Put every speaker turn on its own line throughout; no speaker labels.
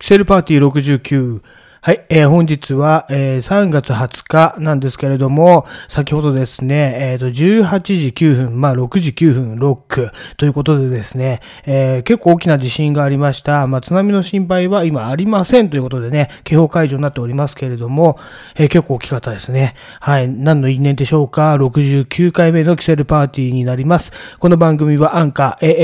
シェルパーティー69。はい、えー本日は、えー3月20日なんですけれども、先ほどですね、えっ、と、18時9分、まあ、6時9分、ロックということでですね、えー結構大きな地震がありました。まあ、津波の心配は今ありませんということでね、警報解除になっておりますけれども、えー結構大きかったですね。はい、何の因縁でしょうか、69回目のキセルパーティーになります。この番組はアンカー、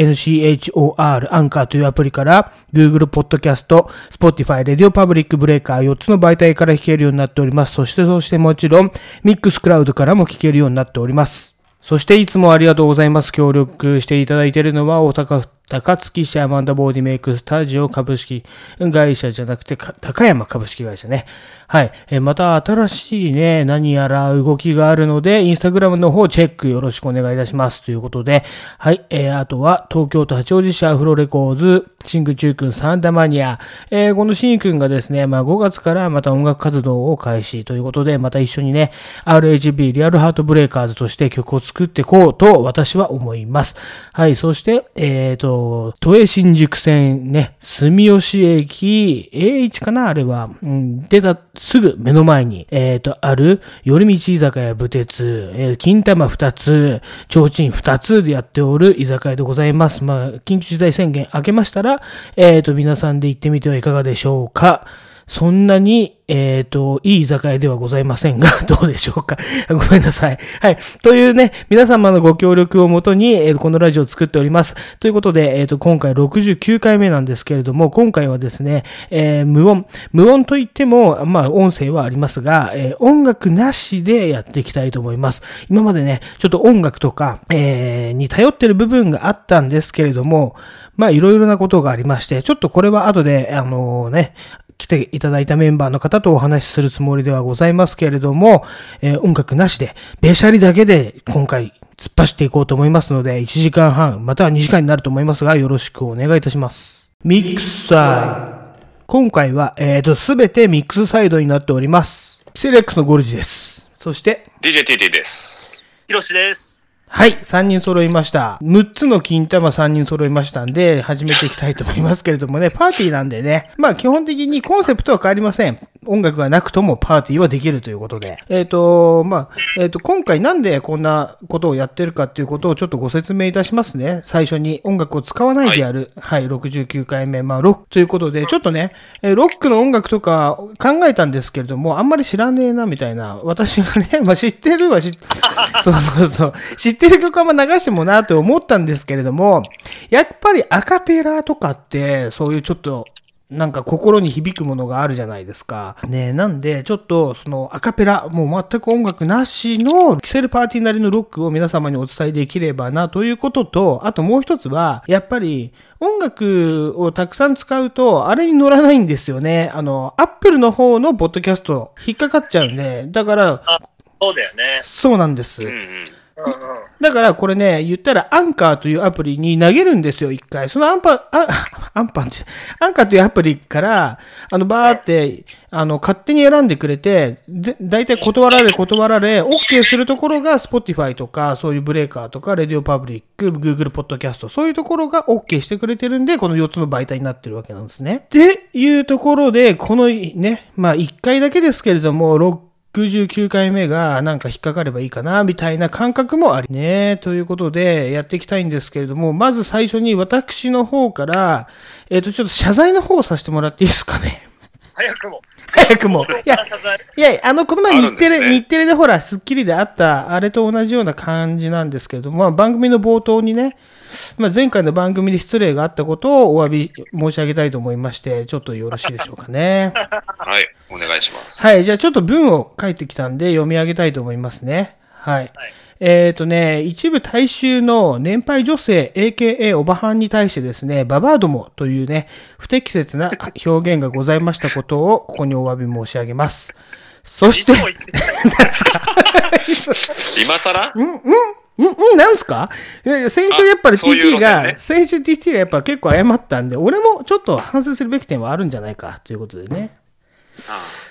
ANCHOR、アンカーというアプリから、Google Podcast、Spotify、Radio Public Breaker、4つの媒体から弾けるようになっております。そして、そしてもちろん、Mix Cloud からも聴けるようになっております。そして、いつもありがとうございます。協力していただいているのは、大阪府高槻市アマンダボーディメイクスタジオ株式会社じゃなくて、か高山株式会社ね。はい。えーまた新しいね、何やら動きがあるので、インスタグラムの方チェックよろしくお願いいたします。ということで、はい。えーあとは、東京都八王子市アフロレコーズ、シングチューくんサンダマニア。えーこのシンくんがですね、まあ5月からまた音楽活動を開始ということで、また一緒にね、RHB リアルハートブレイカーズとして曲を作っていこうと私は思います。はい。そして、えっ、と、都営新宿線ね、住吉駅 A1 かなあれは、うん、出たすぐ目の前に、えっ、と、ある、寄り道居酒屋武鉄、えー金玉2つ、提灯2つでやっておる居酒屋でございます。まあ、緊急事態宣言明けましたら、えっ、と、皆さんで行ってみてはいかがでしょうか。そんなに、えっ、と、いい居酒屋ではございませんが、 どうでしょうか。ごめんなさい。はい。というね、皆様のご協力をもとに、えーこのラジオを作っております。ということで、えっ、と、今回69回目なんですけれども、今回はですね、えー無音。無音といっても、まあ、音声はありますが、えー音楽なしでやっていきたいと思います。今までね、ちょっと音楽とか、えーに頼ってる部分があったんですけれども、まあ、いろいろなことがありまして、ちょっとこれは後で、あのね、来ていただいたメンバーの方とお話しするつもりではございますけれども、えー音楽なしで、ベーシャリだけで今回突っ走っていこうと思いますので、1時間半、または2時間になると思いますが、よろしくお願いいたします。ミックスサイド。今回は、えーと、すべてミックスサイドになっております。セレックスのゴルジです。そして、
DJTT です。
ひろしです。
はい、3人揃いました。6つの金玉3人揃いましたんで、始めていきたいと思いますけれどもね、パーティーなんでね、まあ基本的にコンセプトは変わりません。音楽がなくともパーティーはできるということで。えっ、と、まあ、えっ、と、今回なんでこんなことをやってるかっていうことをちょっとご説明いたしますね。最初に音楽を使わないでやる。はい、69回目、まあロックということで、ちょっとね、えーロックの音楽とか考えたんですけれども、あんまり知らねえなみたいな、私がね、まあ知ってるは知って、 そうそうそう。知ってる曲はあんま流してもなと思ったんですけれども、やっぱりアカペラとかって、そういうちょっと、なんか心に響くものがあるじゃないですか。ねえなんで、ちょっと、そのアカペラ、もう全く音楽なしの、キセルパーティーなりのロックを皆様にお伝えできればなということと、あともう一つは、やっぱり、音楽をたくさん使うと、あれに乗らないんですよね。あの、アップルの方のポッドキャスト、引っかかっちゃうんで、だから、
そうだよね。
そうなんです。
うんうん。
うんうん。
だからこれね、言ったらアンカーというアプリに投げるんですよ、一回。そのアンパ、あ、 アンパンって、アンカーというアプリから、あの、バーって、あの、勝手に選んでくれて、ぜ大体断られ、断られ、OK するところが Spotify とか、そういうブレーカーとか、Radio Public、Google Podcast、そういうところが OK してくれてるんで、この4つの媒体になってるわけなんですね。っていうところで、このね、まあ1回だけですけれども、ロック69回目がなんか引っかかればいいかな、みたいな感覚もありね。ということで、やっていきたいんですけれども、まず最初に私の方から、えっ、と、ちょっと謝罪の方をさせてもらっていいですかね。
早くも。
早くも。いや、
謝罪。
いや、あの、この前
あるん
日テレ、
ですね
日テレでほら、スッキリであった、あれと同じような感じなんですけれども、まあ番組の冒頭にね、まあ、前回の番組で失礼があったことをお詫び申し上げたいと思いまして、ちょっとよろしいでしょうかね。
はい、お願いします。
はい、じゃあちょっと文を書いてきたんで読み上げたいと思いますね。はい。えっ、とね、一部大衆の年配女性 AKA おばはんに対してですね、ババアどもというね、不適切な表現がございましたことをここにお詫び申し上げます。そ
い
し
つ
て、
も言ってた
今更
うん、うん、なんすかいやいや先週やっぱり
あそういう
TT
路線
が、
ね
先週 TT がやっぱ結構謝ったんで、俺もちょっと反省するべき点はあるんじゃないかということでね。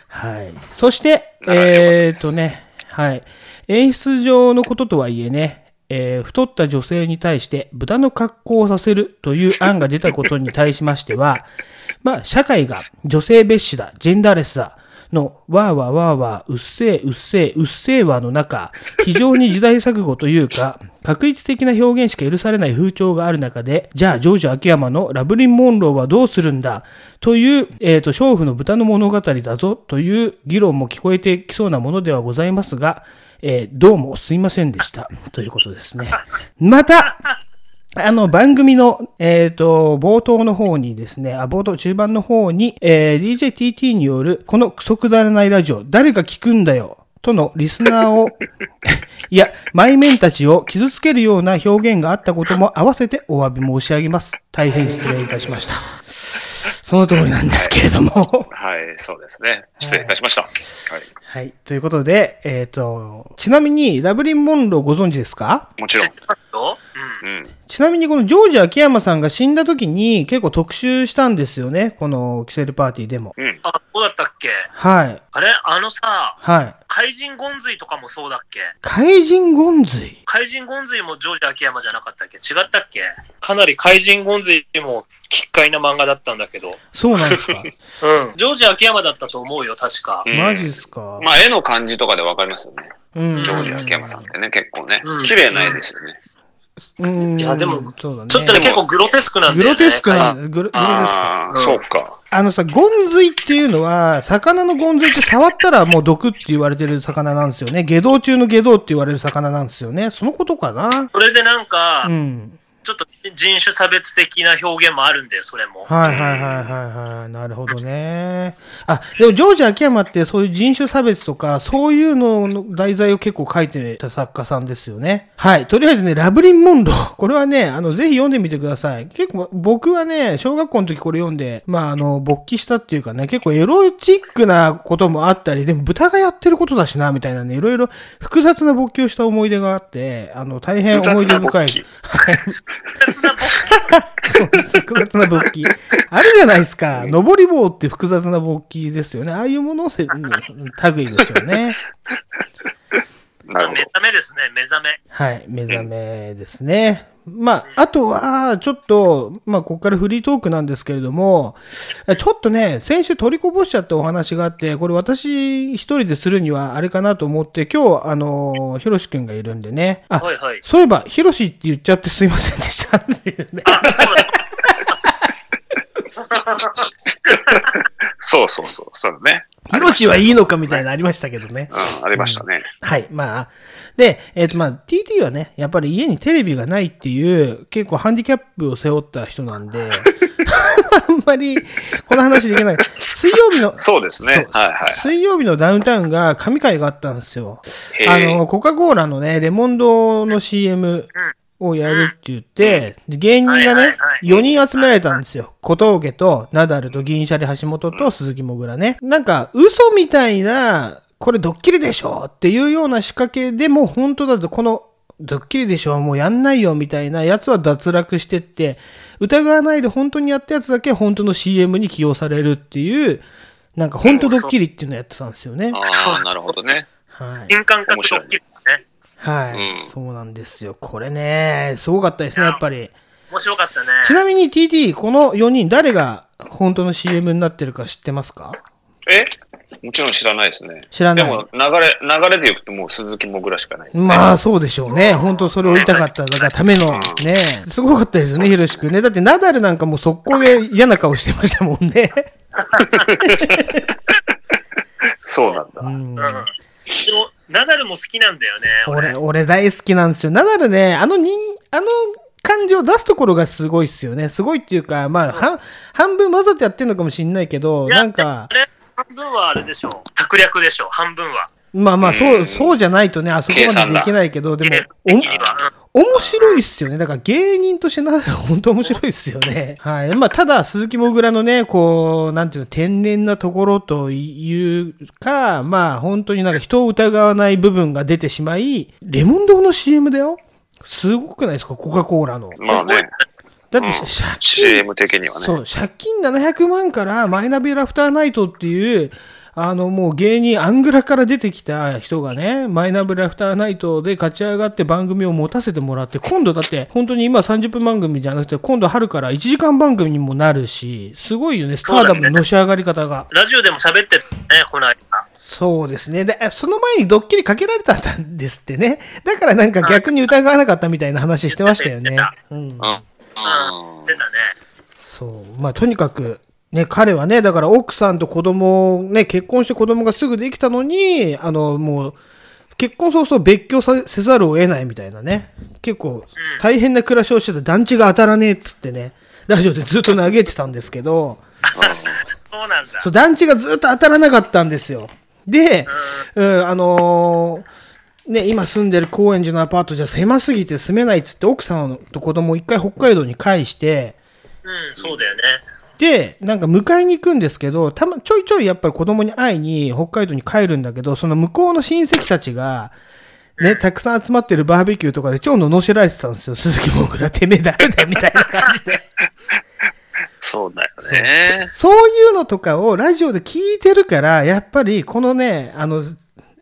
はい。そして、
なら
え
よかったで
ーっ
す
とね、はい。演出上のこととはいえね、えー太った女性に対して豚の格好をさせるという案が出たことに対しましては、 まあ、社会が女性蔑視だ、ジェンダーレスだ、の、わーわーわーわー、うっせーうっせーうっせーわーの中、非常に時代錯誤というか、確一的な表現しか許されない風潮がある中で、じゃあ、ジョージ秋山のラブリン・モンローはどうするんだという、えっ、と、娼婦の豚の物語だぞという議論も聞こえてきそうなものではございますが、えーどうもすいませんでした。ということですね。また、あの、番組の、えっ、と、冒頭の方にですね、あ、冒頭、中盤の方に、えー DJTT による、このクソくだらないラジオ、誰が聞くんだよ、とのリスナーを、 いや、マイメンたちを傷つけるような表現があったことも合わせてお詫び申し上げます。大変失礼いたしました。その通りなんですけれども。
はい、そうですね。失礼いたしました。はい。
はい。ということで、えっ、と、ちなみに、ラブリン・モンローご存知ですか
もちろん。
ますよ
うん。
ちなみにこのジョージ秋山さんが死んだ時に結構特集したんですよね。このキセルパーティーでも。
うん。
あ、そうだったっけ
はい。
あれあのさ、
はい。
怪人ゴンズイとかもそうだっけ
怪人ゴンズイ。
怪人ゴンズイもジョージ秋山じゃなかったっけ違ったっけかなり怪人ゴンズイも奇怪な漫画だったんだけど。
そうなんですか。
うん。ジョージ秋山だったと思 うよ、確か。
うん
マジっすか。
まあ、絵の感じとかでわかりますよね。
うん
ジョージ秋山さんってね、結構ね
うん。
綺麗な絵ですよね。
うん。
いやでも、
そうだね。
ちょっとね、結構グロテスクなん
グ
だよ
ロ
ね。
テスクな、
怪人
グログロテスク。あ
ああ、
うん
そうか。
のさ、ゴンズイっていうのは、魚のゴンズイって触ったらもう毒って言われてる魚なんですよね。下道中の下道って言われる魚なんですよね。そのことかな。
それでなんか
う、ん。
ちょっと人種差別的な表現もあるんだよ、それも。
はいはいはいはいはい。なるほどね。あ、でもジョージ秋山ってそういう人種差別とか、そういうのの題材を結構書いてた作家さんですよね。はい。とりあえずね、ラブリン・モンロー。 これはね、あの、ぜひ読んでみてください。結構僕はね、小学校の時これ読んで、まあ、あの、勃起したっていうかね、結構エロチックなこともあったり、でも豚がやってることだしな、みたいなね、いろいろ複雑な勃起をした思い出があって、あの、大変思い出深
複雑ない勃起。
はい。
複雑な僕
そう、複雑な勃起。あるじゃないですか。登り棒って複雑な勃起ですよね。ああいうものをせ、うん類ですよね。
なるほ
目覚めですね、目覚め。
はい。目覚めですね。まあ、あとは、ちょっと、まあ、ここからフリートークなんですけれども、ちょっとね、先週取りこぼしちゃったお話があって、これ私一人でするにはあれかなと思って、今日、あの、ひろしくんがいるんでね、あ、
はいはい。
そういえば、ひろしって言っちゃってすいませんでしたっていうね。
あ、そうだ。
ど。そうそうそう。そうだね。
ひろしはいいのかみたいなのありましたけどね。
うん、ありましたね。
はい。まあ。で、えっ、と、まあ、TT はね、やっぱり家にテレビがないっていう、結構ハンディキャップを背負った人なんで、 あんまり、この話できない。水曜日の、
そうですね。
そう
はいはい。
水曜日のダウンタウンが神回があったんですよ。
へー
あの、コカ・コーラのね、レモンドの CM をやるって言って、で芸人が
はいは
ね
いはい、
4人集められたんですよ。小峠と、ナダルと、銀シャリ橋本と、鈴木もぐらね。なんか、嘘みたいな、これドッキリでしょっていうような仕掛けでも、本当だと、この、ドッキリでしょもうやんないよみたいなやつは脱落してって、疑わないで本当にやったやつだけ本当の CM に起用されるっていう、なんか本当ドッキリっていうのやってたんですよね。
ああ、なるほどね。
はい。
新感覚ドッキリだね。
はい、
うん
そうなんですよ。これね、すごかったですね、やっぱり。
面白かったね。
ちなみに TT、この4人、誰が本当の CM になってるか知ってますか
えもちろん知らないですね。
知らない
でも、流れ、流れでいくともう鈴木もぐらしかないですね。
まあ、そうでしょうね。本当それを言いたかったがための、ね。すごかったですよね、ヒロシ君ね。だって、ナダルなんかもう速攻で嫌な顔してましたもん ね。
そうなんだ。
うん
うん。でも、ナダルも好きなんだよね。
俺、俺大好きなんですよ。ナダルね、あの人、あの感じを出すところがすごいっすよね。すごいっていうか、まあ、半半分わざとやってんのかもしんないけど、なんか
あ、れ、半分はあれでしょ。策略でしょ、半分は。
まあまあ、そうう、
ん
そうじゃないとね、あそこ
計
まで
算
で
だ
きないけど、でも
計、
おも
的には。
面白いっすよね。だから芸人としてな、本当面白いっすよね。はい。まあ、ただ、鈴木もぐらのね、こう、なんていうの、天然なところというか、まあ、本当になんか人を疑わない部分が出てしまい、レモン堂の CM だよ。すごくないですかコカ・コーラの。
まあね。
だって
うん
借金
CM 的にはね。
そう、借金700万からマイナビラフターナイトっていう、あのもう芸人、アングラから出てきた人がね、マイナビラフターナイトで勝ち上がって番組を持たせてもらって、今度だって、本当に今30分番組じゃなくて、今度春から1時間番組にもなるし、すごいよね、スターダムののし上がり方が。
ラジオでも喋ってたね、この間。
そうですね。で、その前にドッキリかけられたんですってね。だからなんか逆に疑わなかったみたいな話してましたよ ね。うん
うん。
うん、出たね。
そう、まあ、とにかく、ね、彼はね、だから奥さんと子供をね、結婚して子供がすぐできたのに、あの、もう、結婚早々別居させざるを得ないみたいなね、結構大変な暮らしをしてた団地が当たらねえっつってね、ラジオでずっと嘆いてたんですけど、
そうなんだ。
そう、団地がずっと当たらなかったんですよ。で、うん、あのーね、今住んでる高円寺のアパートじゃ狭すぎて住めないっつって奥さんと子供を一回北海道に返して、
うん、そうだよね。
で、なんか迎えに行くんですけど、たま、ちょいちょいやっぱり子供に会いに北海道に帰るんだけど、その向こうの親戚たちが、ね、たくさん集まってるバーベキューとかで超罵られてたんですよ。鈴木もぐらてめえ誰だよみたいな感じで。
そうだよね。
そういうのとかをラジオで聞いてるから、やっぱりこのね、あの、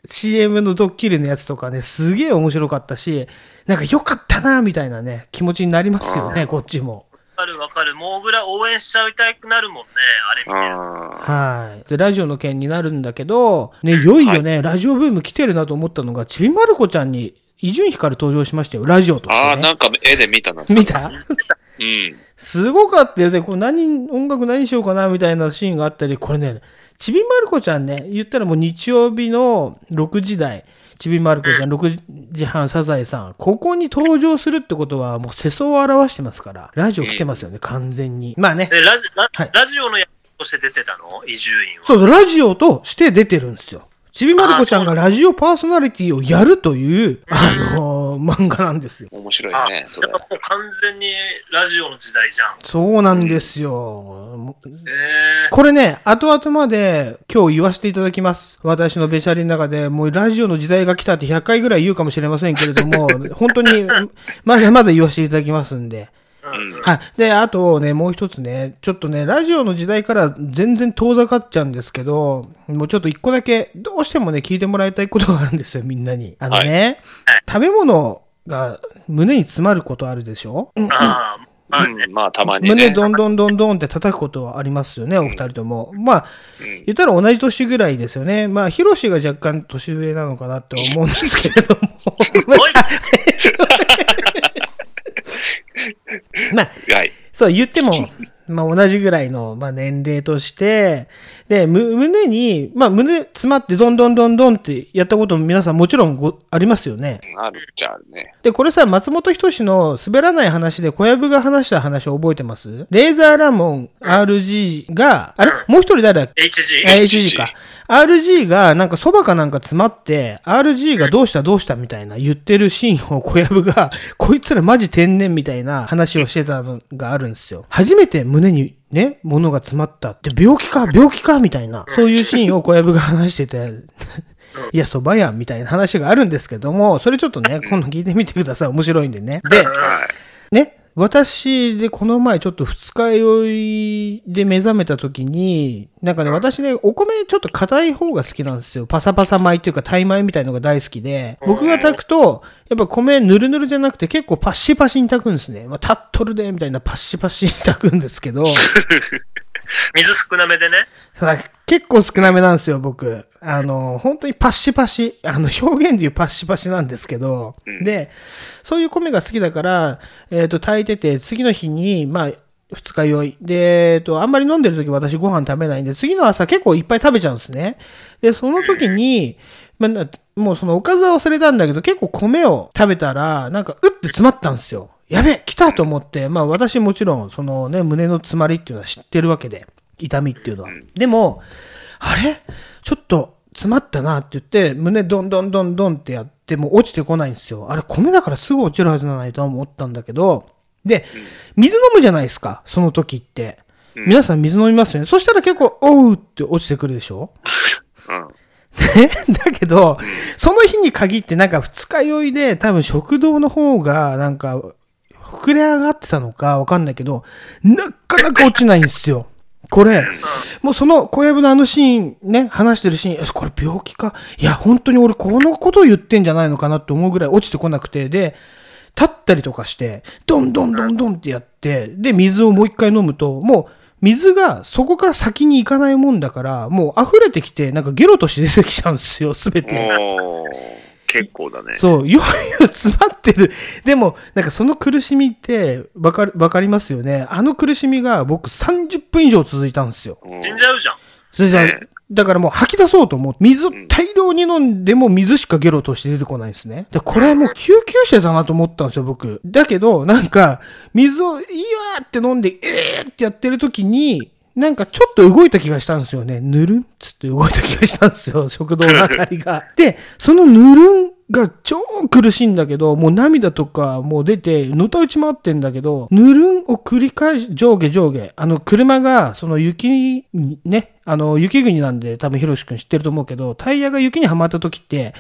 CM のドッキリのやつとかね、すげえ面白かったし、なんか良かったな、みたいなね、気持ちになりますよね、こっちも。
わかるわかる。モーグラ応援しちゃいたくなるもんね、あれ見て
う
ると。
ん。
はい。で、ラジオの件になるんだけど、ね、いよいよね、ラジオブーム来てるなと思ったのが、ちびまる子ちゃんに伊集院光登場しましたよ、ラジオとし
ああ、
て、ね。
なんか絵で見たな。そ れ
見た
うん。
すごかったよね。これ何、音楽何しようかなみたいなシーンがあったり、これね、ちびまる子ちゃんね、言ったらもう日曜日の6時台、ちびまる子ちゃん6時半、サザエさん、ここに登場するってことは、もう世相を表してますから、ラジオ来てますよね、完全に。まあね、
えラジラ
はい
ラジオの役として出てたの伊集院は。
そうそう、ラジオとして出てるんですよ。ちびまる子ちゃんがラジオパーソナリティをやるという、あのー漫画なんですよ。
面白
あ
いね、そ
やっ。
れ
ぱもう完全にラジオの時代じゃん。
そうなんですよ。
え
これね、後々まで今日言わせていただきます。私のベシャリの中で、もうラジオの時代が来たって100回ぐらい言うかもしれませんけれども、 本当に、まだまだ言わせていただきますんで。
うん。
はい。で、あとね、もう一つね、ちょっとね、ラジオの時代から全然遠ざかっちゃうんですけど、もうちょっと一個だけ、どうしてもね、聞いてもらいたいことがあるんですよ、みんなに。あのね、食べ物が胸に詰まることあるでしょ、
ー、ああ、まあね
う。んまあ、たまに
胸
ね。
どんどんどんどんって叩くことはありますよね、お二人とも。まあ、
うん
言ったら同じ年ぐらいですよね。まあ、ヒロシが若干年上なのかなって思うんですけれ ども。
おい
まあ、
はい。
そう言っても、まあ同じぐらいの、まあ、年齢として、で、む胸に、まあ胸詰まってどんどんどんどんってやったことも皆さんもちろんごありますよね。
あるっちゃあるね。
で、これさ、松本人志の滑らない話で小籔が話した話を覚えてますレーザーラモン RG が、あれもう一人誰だっけ
HG。
あ HG か。RG が、なんか、そばかなんか詰まって、RG がどうしたどうしたみたいな言ってるシーンを小籔が、 こいつらマジ天然みたいな話をしてたのがあるんですよ。初めて胸にね、物が詰まったって、病気か病気かみたいな、そういうシーンを小籔が話してて、 いや、そばやんみたいな話があるんですけども、それちょっとね、今度聞いてみてください。面白いんでね。で、
はい。
ね、私でこの前ちょっと二日酔いで目覚めた時に、なんかね、私ね、お米ちょっと硬い方が好きなんですよ。パサパサ米というか、タイ米みたいのが大好きで、僕が炊くと、やっぱ米ぬるぬるじゃなくて結構パッシパシに炊くんですね。まあ、立っとるで、みたいなパッシパシに炊くんですけど、
水少なめでね。
さ結構少なめなんですよ、僕。あの、本当にパッシパシ。あの、表現で言うパッシパシなんですけど。で、そういう米が好きだから、えっ、と、炊いてて、次の日に、まあ、二日酔い。で、えっ、と、あんまり飲んでる時私ご飯食べないんで、次の朝結構いっぱい食べちゃうんですね。で、その時に、まあなもうそのおかずは忘れたんだけど、結構米を食べたら、なんか、うって詰まったんですよ。やべえ来たと思って、まあ私もちろん、そのね、胸の詰まりっていうのは知ってるわけで。痛みっていうのは。でも、あれちょっと詰まったなって言って、胸どんどんどんどんってやって、もう落ちてこないんですよ。あれ、米だからすぐ落ちるはずなのにとは思ったんだけど、で、水飲むじゃないですか、その時って。皆さん水飲みますよね。そしたら結構、おうって落ちてくるでしょ
うん。
ね だけど、その日に限ってなんか二日酔いで多分食堂の方がなんか膨れ上がってたのかわかんないけど、なかなか落ちないんですよ。これ、もうその小籔のあのシーンね、話してるシーン、えこれ病気かいや、本当に俺このことを言ってんじゃないのかなって思うぐらい落ちてこなくて、で、立ったりとかして、どんどんどんどんってやって、で、水をもう一回飲むと、もう、水がそこから先に行かないもんだから、もう溢れてきて、なんかゲロとして出てきちゃうんですよ、すべて。
おー結構だね。
そう、よゆ詰まってる。でも、なんかその苦しみって、わかる、わかりますよね。あの苦しみが僕30分以上続いたんですよ。
うん
死んじゃうじゃん。
それで、
ね
だからもう吐き出そうと思う。水を大量に飲んでも水しかゲロとして出てこないんですね。で、これもう救急車だなと思ったんですよ、僕。だけど、なんか、水を、いやーって飲んで、えーってやってる時に、なんかちょっと動いた気がしたんですよね。ぬるんっつって動いた気がしたんですよ、食堂のあたりが。で、そのぬるんが超苦しいんだけど、もう涙とかもう出て、のた打ち回ってんだけど、ぬるんを繰り返し、上下上下。あの、車が、その雪に、ね、あの、雪国なんで、多分ひろしくん知ってると思うけど、タイヤが雪にはまった時って、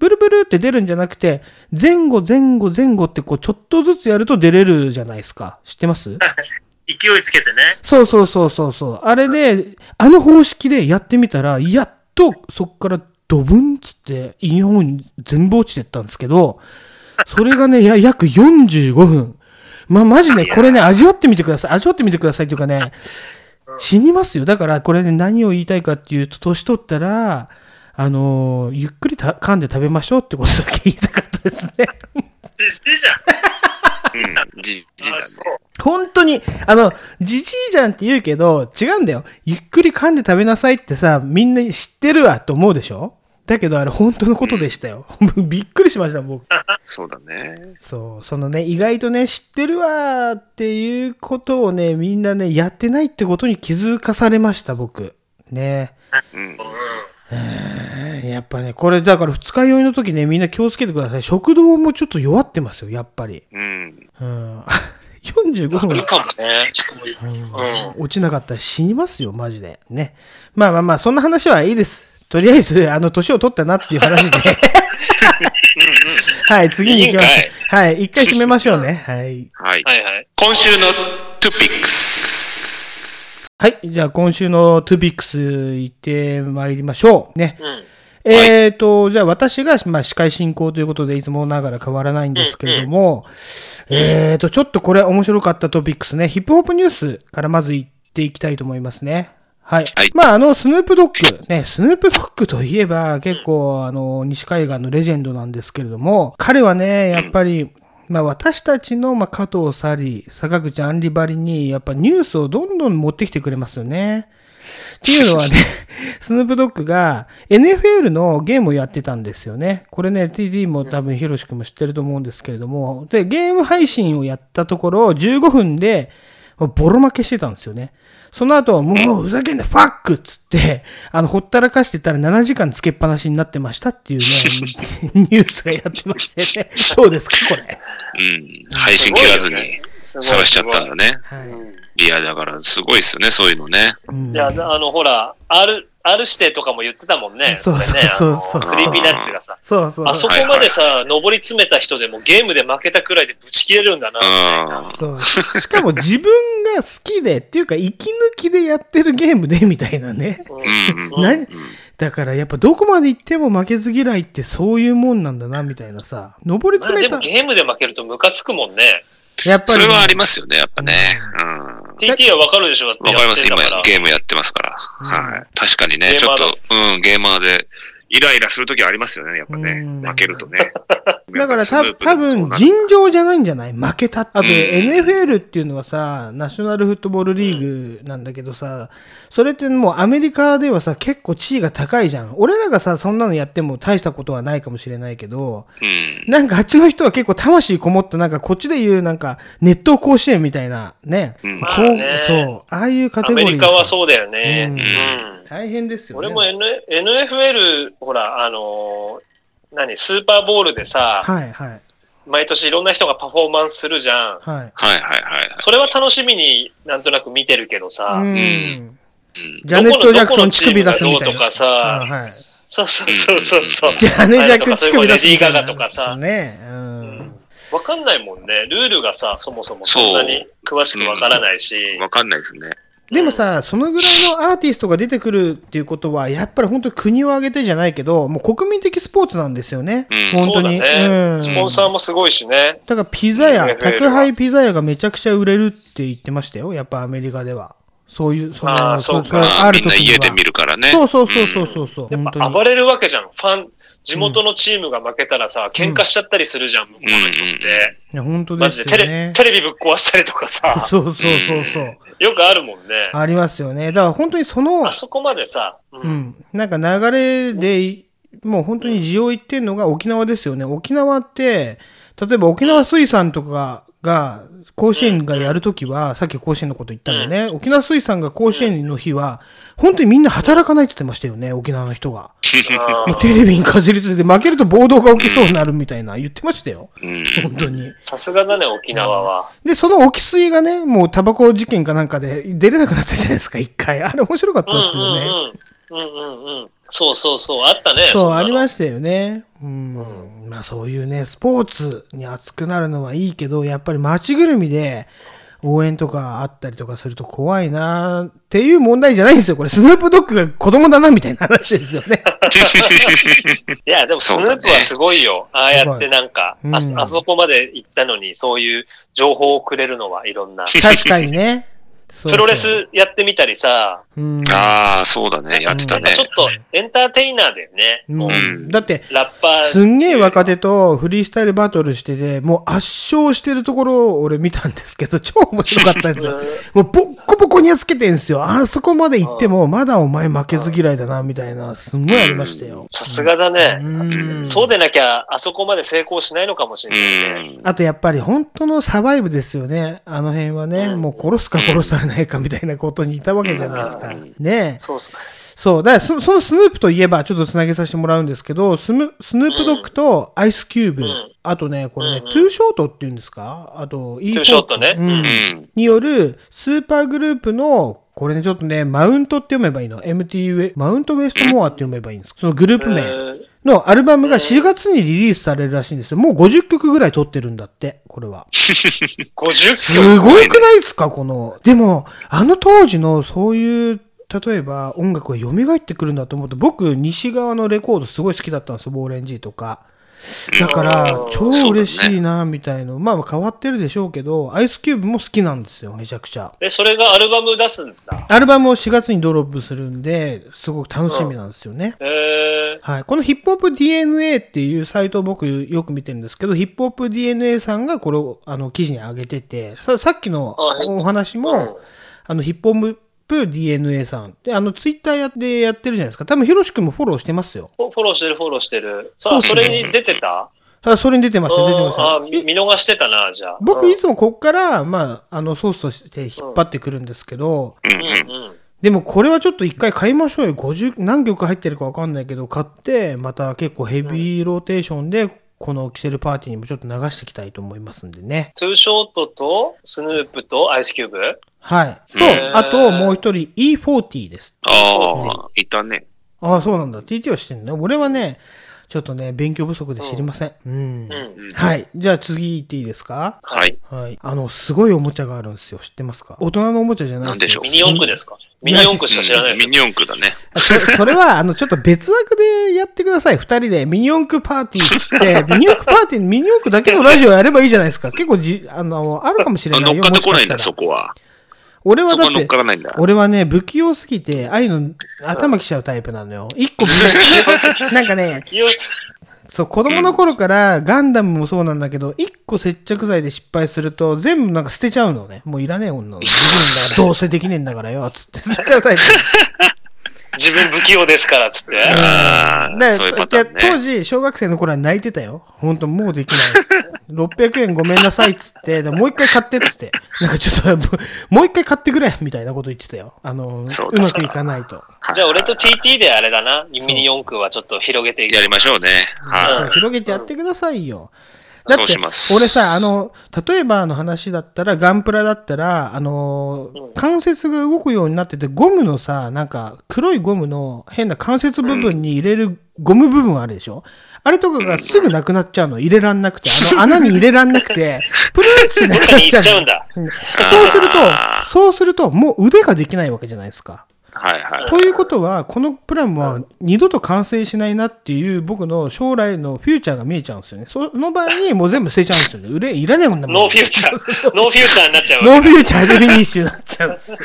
ブルブルって出るんじゃなくて、前後前後前後ってこう、ちょっとずつやると出れるじゃないですか。知ってます
勢いつけてね。
そうそうそうそうそう。あれで、あの方式でやってみたら、やっとそっからドブンっつって、イオンに全部落ちてったんですけど、それがね、や約45分。まあ、マジね、これね、味わってみてください。味わってみてくださいというかね、死にますよ。だから、これね、何を言いたいかっていうと、年取ったら、あのーゆっくりた噛んで食べましょうってことだけ言いたかったですね。
じじいじゃん。
うん、じじだね
あ、。そう。
本当に、あの、じじいじゃんって言うけど、違うんだよ。ゆっくり噛んで食べなさいってさ、みんな知ってるわと思うでしょだけどあれ本当のことでしたよ。 びっくりしました、僕。
そうだね。
そう、そのね、意外とね、知ってるわーっていうことをね、みんなね、やってないってことに気づかされました、僕。ね。
うん。
えーやっぱね、これだから二日酔いの時ね、みんな気をつけてください。食堂もちょっと弱ってますよ、やっぱり。
うん。
うん。45分
いい。かもね。うん。
落ちなかったら死にますよ、マジで。ね。まあまあまあ、そんな話はいいです。とりあえず、あの、年を取ったなっていう話で。 はい、次に行きましょ
いいん
う。はい、一回締めましょうね。はい。
はい。
はいはい。
今週のトゥピックス。
はい、じゃあ今週のトゥビックス行ってまいりましょう。ね。
うん。
えーと、じゃあ私が、まあ、司会進行ということで、いつもながら変わらないんですけれども、えーと、ちょっとこれ面白かったトピックスね、ヒップホップニュースからまず行っていきたいと思いますね。はい。
はい
まあ、あの、スヌープドッグ、ね、スヌープドッグといえば、結構、あの、西海岸のレジェンドなんですけれども、彼はね、やっぱり、まあ、私たちの、まあ、加藤サリー、坂口アンリバリに、やっぱニュースをどんどん持ってきてくれますよね。っていうのはね、 スヌープドッグが NFL のゲームをやってたんですよね。これね、TD も多分ヒロシ君も知ってると思うんですけれども、で、ゲーム配信をやったところ、15分で、ボロ負けしてたんですよね。その後、もうふざけんな、ファックっつって、あの、ほったらかしてたら7時間つけっぱなしになってましたっていう ね、ニュースがやってましてね。どうですか、これ。
うん。配信切らずに探しちゃったんだね。
はい。
いや、だからすごいっすよね、そういうのね。
うん
いや、あの、ほら、R、R 指定とかも言ってたもんね。
そうそう
れねあの
そうそう
クリーピーナッツがさ。
そうそう。
あそこまでさ、上り詰めた人でもゲームで負けたくらいでぶち切れるんだな。
うん。
そう。しかも自分が好きで、っていうか、息抜きでやってるゲームで、みたいなね。
うん
うんうん。
なだからやっぱどこまで行っても負けず嫌いってそういうもんなんだな、みたいなさ。登り
まあ、
詰め
で
た
も。ゲームで負けるとムカつくもんね。
やっぱ
そ
りね、
れはありますよね、やっぱね。うん。
TT はわかるでしょだって
わかります、今
やってんだから
ゲームやってますから。はい。確かにね、
ゲ
ち
ー
ょ
マ
っ
ーだ
と、うん、ゲーマーで、イライラするときありますよね、やっぱね
うん。
負けるとね。
だから
ス
た
ヌープで
多
もそう
分
なんだ
尋常じゃないんじゃない負けた。あと
ん
NFL っていうのはさ、ナショナルフットボールリーグなんだけどさ、それってもうアメリカではさ、結構地位が高いじゃん。俺らがさ、そんなのやっても大したことはないかもしれないけど、
うん。
なんかあっちの人は結構魂こもった、なんかこっちで言うなんか、熱湯甲子園みたいな、ね。
うん
こ
まあ
う
ね
そう。ああいうカ
ア
テゴリ
メ
ー。
リカはそうだよね。
うん
うん
大変ですよね。
俺も N NFL、ほら、あのー何、スーパーボールでさ、
はいはい
毎年いろんな人がパフォーマンスするじゃん。
はい。
はいはいはい。
それは楽しみになんとなく見てるけどさ、
うん。
うん
ジャネット・ジャクソン乳首出すみ
どこ
たい
のチームがどうと
なう
か。さ、
んはい
そうそうそうそうそう。
ジャネ・ジャクソン乳首出す
レディ
み
ー・
たい
ガ
な。
ガとかさ、
ね。うん。
わかんないもんね。ルールがさ、そもそもそんなに詳しくわからないし。
わかんないですね。
でもさ、そのぐらいのアーティストが出てくるっていうことは、やっぱり本当国を挙げてじゃないけど、もう国民的スポーツなんですよね。
うん
本当に。
そうだね
ん
スポンサーもすごいしね。
だからピザ屋、
NFL は
宅配ピザ屋がめちゃくちゃ売れるって言ってましたよ。やっぱアメリカでは。そういう、そ
あーそう
れ
か
まあみんな家で見
る。
るからね。
そうそうそうそうそうそう。
やっ
本当
ぱ
に。
暴れるわけじゃん。ファン、地元のチームが負けたらさ、喧嘩しちゃったりするじゃん、向こうの人っ
うんうん
て。
いや本当
マ
で
ジ
す
で
よ
テレ,、
ね。
テレビぶっ壊したりと かさ、
そうそうそうそう。
よくあるもんね。
ありますよね。だから本当にその
あ、そこまでさ、う
うんん、なんか流れで、もう本当に需要言ってんのが沖縄ですよね。沖縄って、例えば沖縄水産とかが、甲子園がやるときは、さっき甲子園のこと言ったんでね、沖縄水産が甲子園の日は、本当にみんな働かないって言ってましたよね、沖縄の人が。
あ
もう
ー
テレビにかじりついて、負けると暴動が起きそうになるみたいな、言ってましたよ。
うん。
本当に。
さすがだね、沖縄は。
で、その沖水がね、もうタバコ事件かなんかで出れなくなったじゃないですか、一回。あれ面白かった
うんう
ですよね。
んうん。うんうんうん。そうそうそう、あったね。
そ
ん
う、
な
あ
の
りましたよね。うん。まあそういうね、スポーツに熱くなるのはいいけど、やっぱり街ぐるみで応援とかあったりとかすると怖いなっていう問題じゃないんですよ。これ、スヌープドッグが子供だなみたいな話ですよ ね。
いや、でもス
そう
ヌ
だね
ープはすごいよ。ああやってなんか、
すごい
あ
うん
あそこまで行ったのに、そういう情報をくれるのはいろんな。
確かにね。そうそう
プロレ。スやってみたりさ、
うん。
ああ、そうだね。やってたね
ち。ょっとエンターテイナーだよね。
もう
うん
だって、
ラッパー。
すんげえ若手とフリースタイルバトルしてて、もう圧勝してるところを俺見たんですけど、超面白かった ですよ。もうボッコボコにやっつけてんすよ。あそこまで行っても、まだお前負けず嫌いだな、みたいな、すんごいありましたよ。
さすがだ
う
ね。
ん。
そうでなきゃ、あそこまで成功しないのかもし
う
れないね。
ん。
あとやっぱり本当のサバイブですよね。あの辺はね、もう殺すか殺されないかみたいなことにいたわけじゃないですか。ねえ。
そうそう。
そう。だからそ、そのスヌープといえば、ちょっとつなげさせてもらうんですけど、スムスヌープドッグとアイスキューブ、
うん
あとね、これね、
うんうん
トゥーショートっていうんですかあと、トゥ
トゥーショートね
う
うん
ん
う。ん。
によるスーパーグループの、これね、ちょっとね、マウントって読めばいいの。MT ウェ、マウントウェストモアって読めばいいんですそのグループ
え
名
ー
のアルバムが4月にリリースされるらしいんですよ。もう50曲ぐらい撮ってるんだって、これは。
50
すごいくないですか、この。でも、あの当時のそういう、例えば音楽が蘇ってくるんだと思って、僕、西側のレコードすごい好きだったんですよ、ボーレンジーとか。だから
う、ん
超嬉しいな、みたいな。まあ、変わってるでしょうけど、アイスキューブも好きなんですよ、めちゃくちゃ。
え、それがアルバム出すんだ。
アルバムを4月にドロップするんで、すごく楽しみなんですよね。
え
はい。このヒップホップ DNA っていうサイトを僕よく見てるんですけど、ヒップホップ DNA さんがこれをあの記事に上げてて、ささっきの
あはい
お話も、あのヒップホップ DNA さんで、あのツイッターやってやってるじゃないですか。多分ヒロシ君もフォローしてますよ。
ー、フォローしてる、フォローしてる。さあ、それに出てた
あそれに出てました、出てまし
あ
た
あ、。見
え
見逃してたな、じゃあ。
僕
うん
いつもこっから、まあ、あのソースとして引っ張ってくるんですけど、
うん
う
うん。
んうん。
でもこれはちょっと一回買いましょうよ。50、何曲入ってるかわかんないけど、買って、また結構ヘビーローテーションで、このキセルパーティーにもちょっと流していきたいと思いますんでね。
トゥーショートと、スヌープと、アイスキューブ
はい。と
へ、
ー
あともう一人 E40 です。
ああ、いたね。
ああ、そうなんだ。TT はしてんだ。俺はね、ちょっとね、勉強不足で知りません。うん。
うん。
はい。じゃあ次行っていいですか
はい。
はい。あの、すごいおもちゃがあるんですよ。知ってますか大人のおもちゃじゃない
なんでしょう
ミニ四駆ですかミニ四駆しか知らないです
ミ
よ。
ニ四駆だね。
あそ それは、あの、ちょっと別枠でやってください。二人でミニ四駆パーティーっつ って、ミニ四駆パーティー、ミニ四駆だけのラジオやればいいじゃないですか。結構じ、あの、あるかもしれ
あ
ないよ。
乗っかってこないん
も
だ、
しか
そ
したら
こは。
俺は
そ
だ
こ
っ、
は乗ってからないんだ。
俺はね、不器用すぎて、ああいうの頭きちゃうタイプなのよ。一個見な い。なんかね、
いや
そう、子供の頃からガンダムもそうなんだけど、一個接着剤で失敗すると、全部なんか捨てちゃうのね。もういらねえ女の。 できねえんだからどうせできねえんだからよ、つって捨てちゃうタイプ。
自分不器用ですから、つって。
あ
ね
あ、そういうパターン
いや当
ね。
時、小学生の頃は泣いてたよ。ほんと、もうできない。600円ごめんなさいっつって、でもう一回買ってっつって。なんかちょっと、もう一回買ってくれみたいなこと言ってたよ。あの、う
そうだ
まくいかないと。
はい
じゃあ俺と TT であれだな。ミニ四駆はちょっと広げていく
やりましょうね。
そう
は
広げてやってくださいよ。だって
そうします
俺さ、あの、例えばの話だったら、ガンプラだったら、あのー、関節が動くようになってて、ゴムのさ、なんか、黒いゴムの変な関節部分に入れるゴム部分あるでしょあれとかがすぐなくなっちゃうの。入れらんなくて。あの穴に入れらんなく て、プルーツなく
中
なっち
に行
ゃ
っちゃ
う
う
の
ん。だ。
うんそうすると、そうすると、もう腕ができないわけじゃないですか。
はいはい。
ということは、このプランは二度と完成しないなっていう僕の将来のフューチャーが見えちゃうんですよね。その場合にもう全部捨てちゃうんですよね。売れ、いらないもんなもん。
ノーフュ ーチャー。ノーフューチャーになっちゃうわ
ノーフューチャーでフィニッシュになっちゃうんですよ。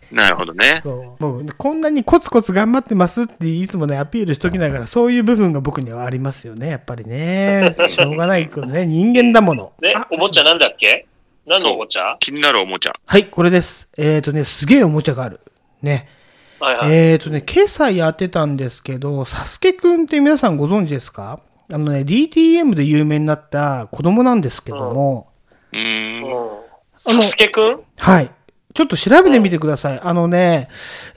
なるほどね。
そう。もうこんなにコツコツ頑張ってますっていつもね、アピールしときながら、そういう部分が僕にはありますよね。やっぱりね。しょうがないことね。人間だもの。
ね
あ、
おもちゃなんだっけ何のおもちゃ
気になるおもちゃ。
はい、これです。えっ、とね、すげえおもちゃがある。ね。
はいはい。
えっ、とね、今朝やってたんですけど、サスケくんって皆さんご存知ですかあのね、DTM で有名になった子供なんですけども、
うーん。
うんサスケくん
はい。ちょっと調べてみてください。あのね、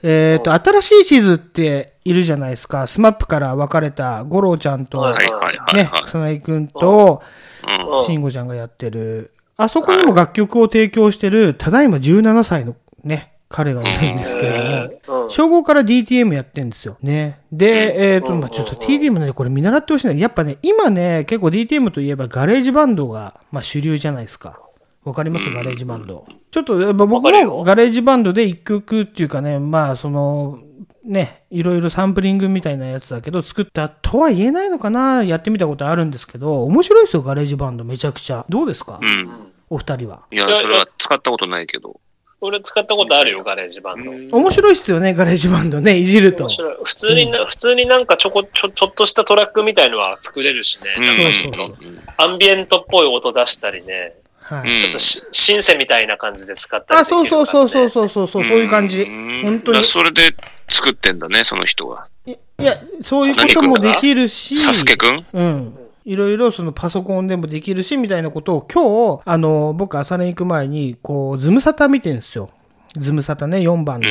えっ、と、新しい地図っているじゃないですか。スマップから分かれた、五郎ちゃんと、
は
はいはいはい
ね
は、
草薙くんと、
い。うん。
慎吾ちゃんがやってる、あそこにも楽曲を提供してる、ただいま17歳のね、彼がいるんですけれども、小5から DTM やってるんですよ。ね。で、えっと、まあちょっと TDM ね、これ見習ってほしいんだけど、やっぱね、今ね、結構 DTM といえばガレージバンドが、まあ主流じゃないですか。わかりますガレージバンド。ちょっと、やっぱ僕もガレージバンドで一曲っていうかね、まあその、ね、いろいろサンプリングみたいなやつだけど、作ったとは言えないのかなやってみたことあるんですけど、面白いですよ、ガレージバンドめちゃくちゃ。どうですか、
うん。
お二人は。
いや、それは使ったことないけど。
俺使ったことあるよ、ガレージバンド。
面白いっすよね、ガレージバンドね、いじると。
面
そう
白い普通にな、普通になんかちょこちょ、ちょっとしたトラックみたいのは作れるし
う
ね。
そうそう。
ん。
アンビエントっぽい音出したりね。
は
う
い。
ん
ちょっとしシンセみたいな感じで使ったり
あ、
できる
そうそうそうそう
う。
そうそう、そういう感じ。本
ん
当
だ
に
から。それで作ってんだね、その人は。
いいや、そういうこともできるし。
サスケくん
うん。いろいろそのパソコンでもできるし、みたいなことを今日、あの、僕朝練行く前に、こう、ズムサタ見てるんですよ。ズムサタね、4番の。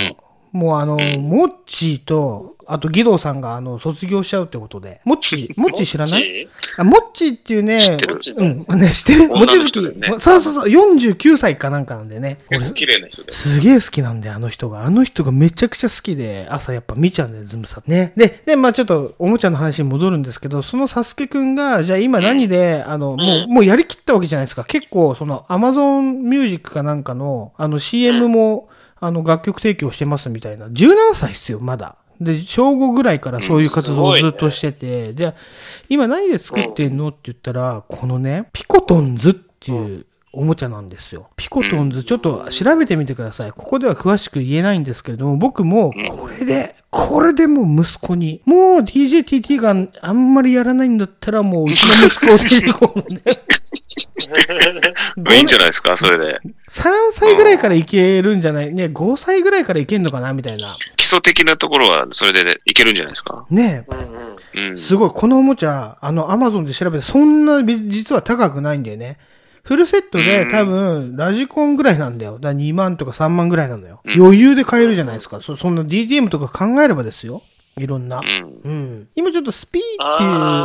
もうあの、モッチーと、あと義堂さんがあの、卒業しちゃうってことで。モッチー、モッチー知らない
い
あ、モッチーっていうね、
知ってる
うん、ね、知ってるモ
女
チ
の
ズ
人だよね
キ。そうそうそう、49歳かなんかなんでね。俺
綺麗な人だよ。
すげえ好きなんだよ、あの人が。あの人がめちゃくちゃ好きで、朝やっぱ見ちゃうんだよ、ズムサね。で、で、まあちょっとおもちゃの話に戻るんですけど、そのサスケくんが、じゃあ今何で、あの、もう、もうやりきったわけじゃないですか。結構、その、アマゾンミュージックかなんかの、あの、CM も、あの、楽曲提供してますみたいな。17歳っすよ、まだ。で、小5ぐらいからそういう活動をずっとしてて、で、今何で作ってんのって言ったら、このね、ピコトンズっていうおもちゃなんですよ。ピコトンズ、ちょっと調べてみてください。ここでは詳しく言えないんですけれども、僕もこれで、これでもう息子に、もう DJTT があんまりやらないんだったら、もううちの息子を出てこう ね。
いいんじゃないですか、それで。
3歳ぐらいからいけるんじゃないね、5歳ぐらいからいけんのかなみたいな。
基礎的なところは、それでいけるんじゃないですか。
ねえ、
うん。
すごい、このおもちゃ、あの、アマゾンで調べて、そんなび、実は高くないんだよね。フルセットで多分、ラジコンぐらいなんだよ。だから2万とか3万ぐらいなんだよ。余裕で買えるじゃないですか。そそんな DTM とか考えればですよ。いろんな。
うん。
うん。今ちょっとスピーって
あ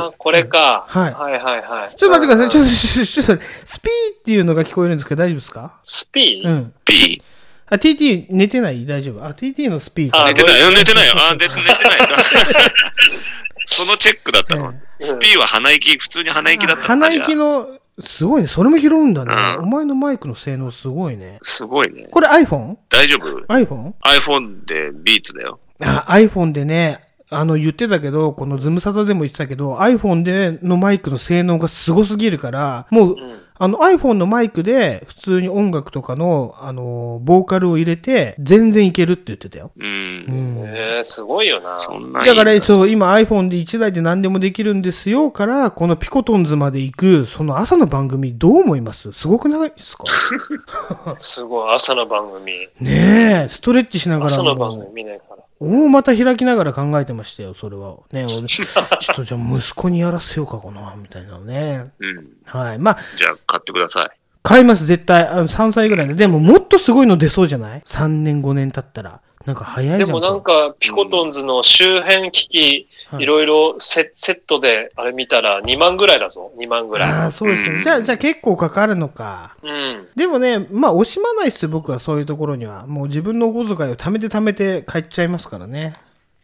い
あ、これか。
はい
はいはいはい。
う、ちょっと待ってください。
い。
ちょっと、ちょちょちょっと、スピーっていうのが聞こえるんですけど、大丈夫ですか
スピ
う
ー
ん。
B。
あ、TT 寝てない大丈夫。あ、TT のスピーか
あ
寝てないよ、寝てないよ。あ、で寝てない よ。そのチェックだったの
うん。
スピーは鼻息、普通に鼻息だったの
鼻息
の。
の、すごいね。それも拾うんだね。
う
お前のマイクの性能すごいね。
すごいね。
これ iPhone?iPhone?
大丈夫 ?iPhone でビーツだよ。
あ iPhone でね、あの言ってたけど、このズムサタでも言ってたけど、iPhone でのマイクの性能がすごすぎるから、もう、あの iPhone のマイクで普通に音楽とかの、あの、ボーカルを入れて、全然いけるって言ってたよ。
う。
うんん。
えー、すごいよな。
そんな
だから、
に。
そう、今 iPhone で1台で何でもできるんですよから、このピコトンズまで行く、その朝の番組どう思いますすごくないです か
すごい、朝の番組。
ねえ、ストレッチしながら
朝の
も。
番組見ないから。
大股開きながら考えてましたよ、それは。ね、 俺ちょっとじゃあ息子にやらせようかかな、みたいなね。
うん。
はい。まあ、
じゃあ、買ってください。
買います、絶対。あの3歳ぐらいで。でも、もっとすごいの出そうじゃない ?3 年、5年経ったら。なんか早いじ
で
ゃん。
もなんか、ピコトンズの周辺機器
は、い
いろいろセセットで、あれ見たら2万ぐらいだぞ。2万ぐ
あ
ら
あ、そうです
う
ね。
ん
じゃあ、じゃあ結構かかるのか。
い。うん。
でもね、まあ、惜しまないっすよ、僕はそういうところには。もう自分のお小遣いを貯めて貯めて帰っちゃいますからね。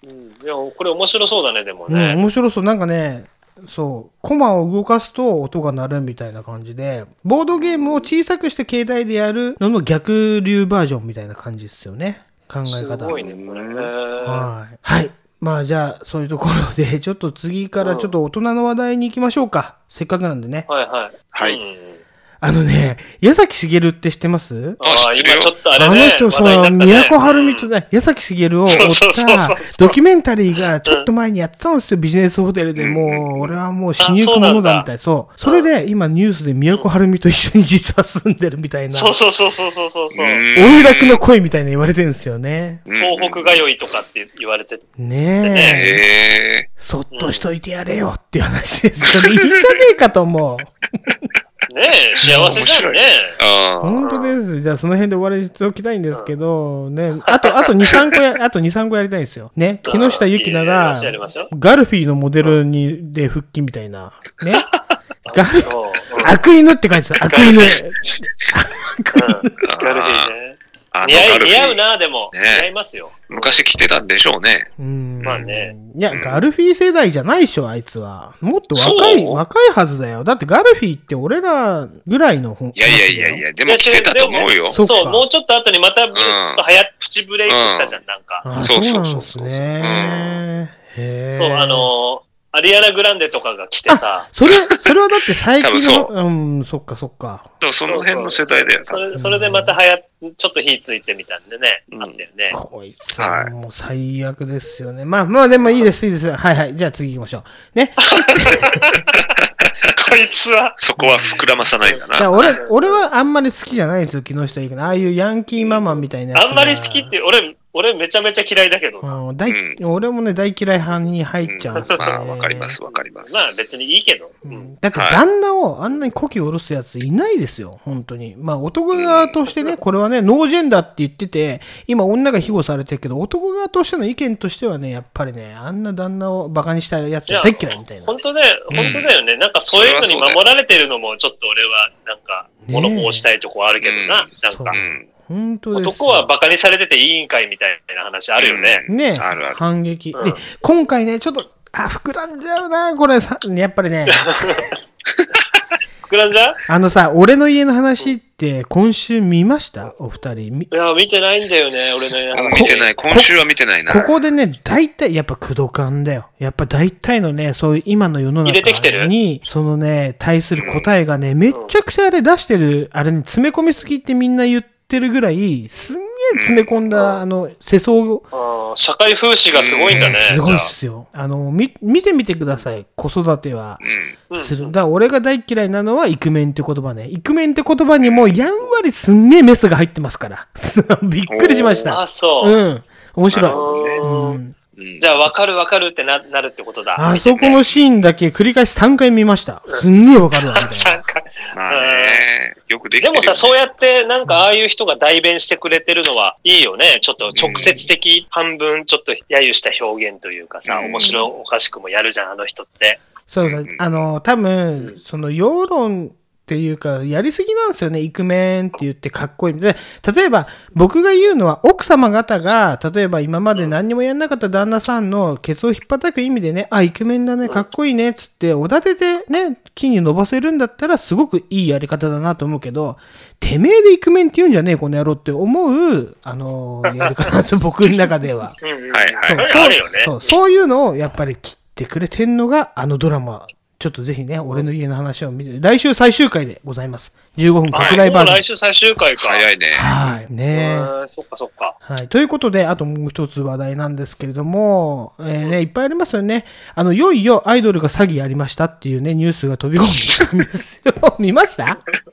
うんいや、これ面白そうだね、でも
うん、
ね。
面白そう。なんかね、そう、コマを動かすと音が鳴るみたいな感じで、ボードゲームを小さくして携帯でやるのの逆流バージョンみたいな感じですよね。考え
す
方。
ごいね、これね。
はい。はい。まあじゃあ、そういうところで、 ちょっと次からちょっと大人の話題に行きましょうか。せっかくなんでね。
はいはい。
はい
うん
あのね、矢崎しげるって知ってます
ああ、
知ってるよ
今ちょっとあ
あ
れ
の
ね。
人、そ
話題にな
う、
ったね
宮古春美
う
と
ん
ね、矢崎しげるを追っ
そうそうそう
た
そう
ドキュメンタリーがちょっと前にやってたんですよ、ビジネスホテルで。もう、俺はもう死にゆくものだみたい。そう。それで、今ニュースで宮古春美と一緒に実は住んでるみたいな、
そうそうそうそうそうそうそう。
音楽の声みたいな言われてるんですよね。
東北がよいとかって言われてて。
ねえ。
え
そっとしといてやれよっていう話ですよね。いいじゃねえかと思う。
ねえ、幸せだよね。
ー、あー
本当です。じゃあその辺で終わりにしておきたいんですけど、ね、あと、あと2、3個や、あと2、3個やりたいんですよ。ね、木下ゆきなが
いい話やりましょう、
ガルフィーのモデルに、で復帰みたいな。ね。ガル
そう。うん
悪犬って書いてた。悪犬。
うんガルフィーね。
あの
似合
ガ
い
ルフィ
似
ー
合うな、でも。
ね
似合いますよ。
昔着てたんでしょうね。
うん。
まあね。
いや、ガルフィー世代じゃないでしょ、あいつは。もっと若い、
そう
若いはずだよ。だってガルフィーって俺らぐらいの本。
いやいやいやいや、でも着てたと思うよ。
そ
そうう
か
もうちょっと後にまた、ちょっとはや、プチブレイクしたじゃん、なんか。
あ。
そう
そう
そう
なん
そ
で
う
す
そう
ね。へえ。
そう、あのー、アリアラ・グランデとかが来てさ。
それ、それはだって最近の、
多
ううん、そっかそっか。
だからその辺の世代だよ
そ
な。
れ、それでまたはや、ちょっと火ついてみたんでね。
うん
あったよね。
こいつ
は
はいもう最悪ですよね。まあまあでもいいです、いいです。はいはい。じゃあ次行きましょう。ね。
こいつは。
そこは膨らまさないんだ
じゃあ
な。
俺、俺はあんまり好きじゃないですよ、木下ゆきの。ああいうヤンキーママみたいなやつが。
あんまり好きって、俺、俺めちゃめちゃ嫌いだけど。
う
まあ
ん、大俺もね、大嫌い派に入っちゃうんですよ、ね
まあ、わかります、わかります。
別にいいけど。う
うんん。だって旦那をあんなにこき下ろすやついないですよ、本当に。まあ男側としてね、これはね、ノージェンダーって言ってて、今女が庇護されてるけど、男側としての意見としてはね、やっぱりね、あんな旦那をバカにしたやつは大っ嫌いみたいな。
本当だよ、本当だよね。なんかそういうのに守られてるのも、ちょっと俺は、なんか、物申したいとこあるけどな。
ね
なんか
う、ん。
本当ですよ。
男はバカにされてていいんかいみたいな話あるよね。
ね
あるある
反撃。
うん
で、今回ね、ちょっと、あ、膨らんじゃうな、これさ、やっぱりね、
膨らんじゃう
あのさ、俺の家の話って今週見ましたお二人。み
いや、見てないんだよね、俺の
あ
話。
見てない、今週は見てないな。
ここでね、大体、やっぱ工藤感だよ。やっぱ大体のね、そういう今の世の
入れてきて
中
る
に、そのね、対する答えがね、めっちゃくちゃあれ出してる、あれに詰め込みすぎってみんな言ってるぐらい、すんげえ詰め込んだ、あの、世相を、
あー社会風刺がすごいんだね。
すごいっ
じゃ
すよ。あの、み、見てみてください。子育ては。
うん。
あ
する。だから俺が大嫌いなのはイクメンって言葉ね。イクメンって言葉にもうやんわりすんげえメスが入ってますから。 びっくりしまし
うんあ、
た。
そうう。
ん。面
なる
白
ほ
い。
う
うんん、
うん
じゃあ、わかるわかるってななるってことだ。
あそこのシーンだけ繰り返し3回見ました。すんげえわかるわ、み たい
参加
まあね、よくできて
で
るよね。
もさ、そうやって、なんか、ああいう人が代弁してくれてるのはいいよね。ちょっと直接的、半分、ちょっと揶揄した表現というかさ、
うん
面白おかしくもやるじゃん、あの人って。
な。そうそう。あの、多分、その、世論っていうか、やりすぎなんですよね。イクメンって言ってかっこいい。で、例えば、僕が言うのは、奥様方が、例えば今まで何にもやんなかった旦那さんのケツを引っ叩く意味でね、あ、イクメンだね、かっこいいね、つって、おだててね、木に伸ばせるんだったら、すごくいいやり方だなと思うけど、てめえでイクメンって言うんじゃねえ、この野郎って思う、あの、やり方なんですよ、僕の中では。
うんうん
はいはい
それあるよね。
そう、そういうのをやっぱり切ってくれてんのが、あのドラマ。ちょっとぜひね、俺の家の話を見て、来週最終回でございます。15分拡
は
大
いも
バ
う
ー
来
ジ
週最終回か。
早 いね。
ョン。はい。ねえ
うんそっかそっか。
はい。ということで、あともう一つ話題なんですけれども、えーね、いっぱいありますよね。あの、いよいよアイドルが詐欺やりましたっていうね、ニュースが飛び込んできたんですよ。 見ました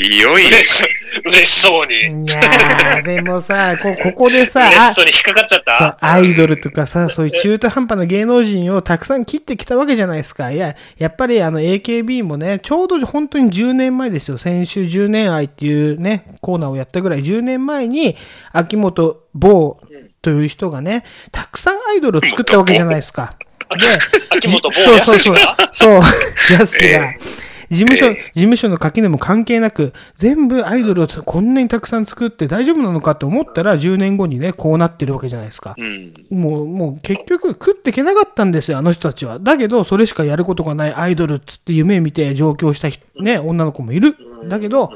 いよいよ。
嬉し嬉しそうに。
いやー、でもさ、こ、ここで さ、
嬉
あ
しそうに引っかかっちゃっ
そう
た、
アイドルとかさ、そういう中途半端な芸能人をたくさん切ってきたわけじゃないですか。いや、やっぱりあの AKB もね、ちょうど本当に10年前ですよ。先週10年愛っていうね、コーナーをやったぐらい10年前に、秋元某という人がね、たくさんアイドルを作ったわけじゃないですか。で、
秋元某
そうそうそ
康
う
が。
そう、やすしが。事務所、事務所の垣根も関係なく、全部アイドルをこんなにたくさん作って大丈夫なのかって思ったら、10年後にね、こうなってるわけじゃないですか。
うん。
もう、もう結局食っていけなかったんですよ、あの人たちは。だけど、それしかやることがないアイドルっつって夢見て上京したひ、ね、女の子もいる。だけど、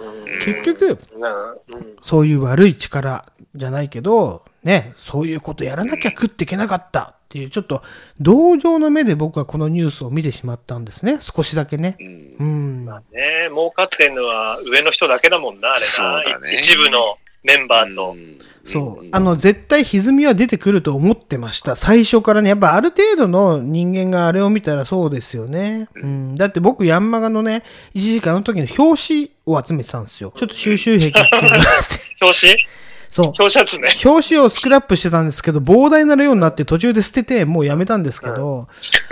結局、
なうん
そういう悪い力じゃないけど、ね、そういうことやらなきゃ食っていけなかったっていう、ちょっと同情の目で僕はこのニュースを見てしまったんですね、少しだけね。
うん。
うん。
ねえ、儲かってんのは上の人だけだもんな、あれな
そうだね
一部のメンバーと。
そう。あの、絶対歪みは出てくると思ってました。最初からね、やっぱある程度の人間があれを見たらそうですよね。うん。だって僕、ヤンマガのね、一時間の時の表紙を集めてたんですよ。ちょっと収集癖っていうのが
表紙
そう。
表紙集め。
表紙をスクラップしてたんですけど、膨大な量になって途中で捨てて、もうやめたんですけど、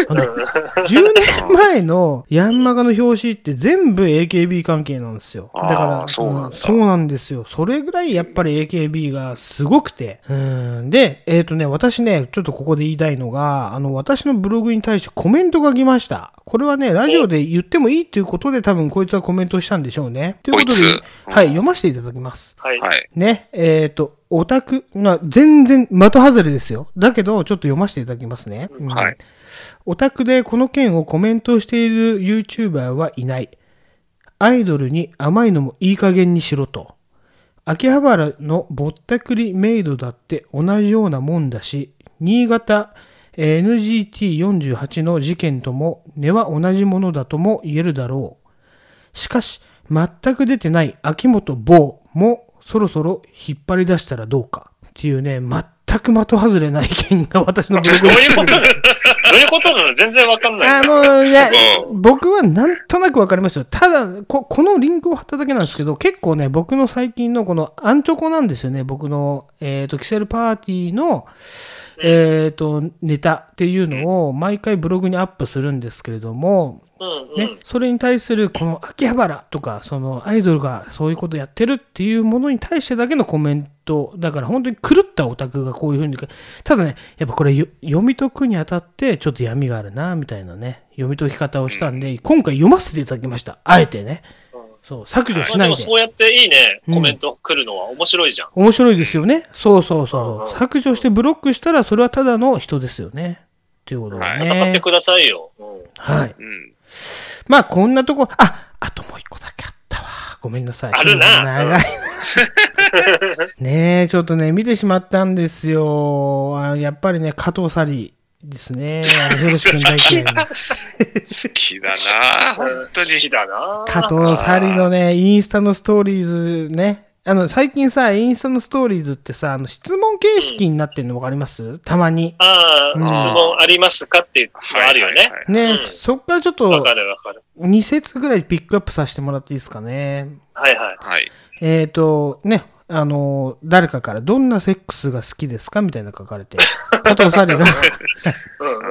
あの、10年前のヤンマガの表紙って全部 AKB 関係なんですよ。だ
あー
から、
そうなんだ
そうなんですよ。それぐらいやっぱり AKB がすごくて。うんで、えっ、とね、私ね、ちょっとここで言いたいのが、あの、私のブログに対してコメントが来ました。これはね、ラジオで言ってもいいっていうことで多分こいつはコメントしたんでしょうね。ということで
こいつ、うん
はい、読ませていただきます。
はい。
はい。
ね、えっ、と、オタク、な、全然、的外れですよ。だけど、ちょっと読ませていただきますね。うん
はい。
オタクでこの件をコメントしている YouTuber はいない。アイドルに甘いのもいい加減にしろと。秋葉原のぼったくりメイドだって同じようなもんだし、新潟えー NGT48 の事件とも根は同じものだとも言えるだろう。しかし、全く出てない秋元某もそろそろ引っ張り出したらどうかっていうね、全く的外れな意見が私のブログ
どう
に
いうこと どういうことなの全然わかんない。
あの、いや、僕はなんとなくわかりますよ。ただこ、このリンクを貼っただけなんですけど、結構ね、僕の最近のこのアンチョコなんですよね。僕の、えっ、と、キセルパーティーの、えっ、と、ネタっていうのを毎回ブログにアップするんですけれども、
うんうん。
ね、それに対するこの秋葉原とか、そのアイドルがそういうことやってるっていうものに対してだけのコメント、だから本当に狂ったオタクがこういうふうに、ただね、やっぱこれよ読み解くにあたってちょっと闇があるな、みたいなね、読み解き方をしたんで、今回読ませていただきました。あえてね。そう、削除
まあ
しな
で
い
も
で。
そうやっていいね、
うん
コメント来るのは面白いじゃん。
面白いですよね。そうそう
うん
そうう。
ん
削除してブロックしたら、それはただの人ですよね。っていうことだ
戦って
ね。
くださいよ。うん
はい。
うん。
まあ、こんなとこ、あ、あともう一個だけあったわ。ごめんなさい。
あるな
長い。 ねえ、ちょっとね、見てしまったんですよ。あやっぱりね、加藤サリーですね。あの、よろしく大 嫌いな。
好きだな本当に。
好きだな
加藤サリーのね、インスタのストーリーズね。あの、最近さ、インスタのストーリーズってさ、あの、質問形式になってるの分かりますたまに。
あ
うん
あ、質問ありますかっていうのあるよね。
ね
うん
そっからちょっ
わ
と
か、るわかる。
2節ぐらいピックアップさせてもらっていいですかね。
はいはい。
はい。
えっ、と、ね、あの、誰かからどんなセックスが好きですかみたいなの書かれて、加藤サリ が、
うんうん。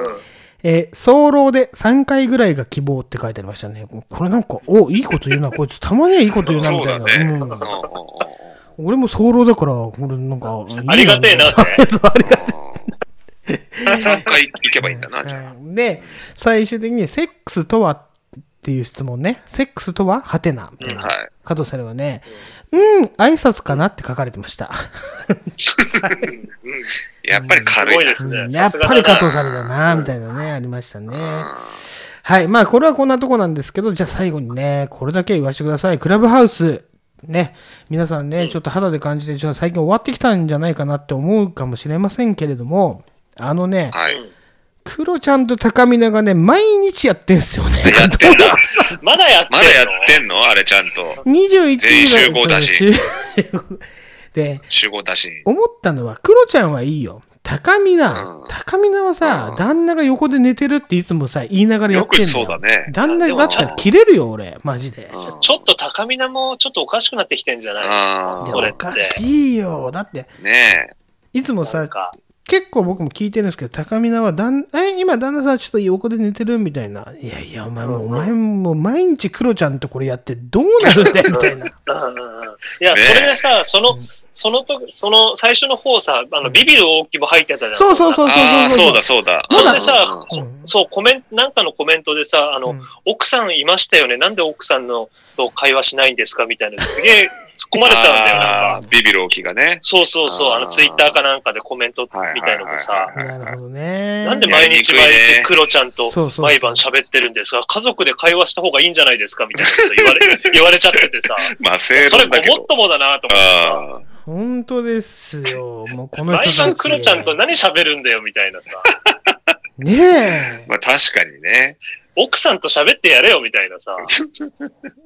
えー、早漏で3回ぐらいが希望って書いてありましたね。これなんか、お、いいこと言うな、こいつ、たまにはいいこと言うな、みたいな。
そうだね
うん
うんうんうん
俺も早漏だから、これなんか、いい
ありがてえなって
そうありがて
うん三回行けばいいんだな、じゃあ。
うんで、最終的に、セックスとはっていう質問ね。セックスとははてな。みたいな
はい。
加藤さんはね、うん、挨拶かなって書かれてました。
やっぱり
す
軽
ご
いな
いで
う
す
ん
ね。
や
さ
っ
すが
ぱり加
だ
藤
な。
さんだな、みたいなね、ありましたね。はい。まあ、これはこんなとこなんですけど、じゃあ最後にね、これだけ言わせてください。クラブハウス、ね、皆さんね、ちょっと肌で感じて、ちょっと最近終わってきたんじゃないかなって思うかもしれませんけれども、あのね、
はい。
クロちゃんと高見菜がね、毎日やってんすよね。
やっ てんだ。
まだやってんの
まだやってんのあれちゃんと。
21時
全員集合だし
そう集合 で、
集合だし。
思ったのは、クロちゃんはいいよ。高見
う
菜
ん、
高見菜はさ、
うん
旦那が横で寝てるっていつもさ、言いながらや
よ
ってんだよ。
くそうだね。
旦那だったら切れるよ、俺、マジで。
うん
ちょっと高見菜もちょっとおかしくなってきてんじゃない
あ
いや
それ
お
って
かしいよ。だって、
あ。ねえ。
いつも
な
さ
ん、か。
結構僕も聞いてるんですけど、高見菜はだん、え、今旦那さんちょっと横で寝てるみたいな。いやいや、お前もう、お前もう毎日クロちゃんとこれやってどうなるんだよ、みたいな。
うんうんうんいや、それでさ、その、そのとその最初の方さ、あの、ビビる大きも入ってたじゃ ん。
そうそうそう
ああ、
そ
そうう
そう
だ、そうだ。
それでさ
うん
そ
うんうん、
ううん
そう、コメント、なんかのコメントでさ、あの、
うん
奥さんいましたよね。なんで奥さんのと会話しないんですかみたいな。すげえ突っ込まれたんだよ、な
あ
んか。
ービビる大きがね。
そうそうそう、あ
あ
の、
ー
ツイッターかなんかでコメントみたいのも
はいはいはい
さ
は、
なるほどね。
なんで毎日毎
やりにくい
日
ね
クロちゃんと
そうそうそう
毎晩喋ってるんですが、家族で会話した方がいいんじゃないですかみたいなこと言われ、 言われちゃっててさ、
まあ、正
それ
論だけ
ごもっ
ど。
ともだなと思ってさ、
ああ
本当ですよ。もうこの
毎
人た
晩
ち。
クロちゃんと何喋るんだよみたいなさ、
ね
まあ、確かにね。
奥さんと喋ってやれよみたいなさ、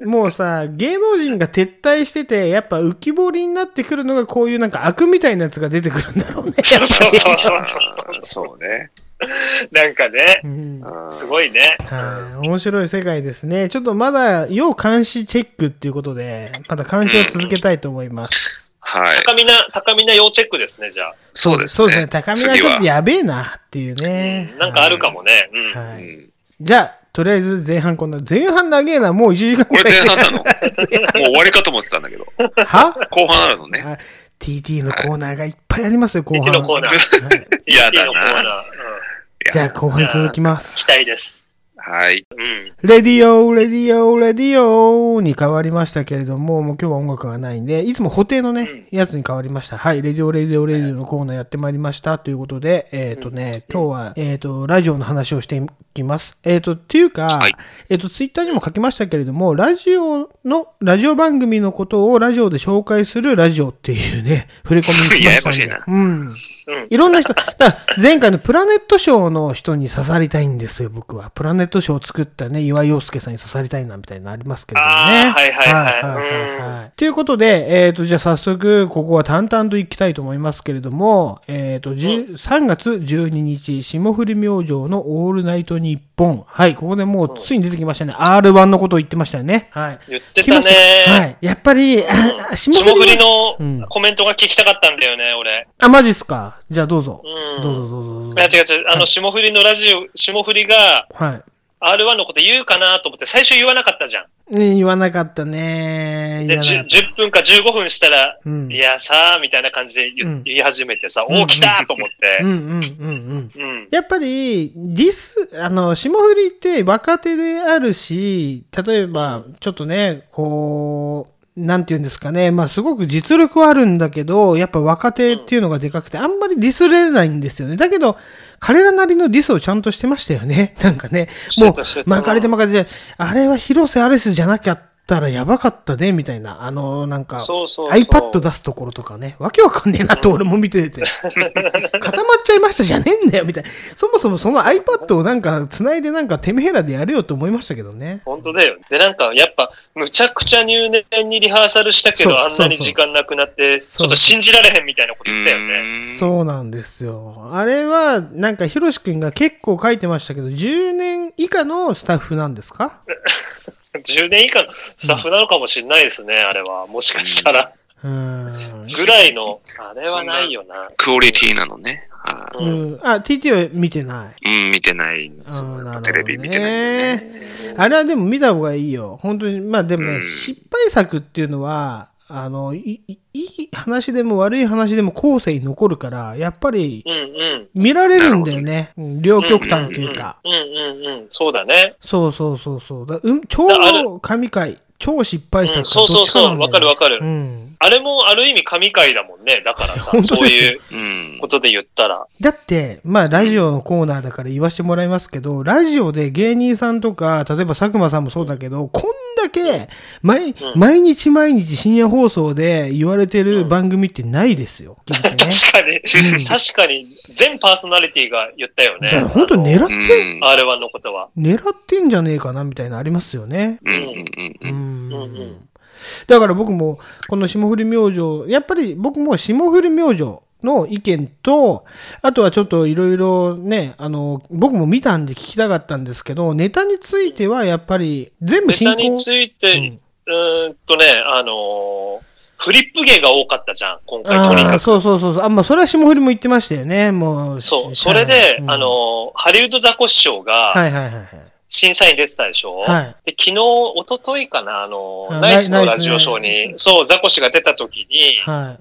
え。もうさ、芸能人が撤退してて、やっぱ浮き彫りになってくるのがこういうなんか悪みたいなやつが出てくるんだろうね。
そうそうそうそう
あーそうね。
なんかね、
うん
うん
すごいね。
はい、面白い世界ですね。ちょっとまだ要監視チェックっていうことで、まだ監視を続けたいと思います。
はい。
高みな、高みな要チェックですね、じゃあ。
そうですね。
そうですね。高みが
次
ちょっ
は
とやべえなっていうね。
なんかあるかもね。うん。
はい。
う
はい
ん
じゃあ、とりあえず前半こんな、前半長えな、もう1時間
こ
く
れ
らい。
前半なのもう終わりかと思ってたんだけど。
は
後半なの ね。
あ ?TT のコーナーがいっぱいありますよ、後半。
TT のコーナー
はい
嫌
TT
だ
のコーナ
な。
ー。うん
いや
じゃあ、後半続きます。
期待です。
はい。
うん。
レディオ、レディオ、レディオに変わりましたけれども、もう今日は音楽がないんで、いつも補定のね、やつに変わりました。はい、レディオ、レディオ、レディオのコーナーやってまいりました。ということで、えっ、とね、今日は、えっ、と、ラジオの話をしていきます。えっ、と、っていうか、
はい
えっ、と、ツイッターにも書きましたけれども、ラジオの、ラジオ番組のことをラジオで紹介するラジオっていうね、触れ込みにしましたんで。
ややこ
うん。
うん。
いろんな人、だから前回のプラネットショーの人に刺さりたいんですよ、僕は。プラネットショーを作ったね、岩井陽介さんに刺さりたいな、みたいなのありますけれどもね。
あーはいはいはい
い。ということで、えっ、と、じゃあ早速、ここは淡々と行きたいと思いますけれども、えっ、と、10 3月12日、霜降り明星のオールナイトニッポン。はい、ここでもうついに出てきましたね。R1 のことを言ってましたよね。はい。
言ってた
来ましたは
ね。
い。やっぱり、
霜降り
うん
のコメントが聞きたかったんだよね、俺。
あ、マジっすか。じゃあどうぞ。
うん
どうぞどうぞどう
い
ぞ
や、。違う違う。あの、霜降りのラジオ、霜降りが
はい。
R1 のこと言うかなと思って、最初言わなかったじゃん。
ね、言わなかったね。言
で、
わな
じゅ
かった。
10分か15分したら、
うん
いや、さあ、みたいな感じで
う
言
ん
言い始めてさ、
うん
おお、来たと思って
うん。うんうんうん。
うん。
やっぱり、ディス、あの、霜降りって若手であるし、例えば、ちょっとね、こう、なんて言うんですかね、まあすごく実力はあるんだけど、やっぱ若手っていうのがでかくて、あんまりディスれないんですよね。だけど、彼らなりのディスをちゃんとしてましたよね。 なんかね、も
して
う
たして、た
巻かれて巻かれて、あれは広瀬アレスじゃなきゃったらやばかったね、みたいな。あの、なんか、
そうそうそう。
iPad 出すところとかね、わけわかんねえなと俺も見てて、固 まっちゃいましたじゃねえんだよみたいな、そもそもその iPad をなんか繋いでなんか手めへらでやれよと思いましたけどね。
本当だよ。で、なんか、やっぱ、むちゃくちゃ入念にリハーサルしたけ
そう
ど、あんな
そう
に
そう
時間なくなって、ち
そ
ょ
う
っと信じられへんみたいなこと
う
言ってたよね。
ーん
そうなんですよ。あれは、なんか、ひろしくんが結構書いてましたけど、10年以下のスタッフなんですか
10年以下のスタッフなのかもしれないですね、あれは。もしかしたら。
うーん。
ぐらいの、あれはないよな。
クオリティなのね。は
う
うん、あ、TT は見てない。
いうん、見てないんです
あー
よ。
なるほど
や
ね
っぱテレビ見てないんだよね。
あれはでも見た方がいいよ。本当に、まあでもね、
うん
失敗作っていうのは、あの、いいいい話でも悪い話でも後世に残るから、やっぱり
うんうん。
見られるんだよね。うん両極端というか。
うんうんうん。そうだね。
そうそうそうそう。だうん、超
だある
神回、超失敗
う
作
ん、そうそうそう。わかるわ
か
かる。
うん。
あれもある意味神回だもんね。だからさ
本、当です
そう
よ
いう
うん
こ。とで言ったら。
だって、まあ、ラジオのコーナーだから言わせてもらいますけど、ラジオで芸人さんとか、例えば佐久間さんもそうだけど、こんだけ毎、毎日毎日深夜放送で言われてる番組ってないですよ。聞いてね
確かに、確かに、全パーソナリティが言ったよね
だか。ら本当狙っ
う
て、
ん。
R1 のことは。
狙ってんじゃねえかなみたいなのありますよね。
うんうんうん
う
うん。
ん
うんうん
だから僕もこの霜降り明星やっぱり僕も霜降り明星の意見とあとはちょっといろいろねあの僕も見たんで聞きたかったんですけどネタについてはやっぱり全部
ネ
進
タに
行
ついて、うーんとね、あのーフリップ芸が多かったじゃん、今回、とに
あ
か
あ
く。
そうそうそうそうあまあそれは霜降りも言ってましたよねもう
そう、
し
それで、
うん
あのーハリウッドザコシショウ
は
が
いはいはいはい
審査員出てたでしょ、
はい
で昨日、一昨日かな、あのー
うん
ナイツのラジオショ
ナイ
ー
ナイツ
に、そう、ザコシが出た時に、
はい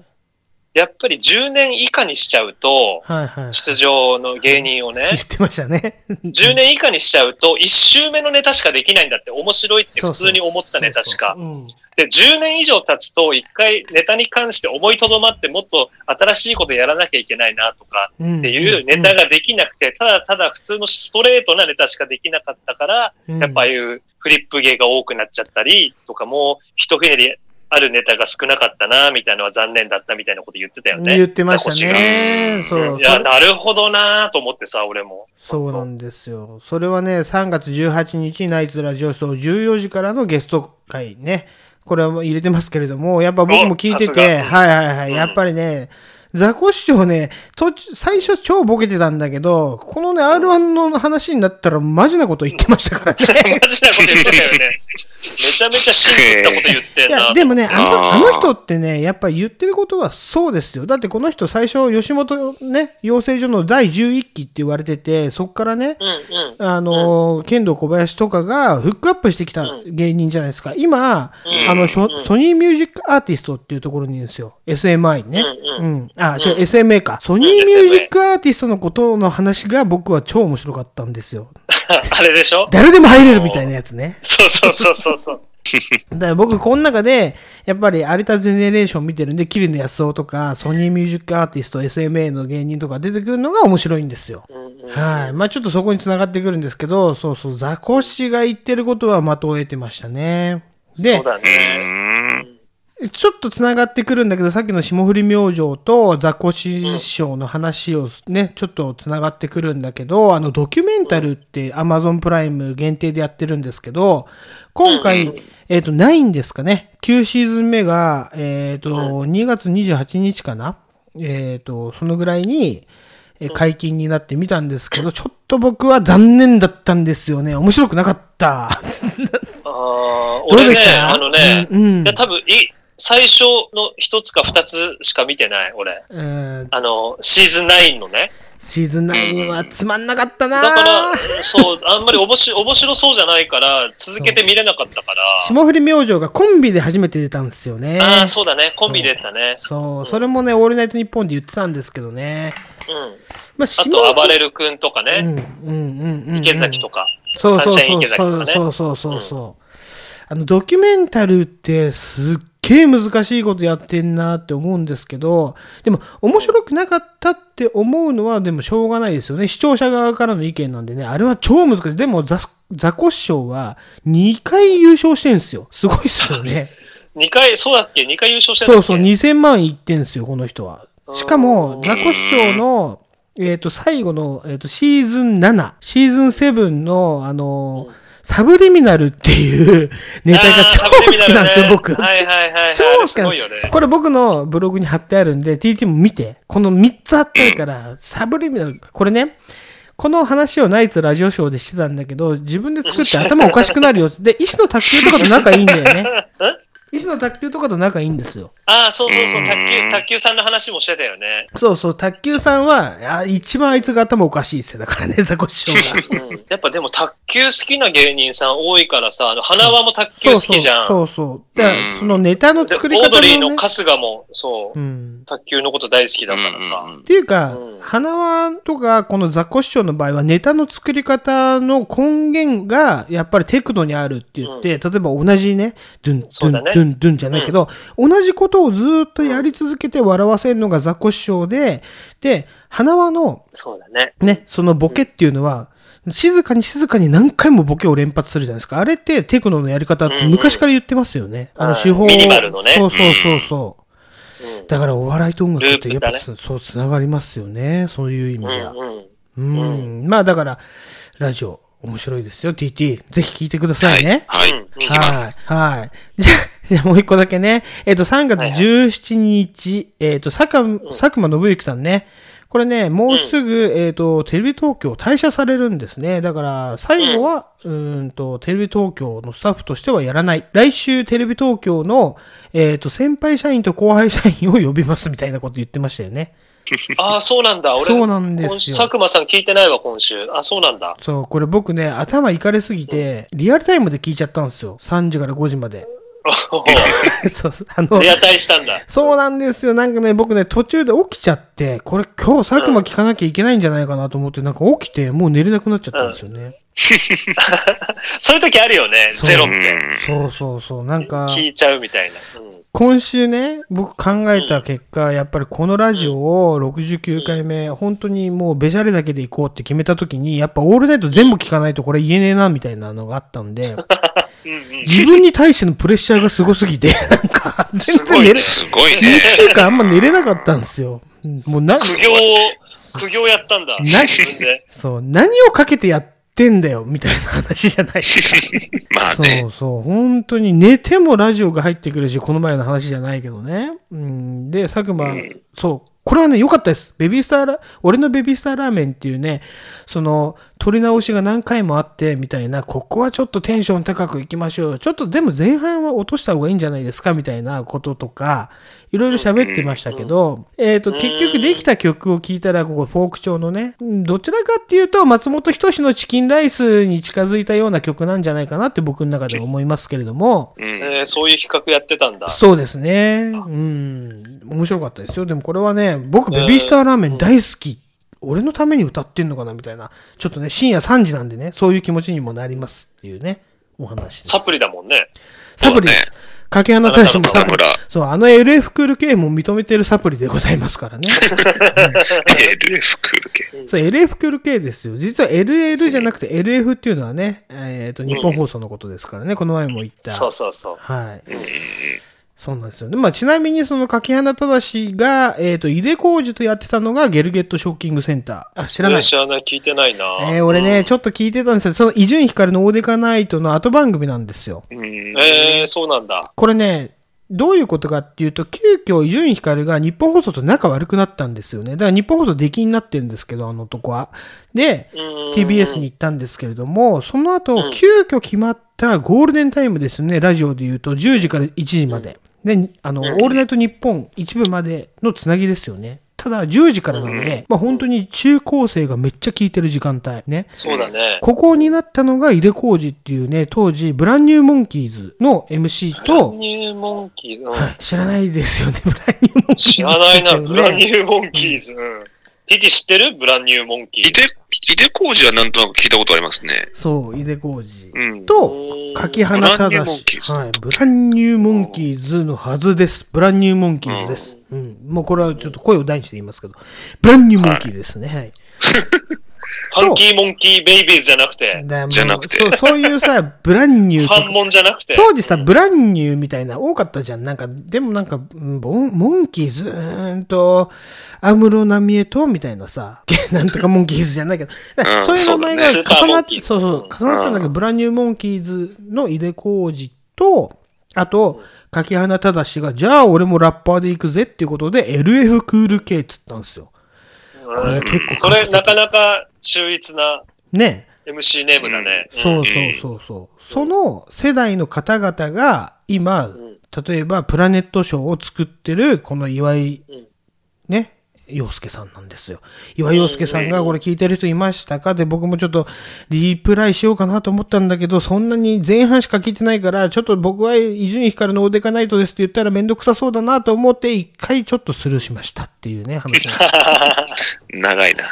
やっぱり10年以下にしちゃうと、
はいはい。
出場の芸人を ね
言、ってました ね。
10年以下にしちゃうと、1周目のネタしかできないんだって、面白いって普通に思ったネタしか。
そうそう。うん
で、10年以上経つと、一回ネタに関して思いとどまって、もっと新しいことやらなきゃいけないなとか、
うん
っていうネタができなくて、ただただ普通のストレートなネタしかできなかったから、やっぱああいうフリップ芸が多くなっちゃったりとか、もう一ひねりあるネタが少なかったな、みたいなのは残念だったみたいなこと言ってたよね。
言ってました
ザコシが
ね。
ザコシ
そ
が
う
いや、
それ
なるほどなと思ってさ、俺も。
そうなんですよ。それはね、3月18日にナイツラジオショー14時からのゲスト会ね。これはもう入れてますけれども、やっぱ僕も聞いて
おさす
て、
が
はいはいはい、
うん
やっぱりね、ザコシショウね、途中最初超ボケてたんだけど、このね、R1 の話になったらマジなこと言ってましたからね。
マジなこと言ってたよね。めちゃめちゃシンプルなこと言って
い
んな。
や、でもね、あの、
あ
あ
ー
の人ってね、やっぱ言ってることはそうですよ。だってこの人最初、吉本ね、養成所の第11期って言われてて、そっからね、
うんうん。
あのー、剣道小林とかがフックアップしてきた芸人じゃないですか。今、
うん
あの、ショソニーミュージックアーティストっていうところにいるんですよ。SMI ね。
うん
う。
うん
あ、違う、SMA か。ソニーミュージックアーティストのことの話が僕は超面白かったんですよ。
あれでしょ
誰でも入れるみたいなやつね。
そうそうそうそうそう。
だから僕、この中で、やっぱり、有田ジェネレーション見てるんで、キリノスオとか、ソニーミュージックアーティスト、SMA の芸人とか出てくるのが面白いんですよ。はい。まあちょっとそこに繋がってくるんですけど、そうそう、ザコシが言ってることは的を得てましたね。
そ
で
う、だ
う
ね。
ーん。
ちょっと繋がってくるんだけど、さっきの霜降り明星とザコシ師匠の話をね、ちょっと繋がってくるんだけど、あの、ドキュメンタルって Amazon プライム限定でやってるんですけど、今回、えっ、と、ないんですかね。9シーズン目が、えっ、と、2月28日かな。えっ、と、そのぐらいに、えー解禁になってみたんですけど、ちょっと僕は残念だったんですよね。面白くなかった。
ああ、
どう
俺
で
ね
し、た
あのね、
うんうん
いや多分い、最初の一つか二つしか見てない、俺。
えー
あの、シーズン9のね。
シーズン9はつまんなかったな
だから、そう、あんまりおもし面白そうじゃないから、続けて見れなかったから。
霜降り明星がコンビで初めて出たんですよね。
ああ、そうだね。コンビ出たね。
そう、それもね、オールナイトニッポンで言ってたんですけどね。
うん。
まあ、
あ
霜
と、暴れる君とか
うん
ね。
うんうんうんうん。
池崎とか。
そうそう
サンシャイ
そ
ン
う
池崎とかね
そうそうそうそう。あの、ドキュメンタルってすっげえ難しいことやってんなって思うんですけど、でも面白くなかったって思うのはでもしょうがないですよね。視聴者側からの意見なんでね、あれは超難しい。でもザ、ザコシショウは2回優勝してんすよ。すごいっすよね。
二回、そうだっけ二回優勝してたっ
そ
け
うそう、2000万いってんすよ、この人は。しかも、ザコシショウの、えっ、と、最後の、えっ、と、シーズン7、シーズン7の、あのーサブリミナルっていうネタが超好きなんですよ、僕。
はいはいはいはい。
超
あ
好
れ
き
す
な
ご
ん
いよ
で
ね
す。。これ僕のブログに貼ってあるんで、TT も見て、この3つ貼ってるから、サブリミナル、これね、この話をナイツラジオショーでしてたんだけど、自分で作って頭おかしくなるよって。で、石の卓球とかと仲いいんだよ ね。石の卓球とかと仲いいんですよ。
ああ、そうそうそう。
うん
卓球、卓球さんの話もしてたよね。
そうそう、卓球さんは、あ一番あいつが頭おかしいっすよ。だからね、ザコシシ ョウが。
うんやっぱでも卓球好きな芸人さん多いからさ、あの、花輪も卓球
そう
好
そう
きじゃん。
そうそう。だから
うん
そのネタの
でオ
作り方
ードリーの
ね。
春日も、そう
う、ん。
卓球のこと大好きだから
うんうん
さ
う。ん
っていうか、
うん
花輪とかこのザコシショウの場合はネタの作り方の根源がやっぱりテクノにあるって言って、例えば同じね、ドゥンドゥ
そう
ン
だね
ドゥンドゥンじゃないけど、同じことをずーっとやり続けて笑わせるのがザコシショウで、で、花輪の
そうだね。
ね、そのボケっていうのは、静かに静かに何回もボケを連発するじゃないですか。あれってテクノのやり方って昔から言ってますよね。
うん
あの手法を
ミニマルのね
そうそうそうそう。
うん
だからお笑いと音楽ってやっぱ、
ループ
そうつながりますよね。そういう意味
う
じゃ。
んうん。
うん。まあだから、ラジオ面白いですよ。TT。ぜひ聞いてくださ
はいい
ね。。
はい
うん。
聞きます。
はい。はい。じゃあ、 じゃあもう一個だけね。えっ、と、3月17日、えっ、と、佐久佐久間信之さんね。これね、もうすぐ、えっ、と、テレビ東京退社されるんですね。だから、最後は、うーんと、テレビ東京のスタッフとしてはやらない。来週、テレビ東京の、えっ、と、先輩社員と後輩社員を呼びますみたいなこと言ってましたよね。
ああ、そうなんだ。俺、
そうなんですよ
今週佐久間さん聞いてないわ、今週。あ、そうなんだ。
そう、これ僕ね、頭いかれすぎて、リアルタイムで聞いちゃったんですよ。3時から5時まで。そうそうあの
レア対したんだ。
そうなんですよ。なんかね、僕ね、途中で起きちゃって、これ今日佐久間聞かなきゃいけないんじゃないかなと思って、なんか起きて、もう寝れなくなっちゃったんですよね。
そういう時あるよね、
そう
ゼロっ
う
て。
ん
そうそうそう。なんか、
聞いちゃうみたいな。うん
今週ね、僕考えた結果、やっぱりこのラジオを69回目、本当にもうベシャレだけで行こうって決めた時に、やっぱオールナイト全部聞かないとこれ言えねえな、みたいなのがあったんで、自分に対してのプレッシャーがすごすぎて、なんか、全然寝れ、2
すごいね。
週間あんま寝れなかったんですよ。もうな、
苦行を、苦行やったんだ。自分で。
そう、何をかけてやってんだよ、みたいな話じゃないですか。
まあね
そ。うそう、本当に寝てもラジオが入ってくるし、この前の話じゃないけどね。うん、で、佐久間、そう、これはね、良かったです。ベビースターラ、俺のベビースターラーメンっていうね、その、撮り直しが何回もあって、みたいな、ここはちょっとテンション高くいきましょうよ。ちょっとでも前半は落とした方がいいんじゃないですか、みたいなこととか、いろいろ喋ってましたけど、えっ、と、結局できた曲を聞いたら、ここ、フォーク調のね、うんどちらかっていうと、松本人志のチキンライスに近づいたような曲なんじゃないかなって僕の中で思いますけれども、
うん。
えーそういう比較やってたんだ。
そうですね。うん。面白かったですよ。でもこれはね、僕、ベビースターラーメン大好き。俺のために歌ってんのかなみたいな。ちょっとね、深夜3時なんでね、そういう気持ちにもなりますっていうね、お話です。
サプリだもんね。
サプリです。かけ花大使もサプ
ほ
リ。
ら、
そう、あの LF クール系も認めてるサプリでございますからね。
LF クール系。
そう、LF クール系ですよ。実は LL じゃなくて LF っていうのはね、えっ、と、日本放送のことですからね、この前も言った。
そうそうそう。
はい。そうなんですよね。まあ、ちなみに、その、柿花正が、えっ、と、井出浩二とやってたのが、ゲルゲットショッキングセンター。あ、知らない
えー。知らない、聞いてないな。
えー俺ね、ちょっと聞いてたんですよ。その、伊集院光のオーデカナイトの後番組なんですよ。
うん。
えー、そうなんだ。
これね、どういうことかっていうと、急遽伊集院光が日本放送と仲悪くなったんですよね。だから日本放送出禁になってるんですけど、あの男は。で、TBS に行ったんですけれども、その後、急遽決まったゴールデンタイムですね、ラジオで言うと、10時から1時まで。で、あの、オールナイト日本一部までのつなぎですよね。ただ、10時からなので、まあ本当に中高生がめっちゃ聞いてる時間帯ね。
そうだね。
ここになったのが井出浩二っていうね、当時、ブランニューモンキーズの MC と、
ニューモンキーズ、うん
はい知らないですよね、ブランニューモンキーズ。
知らな いな、ブランニ
ー。
ューモンキーズ。うん。ティティ知ってるブランニューモンキー
い
ズ。
で、いでこうじはなんとなく聞いたことありますね。
そう、井出浩二。
うん。
と、柿花
ブランニューモン
正
キー
し。
ズ
はい。ブランニューモンキーズのはずです。ブランニューモンキーズです。うん。もうこれはちょっと声を大にして言いますけど、ブランニューモンキーですね。はい。
ファンキーモンキーベイビーズじゃなく
だ
て、
からもう
じゃなくて
そう、そういうさ、ブランニュー
フ
と
ァン
か。
モンじゃなくて。
当時さ、ブランニューみたいな多かったじゃん。なんか、でもなんか、うんボンモンキーズ、うーんと、アムロナミエと、みたいなさ、なんとかモンキーズじゃないけど、
うん
そういう名前が
そうだね
重なっ
スーパーモンキ
て、
ーズ
そうそう、重なったんだけど、ブランニューモンキーズの井出浩二と、あと、柿花正が、じゃあ俺もラッパーで行くぜっていうことで、LF クール系っつったんですよ。これ結構
それ、なかなか秀逸な
ね。
MC ネームだね。
そうそうそうそう。その世代の方々が今、例えばプラネットショーを作ってる、この岩井、ね、洋介さんなんですよ。岩井洋介さんがこれ聞いてる人いましたかで、僕もちょっとリプライしようかなと思ったんだけど、そんなに前半しか聞いてないから、ちょっと僕は伊集院光のおデカナイトですって言ったらめんどくさそうだなと思って、一回ちょっとスルーしましたっていうね、話なんです
長いな。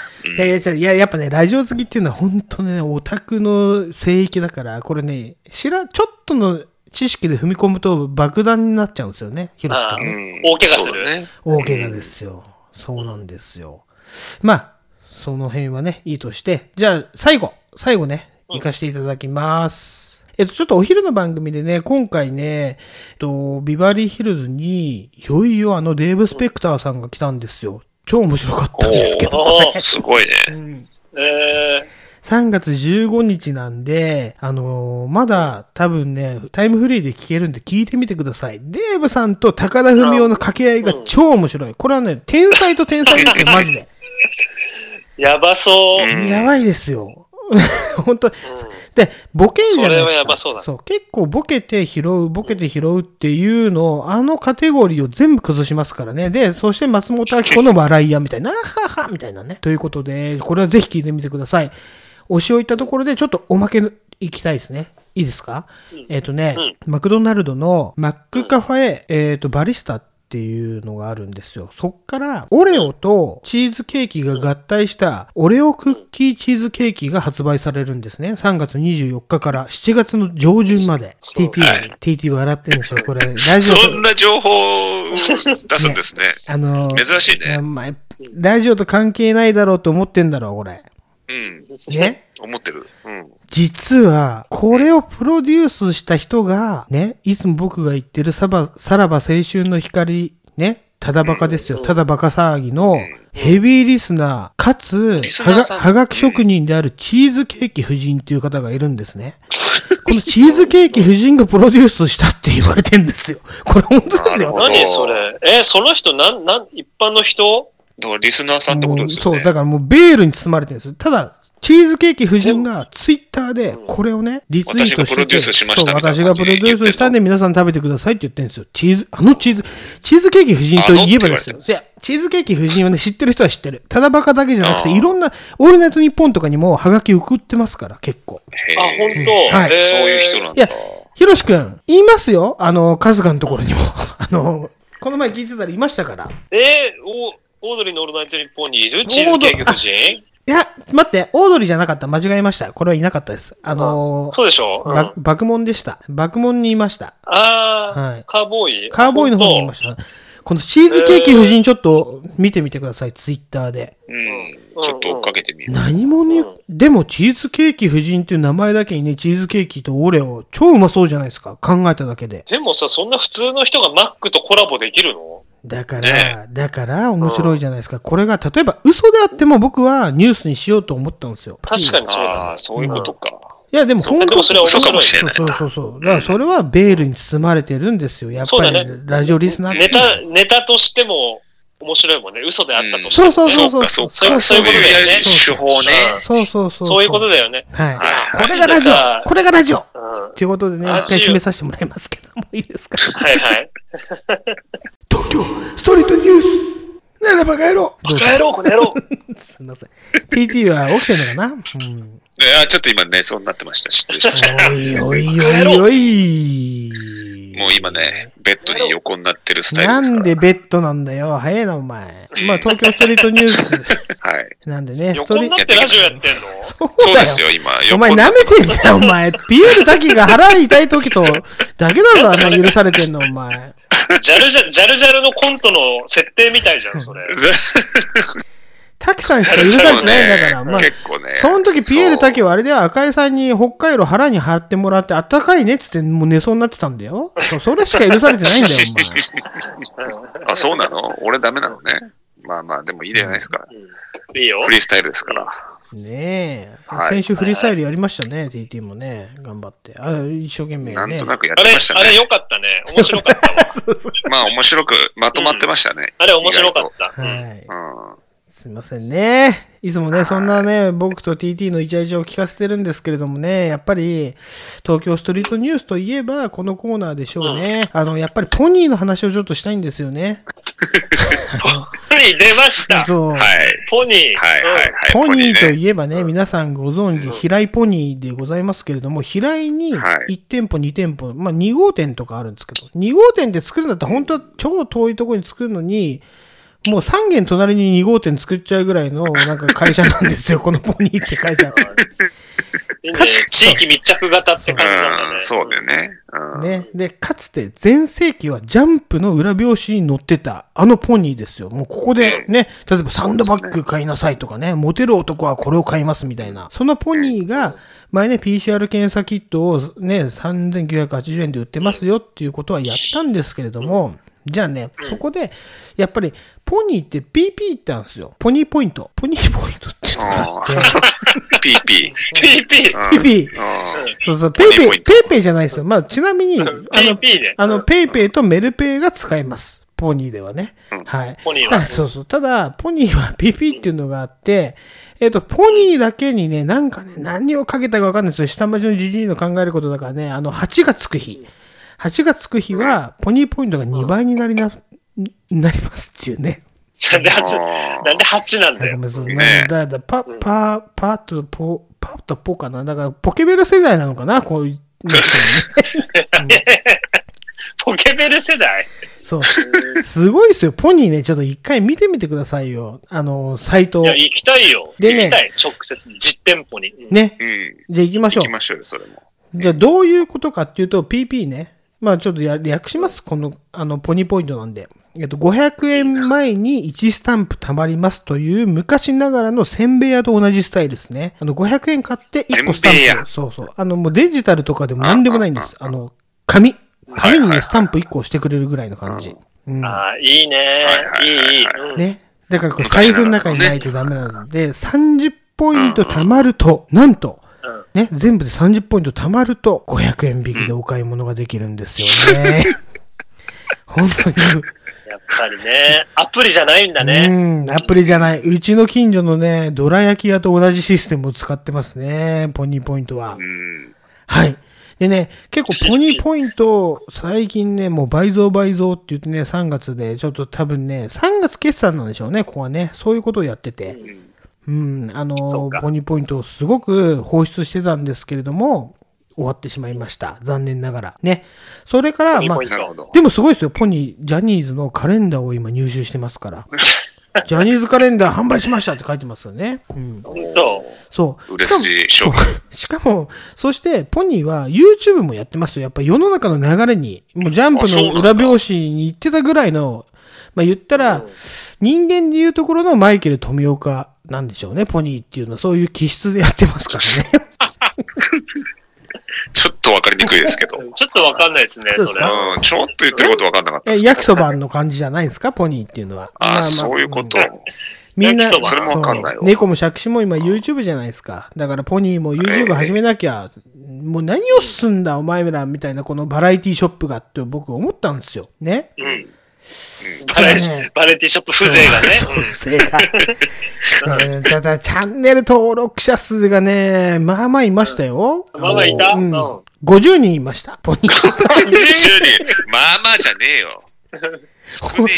いやいや違う、いや、やっぱね、ラジオ好きっていうのは本当ね、オタクの聖域だから、これね、知ら、ちょっとの知識で踏み込むと爆弾になっちゃうんですよね、ヒロシ君
う
ね。
ん。
大怪我する
そうだね。
大怪我ですよ。そうなんですよ。まあ、その辺はね、いいとして、じゃあ、最後、最後ね、行かせていただきます。えっと、ちょっとお昼の番組でね、今回ね、えっと、ビバリーヒルズに、いよいよあのデーブ・スペクターさんが来たんですよ。超面白かったんですけど。
おー
すごいね。
え
3月15日なんで、あのーまだ多分ね、タイムフリーで聞けるんで聞いてみてください。デーブさんと高田文夫の掛け合いが超面白い。これはね、天才と天才ですよ、マジで。
ー、やばそう。
うん
やばいですよ。 本当、で、ボケるじゃないですか。
それはやばそうだ
結構ボケて拾う、ボケて拾うっていうのを、あのカテゴリーを全部崩しますからね。で、そして松本明子の笑い屋みたいな、あははみたいなね。ということで、これはぜひ聞いてみてください。推しを言ったところで、ちょっとおまけいきたいですね。いいですか、
うん
えっ、とね、
うん
マクドナルドのマックカフェ、えっ、と、バリスタっていうのがあるんですよ。そっから、オレオとチーズケーキが合体した、オレオクッキーチーズケーキが発売されるんですね。3月24日から7月の上旬まで。
そう
TT
は、
TT 笑ってるんでしょこれ、ラジオ
そ
と
んな情報を出すんですね。
あのー、
珍しい
いや
ね。
まあラジオと関係ないだろうと思ってんだろう、これ。
うん。
ね
思ってる。うん。
実は、これをプロデュースした人が、ね、いつも僕が言ってるさば、さらば青春の光、ね、ただバカですよ。ただバカ騒ぎのヘビーリスナー、かつ
リ、ス
は
ナ
が
ーさん
はがき職人であるチーズケーキ夫人という方がいるんです ね。このチーズケーキ夫人がプロデュースしたって言われてんですよ。これ本当です
なるほ
よ
ど。
何それえその人、なん、なん、一般の人
だからリスナーさんってことですよ
もう
ね。
そう、だからもうベールに包まれてるんです。ただ、チーズケーキ夫人がツイッターでこれをね、リツイートしてて
私がプロデュースしました
そう
みたいな
私がプロデュースしたんで皆さん食べてくださいって言ってるんですよ。チーズ、あのチーズ、チーズケーキ夫人といえばですよ。
あ
いや、チーズケーキ夫人はね、知ってる人は知ってる。ただバカだけじゃなくて、
あー
いろんな、オールナイトニッポンとかにもハガキ送ってますから、結構。
へー
あ、本当
はい
えー
そういう人なん
いや
だ。
ひろしくん、言いますよ。あの、カズカのところにも。 あの、この前聞いてたらいましたから。
えーお、オードリーのオールナイトニッポンにいるチーズケーキ夫人
いや、待って、オードリーじゃなかった。間違えました。これはいなかったです。あのー
そうでしょ、うん
ば爆問でした。爆問にいました。
あー、
はい
カーボーイ。
カーボーイの方にいました。このチーズケーキ夫人ちょっと見てみてください、ツイッターで。
うん。ちょっと追っかけてみる。
何もね、でもチーズケーキ夫人っていう名前だけにね、チーズケーキとオレオ、超うまそうじゃないですか。考えただけで。
でもさ、そんな普通の人がマックとコラボできるの
だから、だから面白いじゃないですか。これが、例えば嘘であっても僕はニュースにしようと思ったんですよ。
確かにそう
あ
だ
あ、。そういうことか。
いや、でも
そう
本
で
当
もそれは面
嘘かもし
白
れ
い。
な
そ
い
うそうそう。だからそれはベールに包まれてるんですよ。やっぱり、
そうだね
ラジオリスナーって
ネタ、ネタとしても面白いもんね。嘘であったとして
そ
も。
うそうそう
そ
そうう。
か、そうか。
そ
そうう
いうことだよ
い
ね
う手法ね。
そうそうそう。
そういうことだよね。
はい。
はい
これがラジ
マジでさ
オこれがラジオ
うん。は
ということでね、
ラ
一
ジオ
回締めさせてもらいますけども、いいですか
いはい。
東京ストリートニュースならば帰ろう
帰ろう、この野 郎。
すいません。TT は起きてんのかなうん。
いや、ちょっと今ね、そうなってました。失礼しました。
おいおいおいおい。
もう今ね、ベッドに横になってるスタイル
な
ですか
ん
ら。
でベッドなんだよ。早いな、お前。まあ、東京ストリートニュース
はい。
なんで ね、スト
横
リ
に
ー
な
ト
っ。てラジオやってんの
そう
そ
だ
うで
よ
す。よ、今。
お前
横にな
舐
っ
め
て
てんだよ、お前。ピエール滝が腹痛い時と、だけだぞ、あんな許されてんの、お前。
ジャルジャ、ジャルジャルのコントの設定みたいじゃん、それ。
ます。
滝さんしか許されてないんだから、 まあ、
結構ね。
その時ピエール
そう
滝はあれで赤井さんに北海道腹に張ってもらって、あったかいねっつってもう寝そうになってたんだよ。そうそれしか許されてないんだよ、お前。
あ、そうなの俺ダメなのね。まあまあ、でもいいじゃないですか。
いいよ。
フリースタイルですから。
ねえ、
はい
先週フリースタイルやりましたね、TT もね。頑張って。あ一生懸命ね。
なんとなくやっ
あ
て
れ
まし、た
あれ
ね。
良かったね。面白かったわ。
まあ面白くまとまってましたね。
あれ面白かった。うん
はい。
うん。
すいませんね。いつもね、そんなね、僕と TT のイチャイチャを聞かせてるんですけれどもね、やっぱり、東京ストリートニュースといえば、このコーナーでしょうね。あの、やっぱりポニーの話をちょっとしたいんですよね。
ポニー出ました。
そう。
はい。
ポニー。
はいはいはい。
ポニーと
ね
いえばね、皆さんご存知、平井ポニーでございますけれども、平井に
はい
1店舗、2店舗、まあ2号店とかあるんですけど、2号店で作るんだったら本当は超遠いところに作るのに、もう3軒隣に2号店作っちゃうぐらいのなんか会社なんですよ、このポニーって会社は。
いいね地域密着型って感じなんだ
う
ね。
ん、 そうだよね。 うん。
ね、でかつて全盛期はジャンプの裏表紙に載ってたあのポニーですよ、もうここでね、例えばサンドバッグ買いなさいとかね、モテる男はこれを買いますみたいな、そのポニーが前ね、PCR 検査キットをね、3980円で売ってますよっていうことはやったんですけれども、じゃあね、そこでやっぱりポニーって PP ってあるんですよ、ポニーポイント、ポニーポイントっていうのがあって。
PP。
PP。
うん
PP
うん
そうそう、ペイペイ、ペ
ポ
イ
ニーポイント
ペイじゃないですよ。まあ、ちなみに、あの
PP ね、
あの、ペイペイとメルペイが使えます。ポニーではね。はい。
ポニーは
ただそうそう。ただ、ポニーは PP っていうのがあって、えっと、ポニーだけにね、なんかね、何をかけたかわかんないですよ。下町のじじいの考えることだからね、あの、8がつく日。8がつく日は、ポニーポイントが2倍になりな、なりますっていうね。
なんで八
あー
なんで八な
なん
んだ
か
よ。
むずい
ね
だ だパ、パ、パとポ、パとポかな。だから、ポケベル世代なのかな、こうい
ポケベル世代
そう。すごいですよ。ポニーね、ちょっと一回見てみてくださいよ。あの、サイト
い。や、行きたいよ。
でね
行きたい。直接、実店舗に。うん
ね。
うん。
じゃあ行きましょ
行
う
き。ましょうよ、それも。
じゃあどういうことかっていうと、PP ね。まあちょっとや略します。この、あの、ポニーポイントなんで。えっと、500円前に1スタンプ貯まりますという昔ながらのせんべい屋と同じスタイルですね。あの、500円買って1個スタ
せんべい
ン
屋
プ。そうそう。あの、もうデジタルとかでも何でもないんです。あの、紙。紙にね、スタンプ1個押してくれるぐらいの感じ。うん。
ああ、いいね
いは。
い
いはいはい
い、いい。うん
ね。だからこれ財布の中にないとダメなので、30ポイント貯まると、なんと、ね、全部で30ポイント貯まると、500円引きでお買い物ができるんですよ ね。本当に。
やっぱりね。アプリじゃないんだ
う
ね。
ん、アプリじゃない。うちの近所のね、どら焼き屋と同じシステムを使ってますね、ポニーポイントは
う。ん。
はい。でね、結構ポニーポイント、最近ね、もう倍増倍増って言ってね、3月で、ちょっと多分ね、3月決算なんでしょうね、ここはね。そういうことをやってて。うん、あの
そうか
ポニーポイントをすごく放出してたんですけれども、終わってしまいました。残念ながら。ね。それから、
ポニー
まあ
ポイン、
なるほど。
でもすごいですよ。ポニー、ジャニーズのカレンダーを今入手してます から。ジャニーズカレンダー販売しましたって書いてますよね。うん。
本当
そう。
嬉しい商品。
しかも、そして、ポニーは YouTube もやってますよ。やっぱ世の中の流れに、もうジャンプ
あそう
の
なん
裏
だ
表紙に行ってたぐらいの、まあ言ったら、人間でいうところのマイケル富岡なんでしょうね、ポニーっていうのは、そういう気質でやってます からね。
ちょっとわかりにくいですけど。う
ちょっとわかんないですね、
そうで
そ
す
れ
か。
ん、ちょっと言ってることわかんなかった
え
ですけど。
焼きそばの感じじゃないですか、ポニーっていうのは。ま
あ
ま
あ、そういうこと。
んみんな、
焼き
ばそ
そ
れもわかんない
そ
わ
う猫も杓子も今 YouTube じゃないですか。だからポニーも YouTube 始めなきゃ、もう何をすんだお前らみたいなこのバラエティショップがって僕思ったんですよ。ね。
うん。バレ
ね
バレエティショップ風 情がね。うん
正解。 うんただ、チャンネル登録者数がね、まあまあいましたよ。
まあまあいた
う
うんん
50人いました、ポニー。
20人。まあまあじゃねえよ。少ね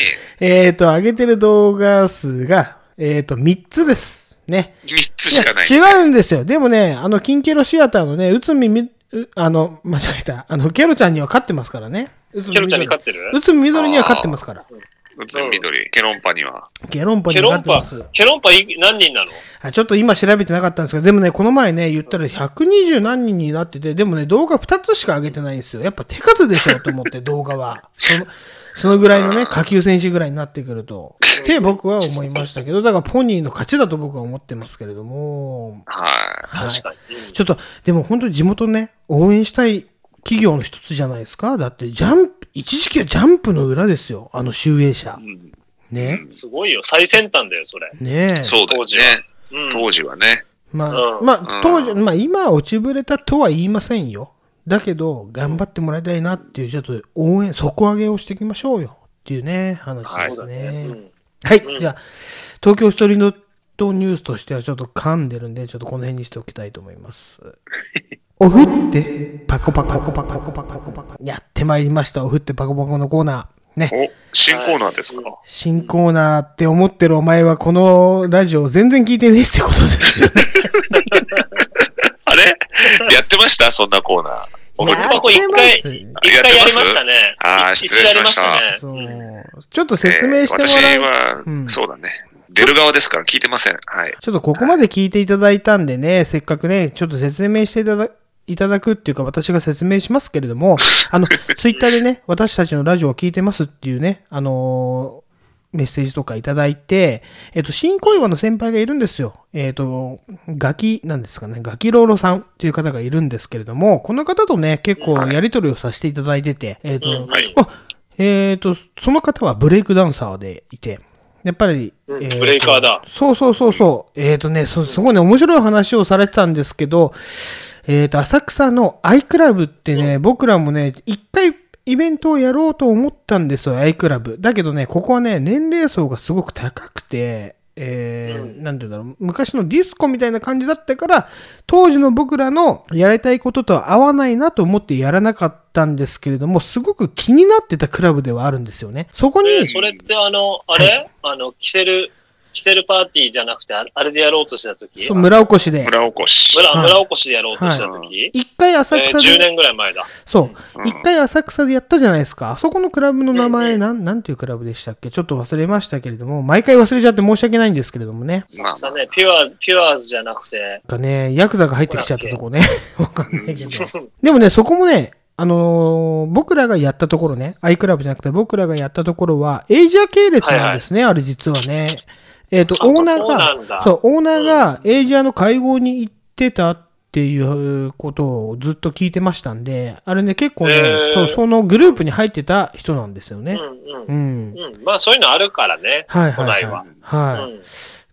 えっと、上げてる動画数が、えっ、と、3つです。ね。
え。3つしかない。
いや違うんですよ。でもね、あの、キンケロシアターのね、内海み、うあの、間違えた。あの、ケロちゃんには勝ってますからね。ケ
ケロちゃんに勝ってる
内海みどりには勝ってますから。
うつ緑。ケロンパには。
ケロンポに
ケ
は
ロ
勝
ン
ってま
パ
す。、
ケロンパい何人なの
あちょっと今調べてなかったんですけど、でもね、この前ね、言ったら120何人になってて、でもね、動画2つしか上げてないんですよ。やっぱ手数でしょと思って、動画は。そのそのぐらいのね、下級選手ぐらいになってくると。って僕は思いましたけど、だからポニーの勝ちだと僕は思ってますけれども。
は
はい
確かに。うん
ちょっと、でも本当に地元ね、応援したい企業の一つじゃないですか。だって、ジャンプ、一時期はジャンプの裏ですよ。あの集英社
い。。うん
ね。
すごいよ。最先端だよ、それ。
ねえ。
そうだよ
当時は
ね。
うん
当時はね。
まあ、
うん
まあ、
うん
当時、まあ今は落ちぶれたとは言いませんよ。だけど、頑張ってもらいたいなっていう、ちょっと応援、底上げをしていきましょうよ。っていうね、話で
そ
す
うだ
ね。
ね
はい、じゃあ、東京ストリートニュースとしてはちょっと噛んでるんで、ちょっとこの辺にしておきたいと思います。おふってパコパコパコパコパコパコパコやってまいりました。おふってパコパコのコーナー。ね。
お、新コーナーですか。
新コーナーって思ってるお前はこのラジオ全然聞いてねえってことですよ。
あれ やってましたそんなコーナー。
僕
やって
ここ一回
ますよ
一回やりましたね。
あー
一
失礼しました
一
そ
度
う
やりましたね。
ちょっと説明してもらう、
えー私は、
うん
そうだね。出る側ですから聞いてません。はい。
ちょっとここまで聞いていただいたんでね、せっかくね、ちょっと説明していただいただくっていうか、私が説明しますけれども、あの、ツイッターでね、私たちのラジオを聞いてますっていうね、あのーメッセージとかいただいて、えっと、新小岩の先輩がいるんですよ。えっと、ガキ、なんですかね、ガキローロさんっていう方がいるんですけれども、この方とね、結構やりとりをさせていただいてて、えっと、
うんはい
あえっと、その方はブレイクダンサーでいて、やっぱり、
うん
えーと
ブレイカーだ
そうそうそうそう。えっ、とね、そ、すごいね、面白い話をされてたんですけど、えっ、と、浅草のアイクラブってね、僕らもね、一回イベントをやろうと思ったんですよ、アイクラブ。だけどね、ここはね、年齢層がすごく高くて、えーなんて言うんだろう、昔のディスコみたいな感じだったから、当時の僕らのやりたいこととは合わないなと思ってやらなかったんですけれども、すごく気になってたクラブではあるんですよね。そこに、
えーそれってあの、あれあの、着せる、キセルパーティーじゃなくて、ああれでやろうとしたとき
そう、村おこしで。
村おこし。
村、
はい
村おこしでやろうとしたとき、
一回浅
えー
草
10
で、
年ぐらい前だ。
そうう、
ん
一回浅草でやったじゃないですか。あそこのクラブの名
うんう
前、
ん
なん、なんていうクラブでしたっけちょっと忘れましたけれども、毎回忘れちゃって申し訳ないんですけれどもね。
まあま
さ
あ、
ね、ピュア、ピュアーズじゃなくて、
なんかね、ヤクザが入ってきちゃったとこね。 わかんないけど。でもね、そこもね、あのー僕らがやったところね、アイクラブじゃなくて僕らがやったところは、エイジア系列なんですね、あれ実はね。えっ、と、
あ
オーナー
そうなん
が
だ、
そう、オーナーがエイジアの会合に行ってたっていうことをずっと聞いてましたんで、あれね、結構ね、
へー
そう、そのグループに入ってた人なんですよ
う
ね。
ん
う
うん。
ん。
うん、まあそういうのあるからね。
はいはい、
都内
は。
はい
はい。
うん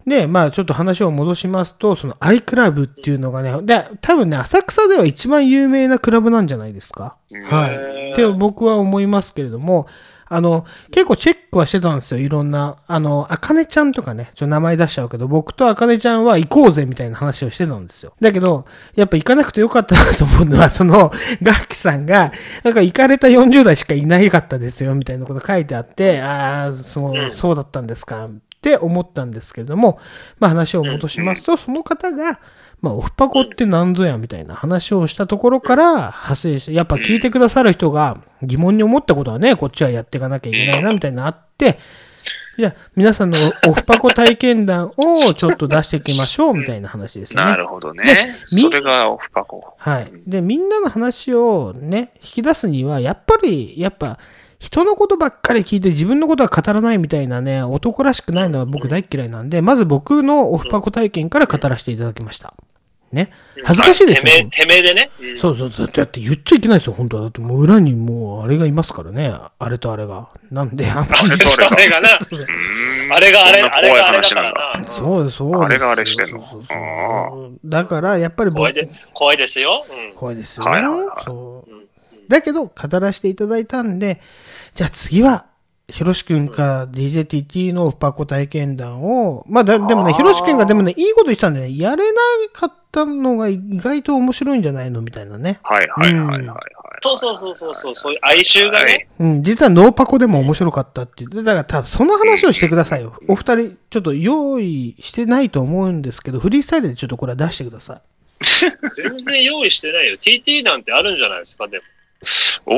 で、まあちょっと話を戻しますと、そのアイクラブっていうのがね、で、多分ね、浅草では一番有名なクラブなんじゃないですか。はい。って僕は思いますけれども、あの、結構チェックはしてたんですよ。いろんな、あの、あかねちゃんとかね、ちょっと名前出しちゃうけど、僕とあかねちゃんは行こうぜみたいな話をしてたんですよ。だけど、やっぱ行かなくてよかったなと思うのは、 その、ガッキさんが、なんか行かれた40代しかいないかったですよ、みたいなこと書いてあって、ああ、そうう、
ん
そうだったんですか、って思ったんですけれども、まあ話を戻しますと、その方が、まあ、オフパコってなんぞやみたいな話をしたところから派生して、やっぱ聞いてくださる人が疑問に思ったことはね、こっちはやっていかなきゃいけないなみたいなのあって、じゃあ皆さんのオフパコ体験談をちょっと出していきましょうみたいな話ですよ
な
ね。
るほど
で
ね。
み
それがオフパコ。
はい。で、みんなの話をね、引き出すには、やっぱり、やっぱ、人のことばっかり聞いて自分のことは語らないみたいなね、男らしくないのは僕大っ嫌いなんで、まず僕のオフパコ体験から語らせていただきました。ね。恥ずかしいですよ
て。めえ、てめえでね。うん
そうそうそう。だって言っちゃいけないですよ、本当は。だってもう裏にもうあれがいますからね。あれとあれが。なんで、あんまり
あれと
あれがな、あれがあれ、あれがあれだからな。
そうですそうですよ。
あれがあれしてんの
そうそうそうだから、やっぱり僕
怖いで、怖いですよ。うん。
怖いですよ、ね
はいはいはい
そう
うん
だけど、語らせていただいたんで、じゃあ次は、ひろしくんか DJTT のオフパコ体験談を、まあだ、でもね、ひろしくんがでもね、いいこと言ってたんでね、やれなかったのが意外と面白いんじゃないのみたいなね。
はいはいはいはいはい。
そうそうそうそうそう、そういう哀愁がね。
うん、実はノーパコでも面白かったって言って、だから多分その話をしてくださいよ。お二人、ちょっと用意してないと思うんですけど、フリースタイルでちょっとこれは出してください。
全然用意してないよ。TT なんてあるんじゃないですか、でも。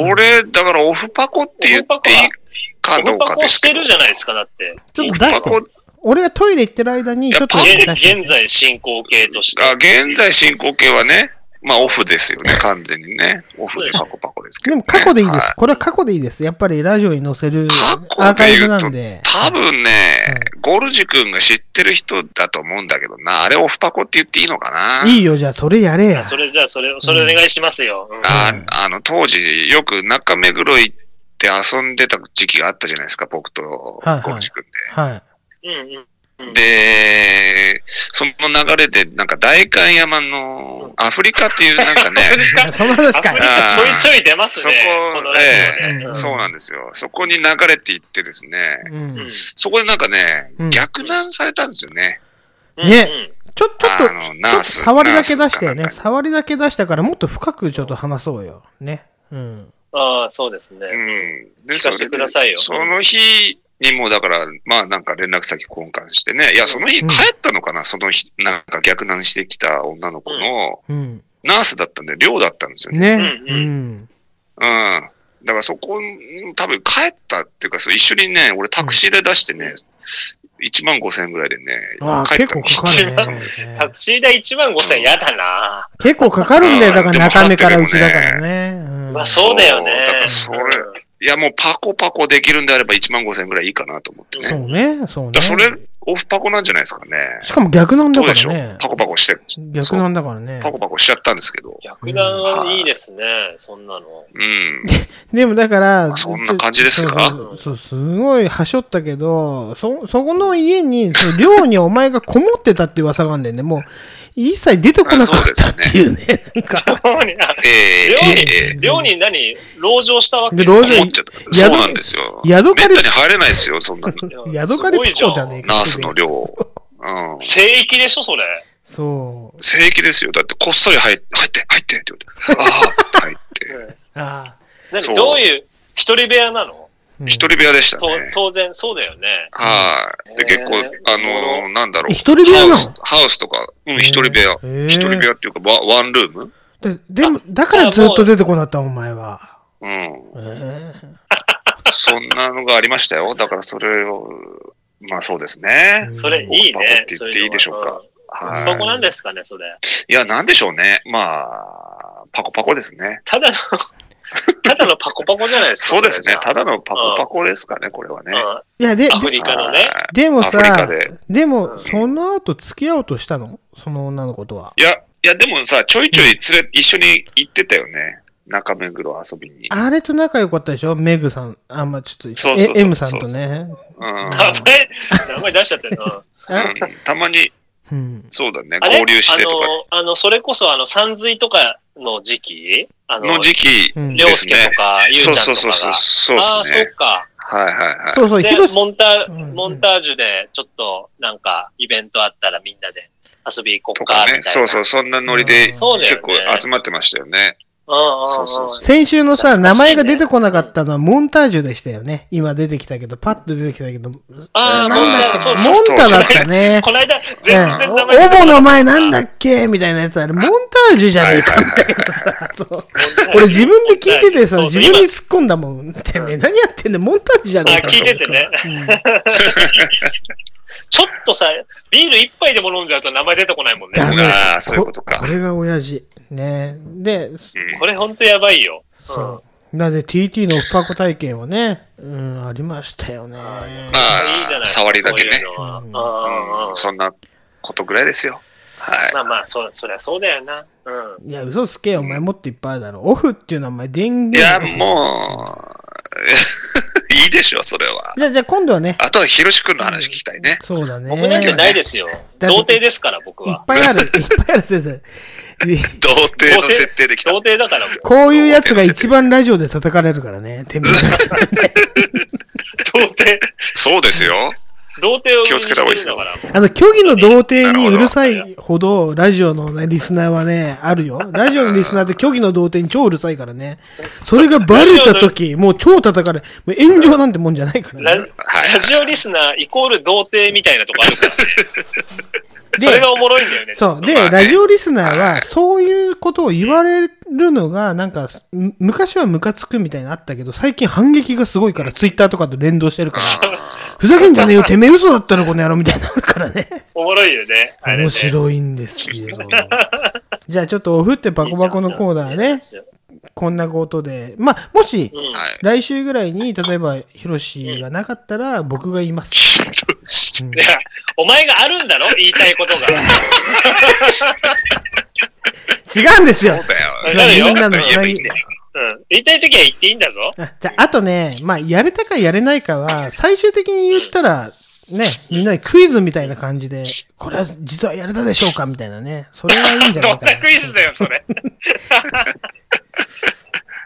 俺、だからオフパコって言っていいかど
オ
う
フパ
か
コ
で
し
す
て
けど。
るじゃないですか、だって。
ちょっと出し
オ
て
フ。
俺がトイレ行ってる間に、ちょっと出
現
して。
現在進行形として。
あ現在進行形はね、まあオフですよね、完全にね。オフでパコパコですけ
で
ど、
も
ね。
過去でいいで
は
す。これは過去でいいです。やっぱりラジオに載せるア
過去
ーカ
で
イ
言
ブ
うと
なんで。
多分ね、ゴルジュ君が知ってる人だと思うんだけどな、あれオフパコって言っていいのかない
いよ、じゃあそれやれや。
それじゃあ、それ、それお願いしますよ。うん
ああの、当時、よく中目黒行って遊んでた時期があったじゃないですか、僕と
はいはい
ゴルジュ君で。
はい。
うんうん。うん
で、その流れで、なんか代官山のアフリカっていうなんか ね、
アフリカ、ア
その話か
フ
い
リ。カちょいちょい出ます
そ
ね
こ、、
このラジ
え
オね
う
え
ん
そうなんですよ。そこに流れていってですね、
うん
うん。
そこでなんかね
うん、
逆難されたんですよね。
うん
ね
うん
ちょ、ちょっと、
あの
ちょ
ナ
っ
ー
と
ス
触りだけ出したよ
ナ
ね。
ースか
触りだけ出したから、もっと深くちょっと話そうよ。ね。うん。
ああ、そうです
う
ね。
ん。で
聞かせてくださいよ
それでその日にもだから、まあなんか連絡先交換してね、いや、その日
う
帰
ん
ったのかな、その日、なんか逆難してきた女の子の、
うん。
ナースだったんで、寮だったんですよ
ね。
ね。
うん
う
うん
ん。
うん。だからそこ、多分帰ったっていうか、そう一緒にね、俺タクシーで出してね、1万5千円ぐらいでね、
ああ、
帰
結
った
構
の
かかるね
一。タクシー代1万5千円やだな。
結構かかるんだよ。だから
でも
中目からうちだからね。うん
まあ、そうだよね。
だからそれいや、もうパコパコできるんであれば1万5千円ぐらいいいかなと思ってね。
そうね。そうね。
だからそれ、オフパコなんじゃないですかね。
しかも逆なん
ど
だ
う
か
でしょ
ら
う、
ね。
パコパコして、
逆なんだからね。
パコパコしちゃったんですけど。
逆弾はいいですね、そんなの。
うん。
でもだから、
そんな感じですか
そうそうそう、すごいはしょったけど、そ、そこの家に、その寮にお前がこもってたって噂があるんだよね。もう、一切出てこなかったっていうね。なん か、
寮に、あ
ええええ
寮に何籠城したわけ
で老
こも
人
っちゃった。そうなんですよ。めっ
宿
た
かれ
に、入れないです よ、そんなの。
宿かれ
すごい
パコじゃねえか。
ナースの量。うん。
聖域でしょ、それ。
そう。
正規ですよ。だって、こっそり入って、入って、入ってって言われて。ああ、つって入って。
ああ。
何
そう
どういう、一人部屋なの
うん
一人部屋でした
と
ね。
当然そうだよね。
はい。で、
へ
結
ー
構、あのーなんだろう。
一人部屋なの
ハウスハウスとか、うん、一人部屋。
へー
一人部屋っていうか、ワワンルーム
ででも、だからずっと出てこなかった、お前は。
うん。
えー
そんなのがありましたよ。だからそれを、まあそうですね。
それいい
オーバー
ね。
って言っていいでしょうか
そ
は
ういうのは。うん
い
そこなんですかね、それ。。
いや、なんでしょうね。まあ、パコパコですね。
ただの、 ただのパコパコじゃないですか。
そうですね。
そ
た
れ
だのパコパコですかね、これはね。
じゃあ
いや、で、
うんアフ
で
リカのね。
はい
でも
アフリカ
さ、
で。
で
う
も、
ん
その後付き合おうとしたのその女の子とは。
いや、いや、でもさ、ちょいちょい連れ、一緒に行ってたよね。中目黒遊びに。
あれと仲良かったでしょメグさん。あ、まあちょっと、
そうそうそうそう
え M さんとね。
うん。
名前、名前出しちゃったよな。
あ
うんたまに、
うん。
そうだね、
あれ
合流してとか。
あの、あの、それこそ、あの、山水とかの時期あ
の時期
うん
りょうすけとか、ゆうち
そ
ゃん
う
とか
そ
が。
うそうそう、そう
ああ、
です
そ
ね
っ。か。
はいはいはい。
そうそう、
で
広、瀬
モンタ、
うん
モンタージュで、ちょっと、なんか、イベントあったらみんなで遊び行ことうか、
か
みたい
ね。
な。
そうそう、そんなノリで
そうだよ
結
ね
構集まってましたよね。
うんうんうん。
そうそうそ
先週のさ、
懐
名
かしいね
前が出てこなかったのはモンタージュでしたよね。今出てきたけど、パッと出てきたけど。
あ
な
あ、
ん
モンタ
だ
ージ
っけ
ュ、そう
そ
そう
モンタだったね
う。。 この間、
うん
全然名
お
前出てこ
ボ
な
の
かった
前なんだっけみたいなやつあれ、モンタージュじゃねえかみたいなさ、 そう。俺自分で聞いててさ、
そう
自
そう
分に突っ込んだもん。てめえ、何やってんだよモンタージュじゃねえか
あ聞いててね
うん
ちょっとさ、ビール一杯でも飲んじゃうと名前出てこないもん
ダ
ね。
メ
ああ、 そういうことか
こ。れが親父。ねで、
うん
これほんとやばいよ。
そう。なので TT のオフパコ体験はね、うん、ありましたよね。
ま
いいじゃない
あ、触りだけ
そうい
ね
う。のは
う
うんんうん
う
うん
んそんなことぐらいですよ。はい。
まあまあ、そそりゃそうだよな。うん。
いや、嘘つけよ。お前もっといっぱいあるだろ。オフっていうのはお前電
い
源。
や、もう、 いいでしょ、それは。
じゃあ、じゃあ今度はね。
あとは、ひろしくんの話聞きたいね。
そうだね。
僕なんてないですよ。
だって
童貞ですから、僕
いっ
は。
ぱいある。いっぱいある先生。
童貞の設定できた。
童貞だから、もう
こういうやつが一番ラジオで叩かれるからね。てめえ
童貞、
そうですよ。
童貞を
気をつけた方がいいですよ
売りにしてるんだから
あの、虚偽の童貞にうるさいほど、ラジオのね、リスナーはね、あるよ。ラジオのリスナーって虚偽の童貞に超うるさいからね。それがバレた時、もう超叩かれ、もう炎上なんてもんじゃないから
ラ
ね。
はい
ラジオリスナーイコール童貞みたいなとこあ るからね。それがおもろいんだよね。
そう。
まあ
で、
ね
ラジオリスナー
は
は、
い
そういうことを言われるのが、なんか、む昔はムカつくみたいなのあったけど、最近反撃がすごいから、ツイッターとかと連動してるから、ふざけんじゃねえよ、てめえ嘘だったのこの野郎みたいになのあるからね。
おもろいよね。あれね
面白いんですよ。じゃあちょっとおふってパコパコのコーナーね、こんなことで。まあ、もし、
うん。
はい。
来週ぐらいに、例えば、ヒロシがなかったら、僕が言い ます。
いや、お前があるんだろ言いたいこと が。
違うんですよ
そうだよ。
つ
な
な
る
ぎ、
よ
みんなのつ
言え
な
ばいいん
ぎ
だ。よ。
うん。言いたいときは言っていいんだぞ。
あ じゃあ、あとね、まあ、やれたかやれないかは、最終的に言ったら、ね、みんなでクイズみたいな感じで、これは実はやれたでしょうかみたいなね。それはいいんじゃな
ど
い
ん
かな
な。クイズだよ、それ。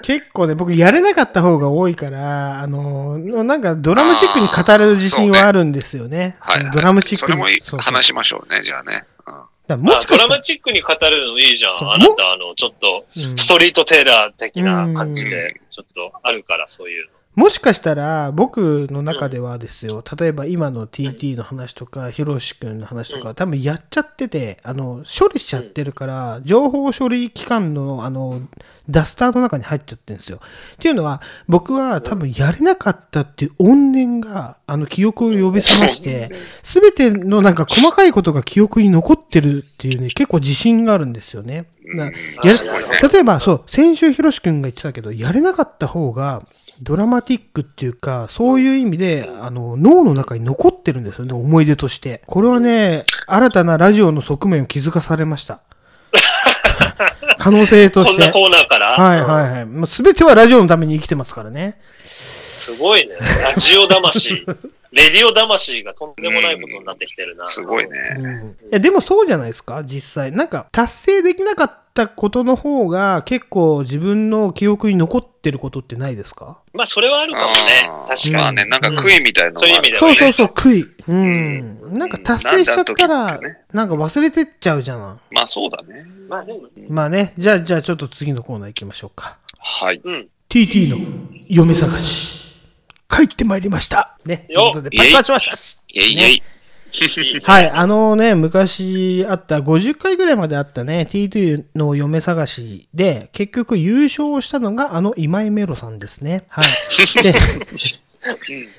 結構ね、僕やれなかった方が多いから、あのー、なんかドラムチックに語る自信はあるんですよね。
は
そ
い
の。ドラムチッ
そ
ク
れ
に。
もいい
そうそう
話しましょうね、じゃあね。うん
だからも
あ
しか
ド
し
ラ
た
マ
ら、
チックに語るのいいじゃ。
そうん
あなた、あの、ちょっと、
うん
ストリートテーラー的な感じで、ちょっとあるから、そういうの。
もしかしたら、僕の中ではですよ、例えば今の TT の話とか、ひろしくんの話とか、多分やっちゃってて、あの、処理しちゃってるから、情報処理機関の、あの、ダスターの中に入っちゃってるんですよ。っていうのは、僕は多分やれなかったっていう怨念が、あの、記憶を呼び覚まして、すべてのなんか細かいことが記憶に残ってるっていうね、結構自信があるんですよね。なや
あすごいね
例えば、そう、先週ひろしくんが言ってたけど、やれなかった方が、ドラマティックっていうか、そういう意味で、あの、脳の中に残ってるんですよね、思い出として。これはね、新たなラジオの側面を気づかされました。可能性と
こ
し
んな
て。
コーナーから。
はいはいはい。もう全てはラジオのために生きてますからね。
すごいね。ラジ オ魂。レディオ魂がとんでもないことになってきてるな。
すごいね。。
うんいやでもそうじゃないですか実際なんか達成できなかったことの方が結構自分の記憶に残ってることってないですか
まあ、それはあるかもね
あ。ー
確
ま
か
あ
に。
ね、なんか悔いみたいなの
そういう意味で
そ
も
う
ね。
そうそう悔い、う
うん
ん、なんか達成しちゃった
なん
ら
だ時ってね
なんか忘れてっちゃうじゃん
まあそうだね。
まあ、でも、
まあねじゃあじゃあちょっと次のコーナー行きましょうか
はい。
うん。
TT の嫁探し帰ってまいりました。ね。という
よ
ことで、パチパチパチパチ。
イェイイェイ。
はい、あのね、昔あった、50回ぐらいまであったね、T2 の嫁探しで、結局優勝したのがあの今井メロさんですね。 はい。で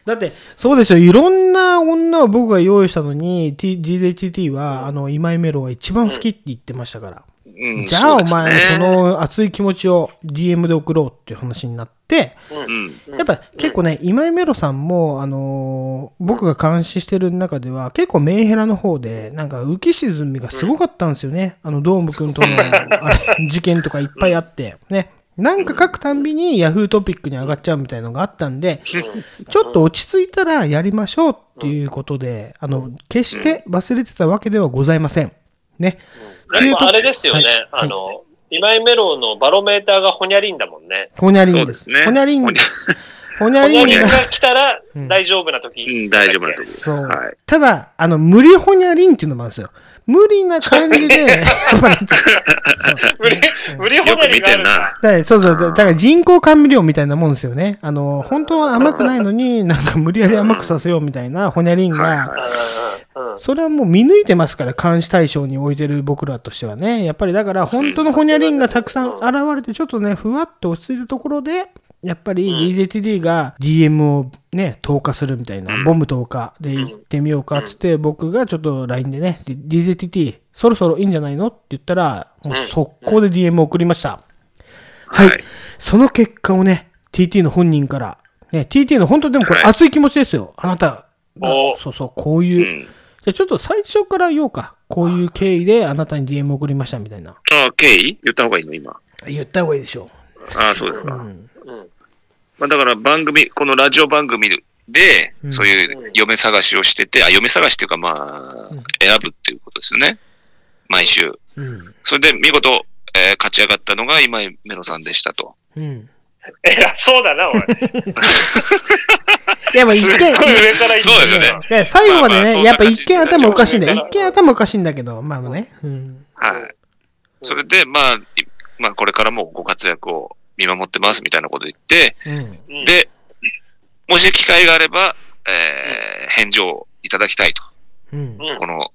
だって、そうですよ、いろんな女を僕が用意したのに、T、GHT は、あの今井メロが一番好きって言ってましたから。
うん
じゃあお
そう
前
です、ね
その熱い気持ちを DM で送ろうっていう話になって、
うん。
やっぱ結構ね、今井メロさんも、あのー僕が監視してる中では、結構メンヘラの方で、なんか浮き沈みがすごかったんですよね。あの、ドームくんとのあれ事件とかいっぱいあって、ね。なんか書くたんびにヤフートピックに上がっちゃうみたいのがあったんで、ちょっと落ち着いたらやりましょうっていうことで、あの、決して忘れてたわけではございません。ね。っていう
ま
と
あ、あれですよね。あの、今井メロのバロメーターがホニャリンだもんね。
ほにゃり
そ
ん
う
で
ですす。ね。
ほにゃりん
ほにゃ。
ほにゃ
ホニャ
り
リ
ん
ン
が。
が来たら
うん
大丈夫な時。
うん、大丈夫なとこです。
そう。
はい。
ただ、あの、無理ほにゃりんっていうのもあるんですよ。無理な感じで、 やっぱりそう
無理、無理ホニ
よ
ャ
く
リン
見
があ
て
る
ん。な。
だからそうそう、だから人工甘味料みたいなもんですよね。あの、本当は甘くないのに、なんか無理やり甘くさせようみたいなほにゃりん
はいは
が、
うんうんうん
それはもう見抜いてますから、監視対象に置いてる僕らとしてはね。やっぱりだから、本当のホニャリンがたくさん現れて、ちょっとね、ふわっと落ち着いたところで、やっぱり DJTD が DM をね、投下するみたいな、ボム投下で行ってみようかっつって、僕がちょっと LINE でね、DJTT、そろそろいいんじゃないのって言ったら、もう速攻で DM を送りました。はい。
はい
その結果をね、TT の本人から、ね、TT の本当でもこれ
はい
熱い気持ちですよ。あなたが
お、
そうそう、こう
う
いう、
ん。
じゃあちょっと最初から言おうか。こういう経緯であなたに DM 送りましたみたいな。
ああ、経緯言った方がいいの今。
言った方がいいでしょ
ああ、そうですか。
ん
まあ、だから番組、このラジオ番組で、
うん
そういう嫁探しをしてて、あ、嫁探しっていうか、まあ、選ぶっていうことですよね。毎週。
う。うん。
それで見事、えー勝ち上がったのが今井メロさんでしたと。
うん。
偉そうだな、おい。
いや、まあ一
すっごい
見、
上から言って
そうですよね
る
いや最後まで
まあまあそ
ね、
んな
やっぱ一見
感じ
頭おかしいんだ
ちょ
よ。
っ
一
と
見頭おかしいんだけど、まあね。うん。
はい。それで、まあ、いまあ、これからもご活躍を見守ってますみたいなこと言って、
うん。
うん
で、もし機会があれば、えー返事をいただきたいと。
うん。
うん
この、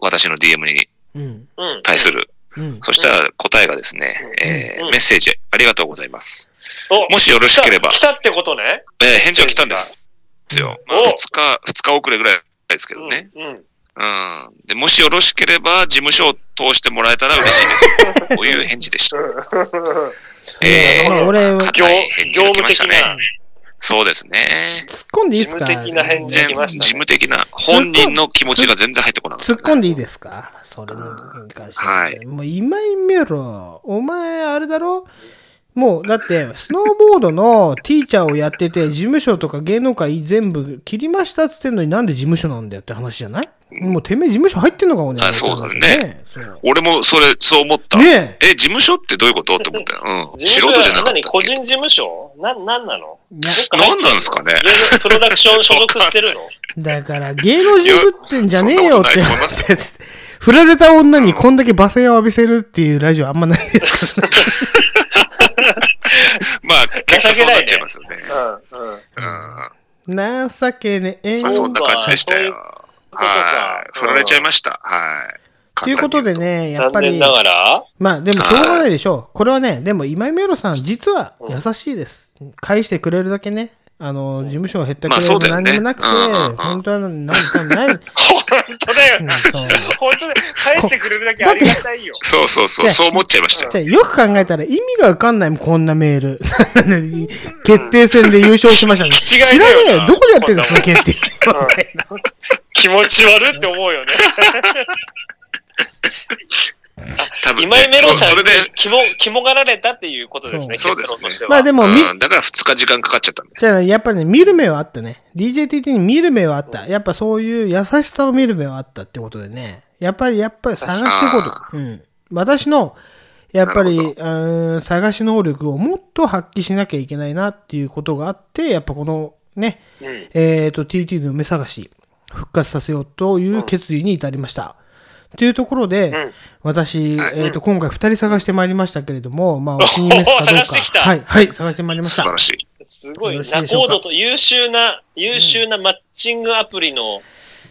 私の DM に
うん。
うん。
対する。
うん。
そしたら答えがですね、えー
うん
メッセージありがとうございます。
お
もしよろしければ
来、た来たってことね。
えー返事は来たんです。ですよ。まあ、
お
2日、二日遅れぐらいですけどね。
うん。うん
うん。で、もしよろしければ、事務所を通してもらえたら嬉しい です。こういう返事でした。え
まあ
ー、
俺は、突っ
硬い返事が来ました
業
ね。
務
そうですね。
込んでいいですか
事務的な返事
全
が来ま
事
したね
務的な、本人の気持ちが全然入ってこなかった。
突っ込んでいいですかそれに関して、
はい
もう今井メロ、お前あれだろもうだって、スノーボードのティーチャーをやってて、事務所とか芸能界全部切りましたっつってんのになんで事務所なんだよって話じゃないもうてめえ事務所入ってんのかもね。
あそうだね。
そう
俺もそれ、そう思った。
ね
え、事務所ってどういうことって思ったよ。うん。
事
素
務
人じ
所
ゃな
は
かったっ
何個
け。
人事務所な、なんなの
いや
何なんですかね
いろいろプロダクション所属してるの
だから芸能人ぶってんじゃねえよっ
いやそんなことないと思います
て。振られた女にこんだけ罵声を浴びせるっていうラジオあんまないですから
まあ、結果そうなっちゃいますよね。
うんうん。
うん。
情けねえ。
まあ、そんな感じでしたよ。
そうか
はい。振られちゃいました。はい。
ということでね、やっぱ
残念
り。
ながら、
まあでもしょうがないでしょう。これはね、でも今井メロさん、実は優しいです。返してくれるだけね、あの、事務所が減ったく
まあ
れ
そう
も
だよ
何
ね
にもなくて
うんうんうん、
本当は何もない。
本当だよ
うんそう
本当だよ返してくれるだけありがたいよ。
そうそうそう、
ね
そう思っちゃいましたよ。
じゃあよく考えたら意味がわかんないもん、こんなメール。 決定戦で優勝し ましたね。
気違
知
いだよな
らねえよ。どこでやってんだ、
こん
そ
な
の
も
決
ん
定戦。
気持ち悪いって思う よね。
多分、ね、
今井メロ
そう
さ
そ
ん
れ
に
で、
肝、肝がられたっていうことですね、
そう
結論としては。
まあでも、み
うん、だから2日時間かかっちゃったんだよ。
じゃあ、やっぱりね、見る目はあったね。DJTT に見る目はあった。やっぱそういう優しさを見る目はあったってことでね。やっぱり、やっぱり探していこう
あ
と。うん。私の、やっぱり、
なる
う
ほ
ーん、探し能力をもっと発揮しなきゃいけないなっていうことがあって、やっぱこのね、
うん
えっ、と、TT の目探し、復活させようという決意に至りました。というところで、
ん
私、えっ、と、今回2人探してまいりましたけれども、まあ、お気に召すかどうか。
おー探してきた
はい、はい、探してまいりまし
素
た
晴。らしい。
すごい、
よろ
ナ
しいでしょう
コ
か
ードと優秀な、優秀なマッチングアプリの、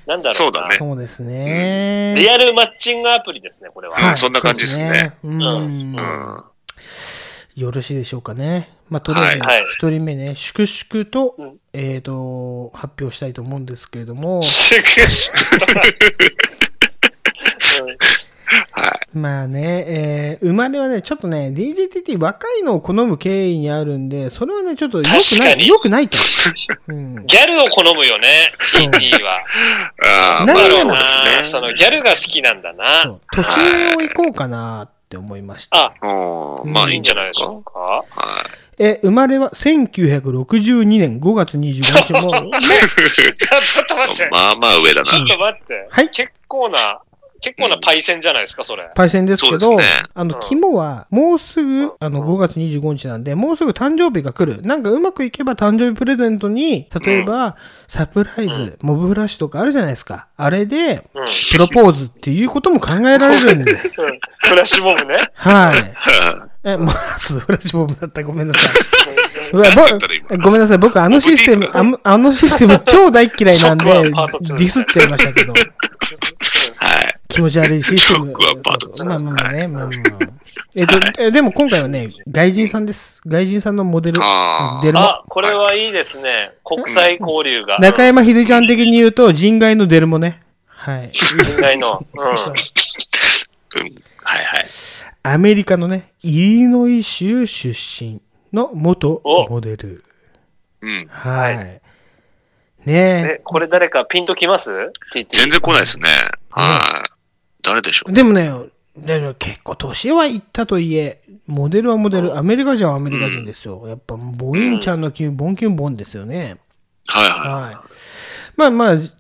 なんだろうな。
そうだね
そうですね。
リアルマッチングアプリですね、これは。
うんそんな感じですね。
そうで
う
うん
う。ん。
よろしいでしょうかね。まあ、とりあえず
はいはい、
一人目ね、粛々と
うん、
えっと、発表したいと思うんですけれども、
シクシクうん
はい。
まあね、えー生まれはね、ちょっとね、DJTT 若いのを好む経緯にあるんで、それはね、ちょっと良くな
確か
い、
に
良くないと。 うん。
ギャルを好むよね、シティは。
ああ、
な
ま
んだろ
あ
う
そうで
な
す
そ
ね。
のギャルが好きなんだ
そ
な。
う年上を行こうかなって思いました。
あ、
うんまあいいんじゃないです
い
か。
いんじゃないでしょうか。
は
え、生まれは1962年5月25日も、 もう
ちょっと待って
い。。まあまあ上だ
ちょっ
な。
と待って。
はい
結構な、結構なパイセンじゃないですか、それ。
パイセンですけ
そ
ど、
うですね
あの、
うん
肝は、もうすぐ、あの、5月25日なんで、もうすぐ誕生日が来る。なんかうまくいけば誕生日プレゼントに、例えば、サプライズ、モブフラッシュとかあるじゃないですか。あれ で、
うん。
プロポーズっていうことも考えられるんで。
うんフラッシュモブね。
はい。
は
え、まあ、そうフラッシュボブだった。ごめんなさ い。うわぼごめんなさい。僕、あのシステム、あのあのシステム超大っ嫌いなんで、
ショ
デ
ックはパート2
ィスっちゃいましたけど、
はい。
気持ち悪いシステム。
ショックはパート2
まあまあまあね、まあまあまあ。えっと、えでも今回はね、外人さんです。外人さんのモデル、
あ
デルモ。
あ、これはいいですね。国際交流が。
中山秀ちゃん的に言うと、人外のデルモね。はい。
人外の。う
う
ん。
ん。はいはい。
アメリカのね、イリノイ州出身の元モデル。
うん。
はい。
は
ねえ。
え、これ誰かピンときます ?TT。
全然来ないですね。はい。誰でしょう。
でもね、でも結構年はいったとはいえ、モデルはモデル、アメリカ人はアメリカ人ですよ。やっぱ、ボインちゃんのキュン、ボンキュンボンですよね。
はいは
はい。まあまあ、率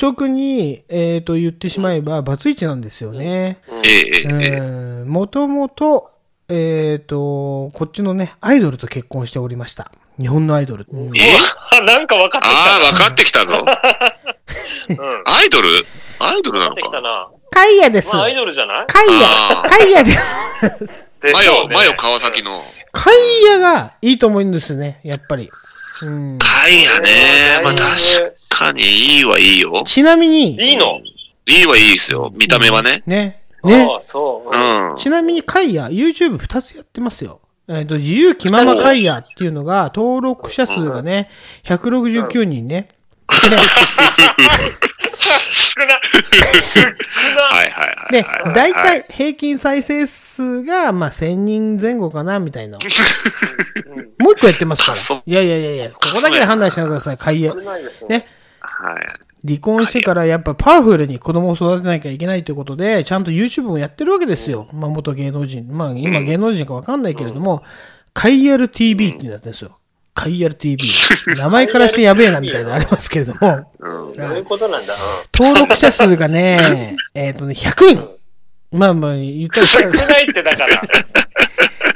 直に、えー、と言ってしまえば、バツイチなんですよね。
い。ええええええ。
うん、もともと、えっ、と、こっちのね、アイドルと結婚しておりました。日本のアイドル。うん
あなんか分かって
ああ、
き
分かってき たぞ。
たな。うん。
アイドルアイドルなの
分かってき
か
た。な。
カイヤです。
まあ、アイ
カ
ドルじゃない
イ
あ
ヤ。
ー
カイヤです。
で
マ
しょう
ヨ、
ね
マヨ川崎の。
カイヤがいいと思うんですよね、やっぱり。うん
かいやね。まあ
だい
確
ぶ
かにいいはいいよ。
ちなみに、
いいの
いいはいいですよ。見た目はね。
ね。ね
あ。あ、そう。
うん。あ
ちなみに、カイヤ、YouTube2 つやってますよ。えっ、と、自由気ままカイヤっていうのが、登録者数がね、169人 ね。
少な。
は
少
いはい
で
はい。、
大体平均再生数が、まあ、1000人前後かな、みたいな。
な。
もう一個やってますか
あ そう
ら。いやいやいやいや、ここだけで判断しなください、カイヤ
少。ないですね。
ね。
はい。
離婚してからやっぱパワフルに子供を育てなきゃいけないということで、ちゃんと YouTube もやってるわけですよ。まあ元芸能人。まあ今芸能人かわかんないけれども、カイアル TV ってなってるんですよ。カイアル TV。名 前からしてやべえなみたいなのありますけれども、
うん。
どういうことなんだ。
登録者数がね、 えっとね、100人。まあまあ言った
うん 少ないってだから。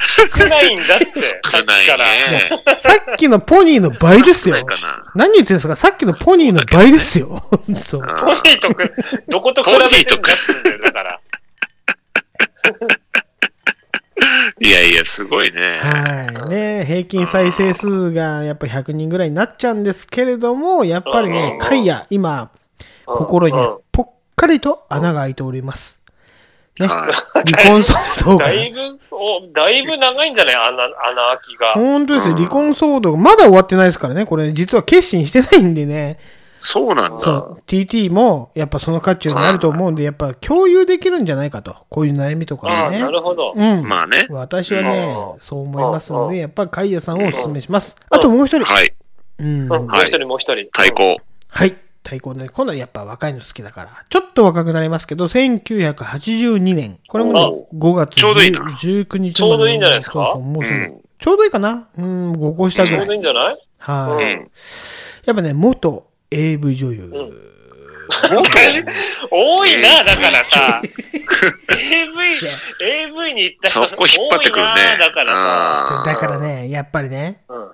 少ないんだって、さ
少
っ
な
き
い
から。
ね。
ら、さっきのポニーの倍です
少な
よ
い。かな。
何言ってるんですかさっきのポニーの倍ですよ。 そう。
ポニーとく、どこと比べてんだってんだよだから。
いやいや、すごいね。
はい。ね、平均再生数がやっぱ100人ぐらいになっちゃうんですけれども、やっぱり
う
ね
ん、
カイヤ、今、 心にね
うん
ぽっかりと穴が開いております。ね、離
はい
婚騒動が
だ。いぶ、おだいぶ長いんじゃない穴、穴開きが。
本当ですよ、離婚騒動がまだ終わってないですからね、これ、実は決心してないんでね、
そうなん
そ
だ。
う、TT も、やっぱその渦中にあると思うんで、やっぱ共有できるんじゃないかと、こういう悩みと
あ
か
あ、
ね。
なるほど。
うん。
まあね。
私はね
う、ん
そう思いますの
うん
で、やっぱりカイヤさんをお勧めします。あともう一人。
はい。
うん。
うんもう一人もう一人。
太鼓。
はい。太鼓ね。今度はやっぱ若いの好きだから。ちょっと若くなりますけど、1982年。これもね、5月
ちょうどいいな
10 19日
ちょうどいいんじゃないですか
そうそうもうすぐ
うん
ちょうどいいかなうん、5個下
ち
ぐ
ょうど
らい。
いいんじゃない
は
う
い。
ん。
やっぱね、元 AV 女優。
多いな、だからさ。AV、AV に行った人
そこ引っ張ってくるね
多いなだからさ。
だ
あー
からね、やっぱりね、
うん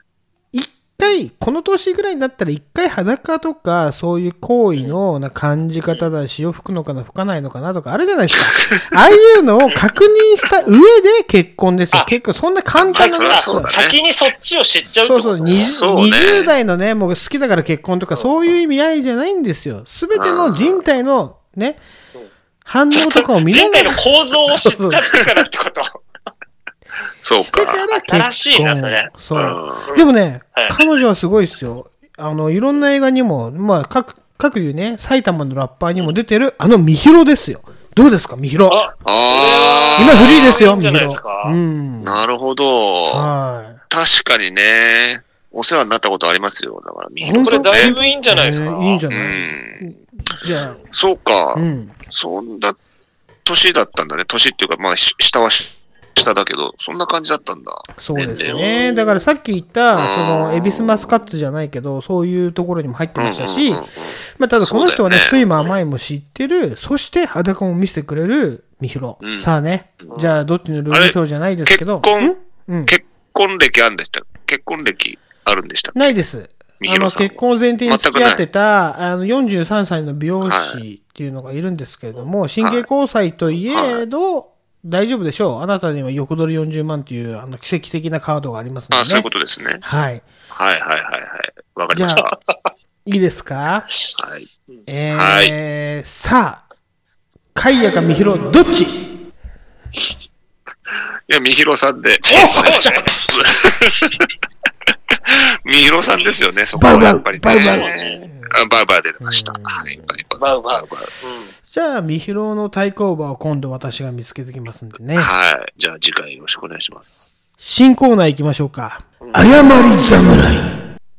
一回、この年ぐらいになったら一回裸とか、そういう行為のな感じ方だし、を吹くのかな、吹かないのかなとか、あるじゃないです か。ああいうのを確認した上で結婚ですよ
あ。
結構、そんな簡単な
そりゃそうだね
先にそっちを知っちゃうって
そ
こ
う
と
そう、
そうね
20代のね、もう好きだから結婚とか、そういう意味合いじゃないんですよ。すべての人体のね
うん、
反応とかを見なが
人体の
ら
構造を知っちゃってからってこと。
そう
して
か
か。ら結婚。
新しいなそれ
そうう。
ん
でもね、
はい
彼女はすごいですよ。あの、いろんな映画にも、まあ、各、各いうね、埼玉のラッパーにも出てる、あの、みひろですよ。どうですか、みひろ。
あ、
あ
今フリーですよ、
いいん
み
じ
ひ
ゃない
ろ
ですか。
うん
ー。。なるほど。
は
確かにね。お世話になったことありますよ。だから、みひろ
本
こ
当
さ
れ
ん
だい
ね。
ぶいいん
い。
じゃないですか。
えーいいんじゃ
う
ない
ん。
じゃ
そうか
あ、う。ん。
そんな年だったんだね。年っていうか、まあ、し下はし下だけど、そんな感じだったんだ。
そうです
年
ね。
齢を
だからさっき言った、その、
うん
エビスマスカッツじゃないけど、そういうところにも入ってました
う
し
んうんう、ん
まあ、ただこの人はね、
そうだ
酸
よね
いも甘いも知ってる、そして裸も見せてくれる、みひろ
うん。
さあね、じゃあどっちのルールショーじゃないですけど、
あれ結
んうん
結婚歴あるんでした。結婚歴あるんでした。
ないです。
み
あ
ひ
の
ろさん
結婚を前提に付き合ってたあの43歳の美容師っていうのがいるんですけれども、神経交際といえど、大丈夫でしょう。あなたには横取り40万というあの奇跡的なカードがありますので、ね。
あ、そういうことですね。
はい。
はいはいはいはい。わかりまし
じゃ
た。
いいですか
はい。
えーさあ、カイヤかみひろ、どっち
いや、みひろさんで。
そうね
みひろさんですよね、そこはやっぱりね。
バウバウバウバ
あバウバウ出てました。はい、バウバ
バ
ウ。
ウバウ。うん。
じゃあ、みひろの対抗馬を今度私が見つけてきますんでね。
はい。じゃあ次回よろしくお願いします。
新コーナー行きましょうか。謝り侍。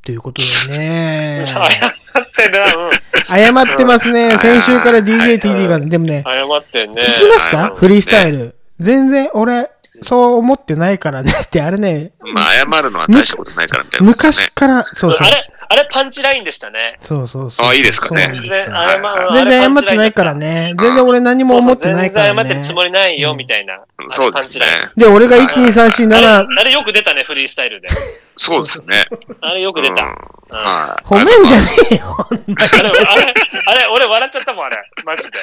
ということで ね。
謝ってな、うん。
謝ってますね。先週から
は
DJTD が、でもね、
謝ってんね。
聞きました
はい
フリースタイル。全然俺、そう思ってないからねって、あれね、
まあ、謝るのは大したことないからみたいな、
昔。から、そうそう
あ。れ、あれパンチラインでしたね。
そうそうそう。
あいいですか
そ
ね
うなん
全
ですよ
然謝る
はい
あ
全
れ
然
パ
謝っ
ンチラ
て
イン
な
だ
いからね。全然俺何も思ってないから
そうそう全然謝って
ね
る。つもりないよ、みたいな。
そうですね
あれパンチライン
で、俺が1、2、3、4、
あ
7
れ、あれよく出たね、フリースタイルで。
そうですね。
あれよく出た。うんあ
はい。
褒めんじゃねえよ。
れ、あれ、あれ、俺笑っちゃったもん、あれ。マジで。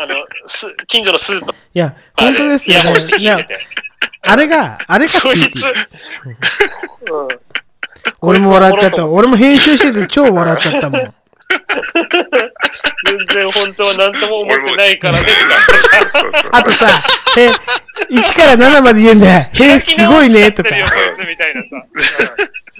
あの、す近所のスーパー
いや、
で。
本当ですよ
イヤホンして
ね。い
聞い
や
て、て。
あれが、あれが
こい
聞いて
つ。うん。
俺も笑っちゃった。俺も編集してて超笑っちゃったもん。
全然本当は何とも思ってないからね。
そ うそう
あとさ、え、1から7まで言うんだよ。 へえ、すごいね、とか。
開き直っちゃってるよこいつみたい なさ。うん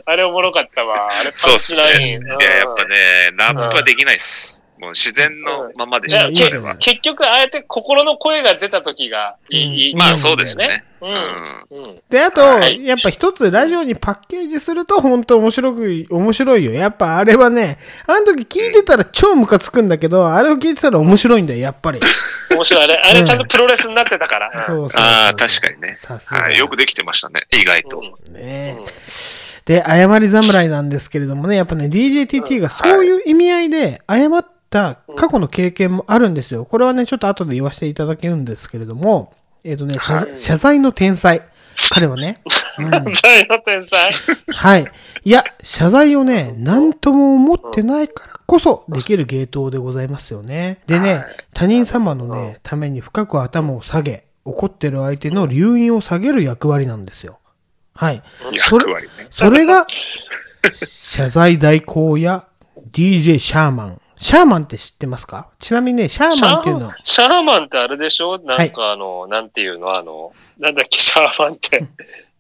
あれおもろかったわ。あれ
そう
パン
で
チ
す
ラ
ね。い
イン。うん
や、やっぱね、ラップはできないっす。もう自然のままでした、
う
うんん、
いやい
あ
い
れ
よ
は。
結局、あえて心の声が出た時がいい、
うん
いい
まあそうですね。。
う。
うんん。
うん。
で、あと、
はい
やっぱ一つラジオにパッケージすると本当面白く、面白いよ。やっぱあれはね、あの時聞いてたら超ムカつくんだけど、あれを聞いてたら面白いんだよ、やっぱり。そ
面白い。あれ、あれちゃんとプロレスになってたから。
う そうそう
ああ、確かにね。
さすが。
はい、よくできてましたね。意外と。
うん
ねで、謝り侍なんですけれどもね、やっぱね、DJTT がそういう意味合いで謝った過去の経験もあるんですよ。これはね、ちょっと後で言わせていただけるんですけれども、えっ、とね、謝罪謝罪の天才。彼はね、
犯罪の天才。
はい。いや、謝罪をね、何とも思ってないからこそできる芸当でございますよね。でね、他人様のね、ために深く頭を下げ、怒ってる相手の留飲を下げる役割なんですよ。はい。それ
役割ね。
それが、謝罪代行や DJ シャーマン。シャーマンって知ってますかちなみにね、シャー
シャ
マンっていうの
ー
は、
シャーマンってあれでしょなんかあの、なんていうのあの、なんだっけ、シャーマンって。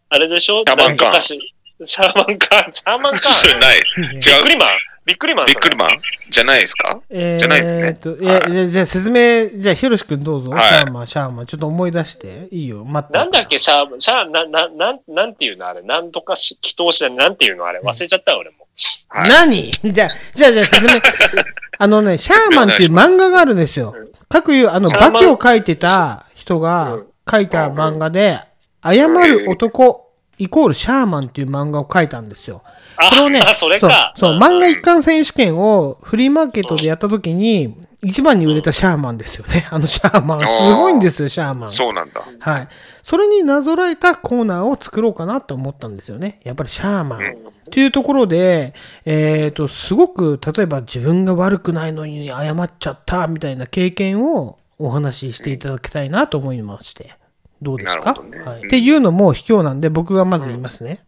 あれでしょ
シャーマンカー
なんか昔シャーマンカーン。シャーマンカ
そ
ーン。
れない。
ね
びっく
違う。
りマン。びっくりマン。
びっくりマンじゃないですか
えー
じゃないですね
えっと、いや、じゃあじゃあ説明、じゃあ、ひろしくんどうぞ。
はい
シャーマン、シャーマン。ちょっと思い出して。いいよ。待って。
なんだっけ、シャー、シャー、な、な、なん、なんていうのあれ、なんとかし、祈祷しだ、なんていうのあれ、忘れちゃった、俺も。
はい
何じゃあ、じゃあ、じゃあ説 明。あのね、シャーマンっていう漫画があるんですよ。各いう、あの、
シャーマ
バ
ン
キを書いてた人が
うん
書いた漫画で、謝る男イコールシャーマンっていう漫画を書いたんですよ。
あ、
これをね
あ、それ
そう
か。
そう、
ん
漫画一貫選手権をフリーマーケットでやった時に、一番に売れたシャーマンですよね。あのシャーマン。すごいんですよ、シャーマン。
そうなんだ。
はい。それになぞらえたコーナーを作ろうかなと思ったんですよね。やっぱりシャーマン。っていうところで、えっ、と、すごく、例えば自分が悪くないのに謝っちゃったみたいな経験をお話ししていただきたいなと思いまして。どうです
な
か、
るほどね
はい、
うん
っていうのも卑怯なんで、僕がまず言いますね。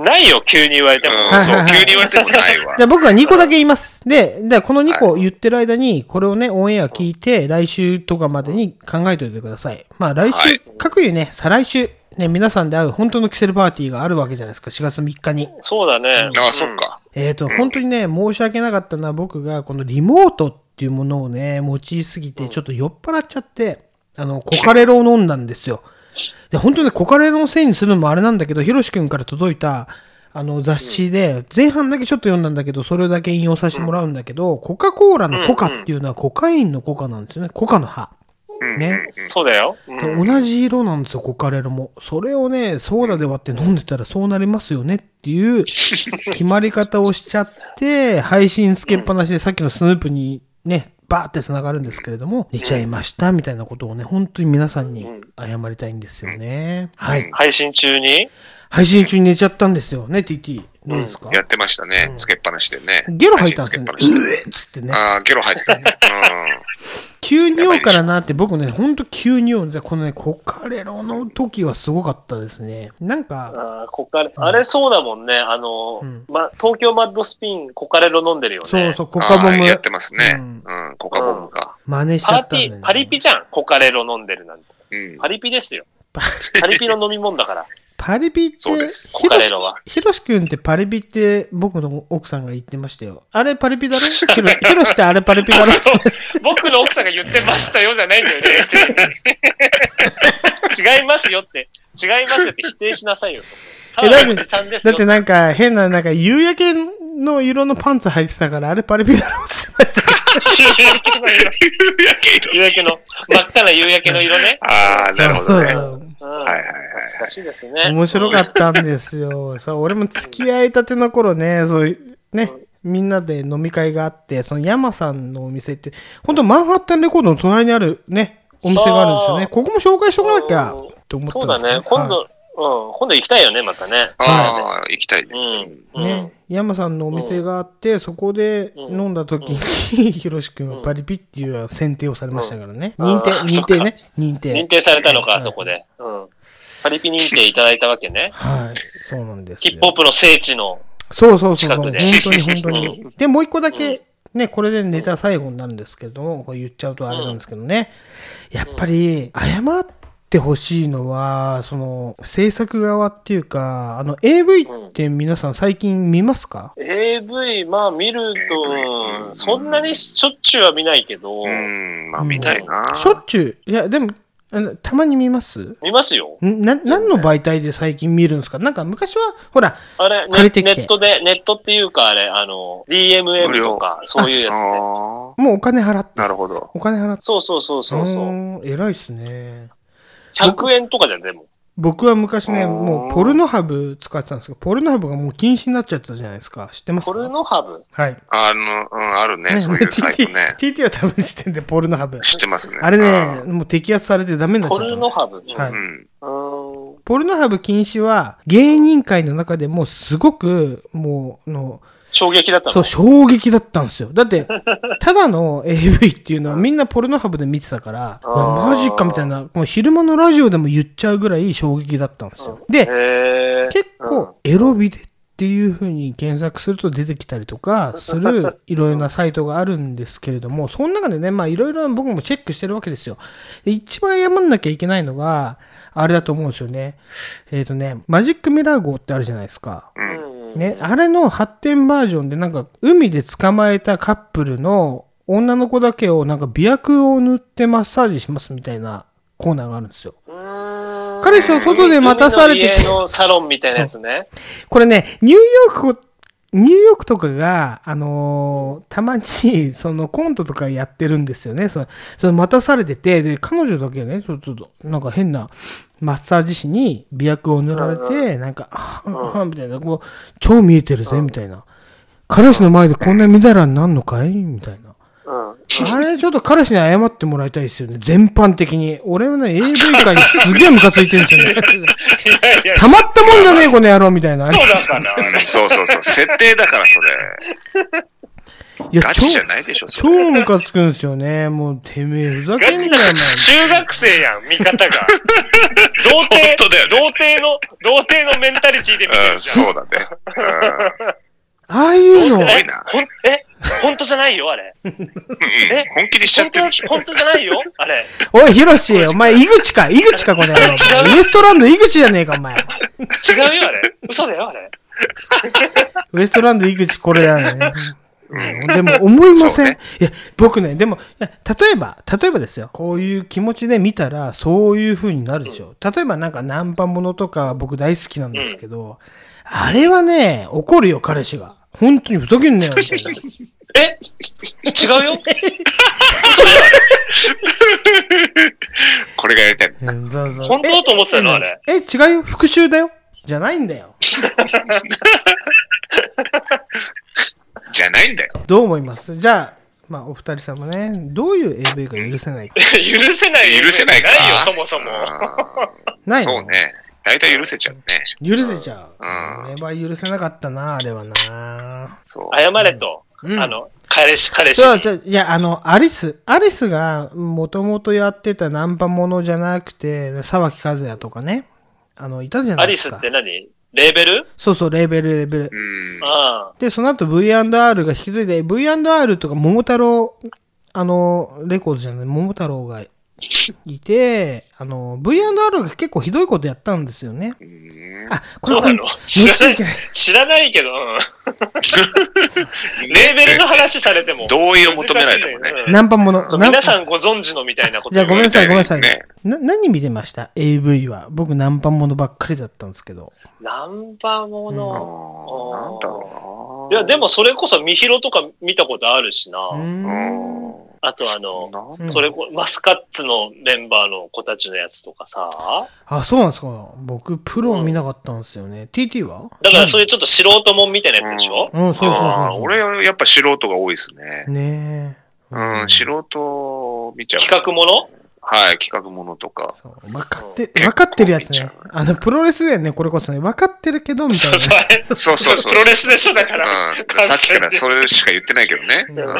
ないよ、急に言われても。
うん、そう、急に言われてもないわ
じゃ。あ僕は2個だけ言います。で、でこの2個言ってる間に、これをね、オンエア聞いて、来週とかまでに考えておいてください。まあ来週、
はい
各言ね、再来週、ね、皆さんで会う本当のキセルパーティーがあるわけじゃないですか、4月3日に。
そうだね。
あ、そっか。
えっ、と、本当にね、申し訳なかったのは僕がこのリモートっていうものをね、用いすぎて、ちょっと酔っ払っちゃって、あの、コカレロを飲んだんですよ。で、本当にね、コカレロのせいにするのもあれなんだけど、ヒロシ君から届いた、あの雑誌で、前半だけちょっと読んだんだけど、それだけ引用させてもらうんだけど、コカ・コーラのコカっていうのはコカインのコカなんですよね。コカの葉。
うん
ね。
うんそうだよ。うん
で同じ色なんですよ、コカレロも。それをね、ソーダで割って飲んでたらそうなりますよねって いう決まり方をしちゃって、配信つけっぱなしでさっきのスヌープにね、バーって繋がるんですけれども、寝ちゃいましたみたいなことをね、本当に皆さんに謝りたいんですよね。はい。
配信中に
配信中に寝ちゃったんですよね、TT。どうですか
やってましたね。つけっぱなしでね。
ゲロ吐いたんですよね。
配信つけっぱなし
うえっつって
で
ね。
ああ、ゲロ入ってた。うん。
急に尿からなって僕ね、ほんと急に尿で、このね、コカレロの時はすごかったですね。なんか、
あーコカレあれそうだもんね。あの、
うん
ま、東京マッドスピン、コカレロ飲んでるよね。
そうそう、コ
コ
カボム
やってますね。
う
うんん、コカボムか。
真似しちゃ
パ
ったんだよ、
リ
ね
ピ、。パリピじゃん。コカレロ飲んでるなんて。
うん。
パリ ピですよ。パリピの飲み物だから。
パリピって、
そうです
ひ
コカ
ろ
レ
し
ロは。
ひろしくんってパリピって僕の奥さんが言ってましたよ。あれパリピ だろひろひろしってあれパリピだろ
そう僕の奥さんが言ってましたよじゃないんだよね。 違いますよって。違いますよって否定しなさいよ。ただのおじさんです
だっ
よ
て。なんか変な、なんか夕焼けの色のパンツ履いてたからあれパリピだろって言ってました。
夕焼け色。
夕焼けの、真っ赤な夕焼けの色ね。
ああ、なるほどね。
そう
は
そう
うん。
いはい
懐
はい。
かしいですね。
面白かったんです よ。そう俺も付き合いたての頃ね、そういう、ね、みんなで飲み会があって、その山さんのお店って、本当マンハッタンレコードの隣にあるね、お店があるんですよね。
あー
ここも紹介しとかなきゃと思った
そ
ん
う
で
だ
すよ
ね。今度、うん、今度行きたいよね、またね。
ああ、行きたいね。
うん。うん
ね、山さんのお店があって、そこで飲んだ時 に、ひろし君はパリピっていうのは選定をされましたからね。
うん
認定、
あー
認定ね。認
認
定。
定されたの
は
か、
い
あそこで。うん。パリピ認定いただいたわけね。
はい。そうなんです
ヒ
よ
ップホップの聖地の。
そうそうそうそう。
近
本
くで
当に本当に。で、もう一個だけ、ね、これでネタ最後になるんですけども、これ言っちゃうとあれなんですけどね。やっぱり、謝ってほしいのは、その、制作側っていうか、あの、AV って皆さん最近見ますか
AV、まあ見る
AV
と、
うん
そんなにしょっちゅうは見ないけど、
うん、まあ見たいな。
しょっちゅう。いや、でも、あのたまに見ます
見ますよ。
んな、何の媒体で最近見るんですかなんか昔は、ほら、
あれ、ね
借りてきて
ネットで、ネットっていうか、あれ、あの、
無
DMM
料
とか、そういうやつで。
あ
もうお金払っ
あ、
て、
なるほど。
お金払って。
そうそうそうそうそう。
うーん偉いっすね。
100円とかじゃん、でも。
僕は昔ね、
あー
もうポルノハブ使ってたんですけど、ポルノハブがもう禁止になっちゃったじゃないですか。知ってますか
ポルノハブ。
はい。
あの、うん、あるね。そういうサイト
TT
ね。
TT は多分知ってんで、ポルノハブ。
知ってますね。
あれね
あ、
もう摘発されてダメになっ
ポ
ちゃ
ル
った
ノ。ハブ。
はい
ー。うん。
うん。
ポルノハブ禁止は芸人界の中でもすごくもうの
衝撃だった
そ
の
う衝撃だったんですよだってただの AV っていうのはみんなポルノハブで見てたからう
あ
わ
ー
マジかみたいなこの昼間のラジオでも言っちゃうぐらい衝撃だったんですよで
へー
結構エロビデっていう風に検索すると出てきたりとかす るいろいろなサイトがあるんですけれども、その中でね、まあいろいろ僕もチェックしてるわけですよ。で一番謝んなきゃいけないのが、あれだと思うんですよね。えっ、とね、マジックミラー号ってあるじゃないですか。
うん
ね、あれの発展バージョンでなんか海で捕まえたカップルの女の子だけをなんか美薬を塗ってマッサージしますみたいなコーナーがあるんですよ。彼氏を外で待たされて
海の家のサロンみたいなやつね。
これね、ニューヨーク、ニューヨークとかが、あのーたまに、そのコントとかやってるんですよね。その、その待たされてて、で、彼女だけね、ちょっと、なんか変な、マッサージ師に美薬を塗られて、なんか、ああ、みたいな、こう、超見えてるぜ、みたいな。彼氏の前でこんなみだらになんのかいみたいな。
うん。
あれ、ちょっと彼氏に謝ってもらいたいですよね。全般的に。俺はね、AV 界にすげえムカついてるんですよね。
いやいや、
たまったもんじゃねえ、この野郎みたいな。
そうだから。
そうそうそう。設定だから、それ。
いや、
ガ
超
チじ、ゃないでしょ、それ。
超ムカつくんですよね。もう、てめえ、ふざけんな
ガチ
よ、お
だ
前
から中学生やん、味 方が。童
本
貞、
当だよね
童貞の、童貞のメンタリティで見て
う
る
ん、
じゃん。
そうだね。う
ああいうの
う、だ
え
よな
ほんえ本当じゃないよ、あれ。
んうん。本気にしちゃっ
本
て
当
るでしょ。
本当じゃないよ、あれ。
おい、ヒロシ、お前、井口か、井口か、この野郎お前。ウエストランド井口じゃねえか、お前。
違うよ、あれ。嘘だよ、あれ。
ウエストランド井口これだね。うんでも思いません、
そうね
いや僕ね、でも、いや例えば、例えばですよ、こういう気持ちで見たら、そういう風になるでしょ。例えば、なんかナンパものとか、僕大好きなんですけど、あれはね、怒るよ、彼氏が。本当にふざけんなよ、みたいな。
え違うよ
これがやりたい。
うんそうそう
本当だと思ってたのあれ。
え、え違うよ、復讐だよ。じゃないんだよ。
じゃないんだよ。
どう思いますじゃあ、まあ、お二人様ね、どういう AV が許せないか。
許せな い。
許せないか。
ないよ、そもそも。
な
うん
いの
そうね。大体許せちゃうね。
許せちゃう。
うん
あれは許せなかったな、あれはな。
そう。
謝れと。
うん
あの、彼氏、彼氏
そう
に。
そういや、あの、アリス、アリスがもともとやってたナンパものじゃなくて、沢木和也とかね、あの、いたじゃな
ア
いで
リ
す
ス
か。
って何レーベル
そうそう、レーベル、レーベル。
うん。
あ
で、その後 V&R が引き継いで、V&R とか桃太郎、あの、レコードじゃない、桃太郎がいて、あの、V&R が結構ひどいことやったんですよね。
うん
あ、こ
そ
れ
うなの知らな
虫
い 知らないけど、うんレーベルの話されても。
同意を求められたもんね
難しいよ
ナンパもの。
そう
ナン
皆さんご存知のみたいなこと
じゃあごめんなさい、ごめんなさい。
ね
な何見てました ?AV は。僕、ナンパものばっかりだったんですけど。
ナンパも
あー
の。
なんだろう
い
な。
や、でもそれこそ、ミヒロとか見たことあるしな。
う
うん
ん。
あとあの、
なん
うん
それこマスカッツのメンバーの子たちのやつとかさ。
あ、そうなんですか。僕、プロ見なかったんですよね。TT は
だからそう
い
いうちょっと素人もんみたいなやつでしょ、
うん、うんそうそうそう
あー
そう。
俺はやっぱ素人が多いですね。
ねえ。
うん、素人見ちゃう。
企画もの
はい、企画ものとか。
そう分かって、
うん
分かってるやつ
結構
ね
見ちゃう。
あの、プロレスだよね、これこそね。分かってるけど、みたい
そ
な
う。そうあれ
そうそうそう。
プロレスでしょだから。
うん、さっきからそれしか言ってないけどね。
う
うんん。うん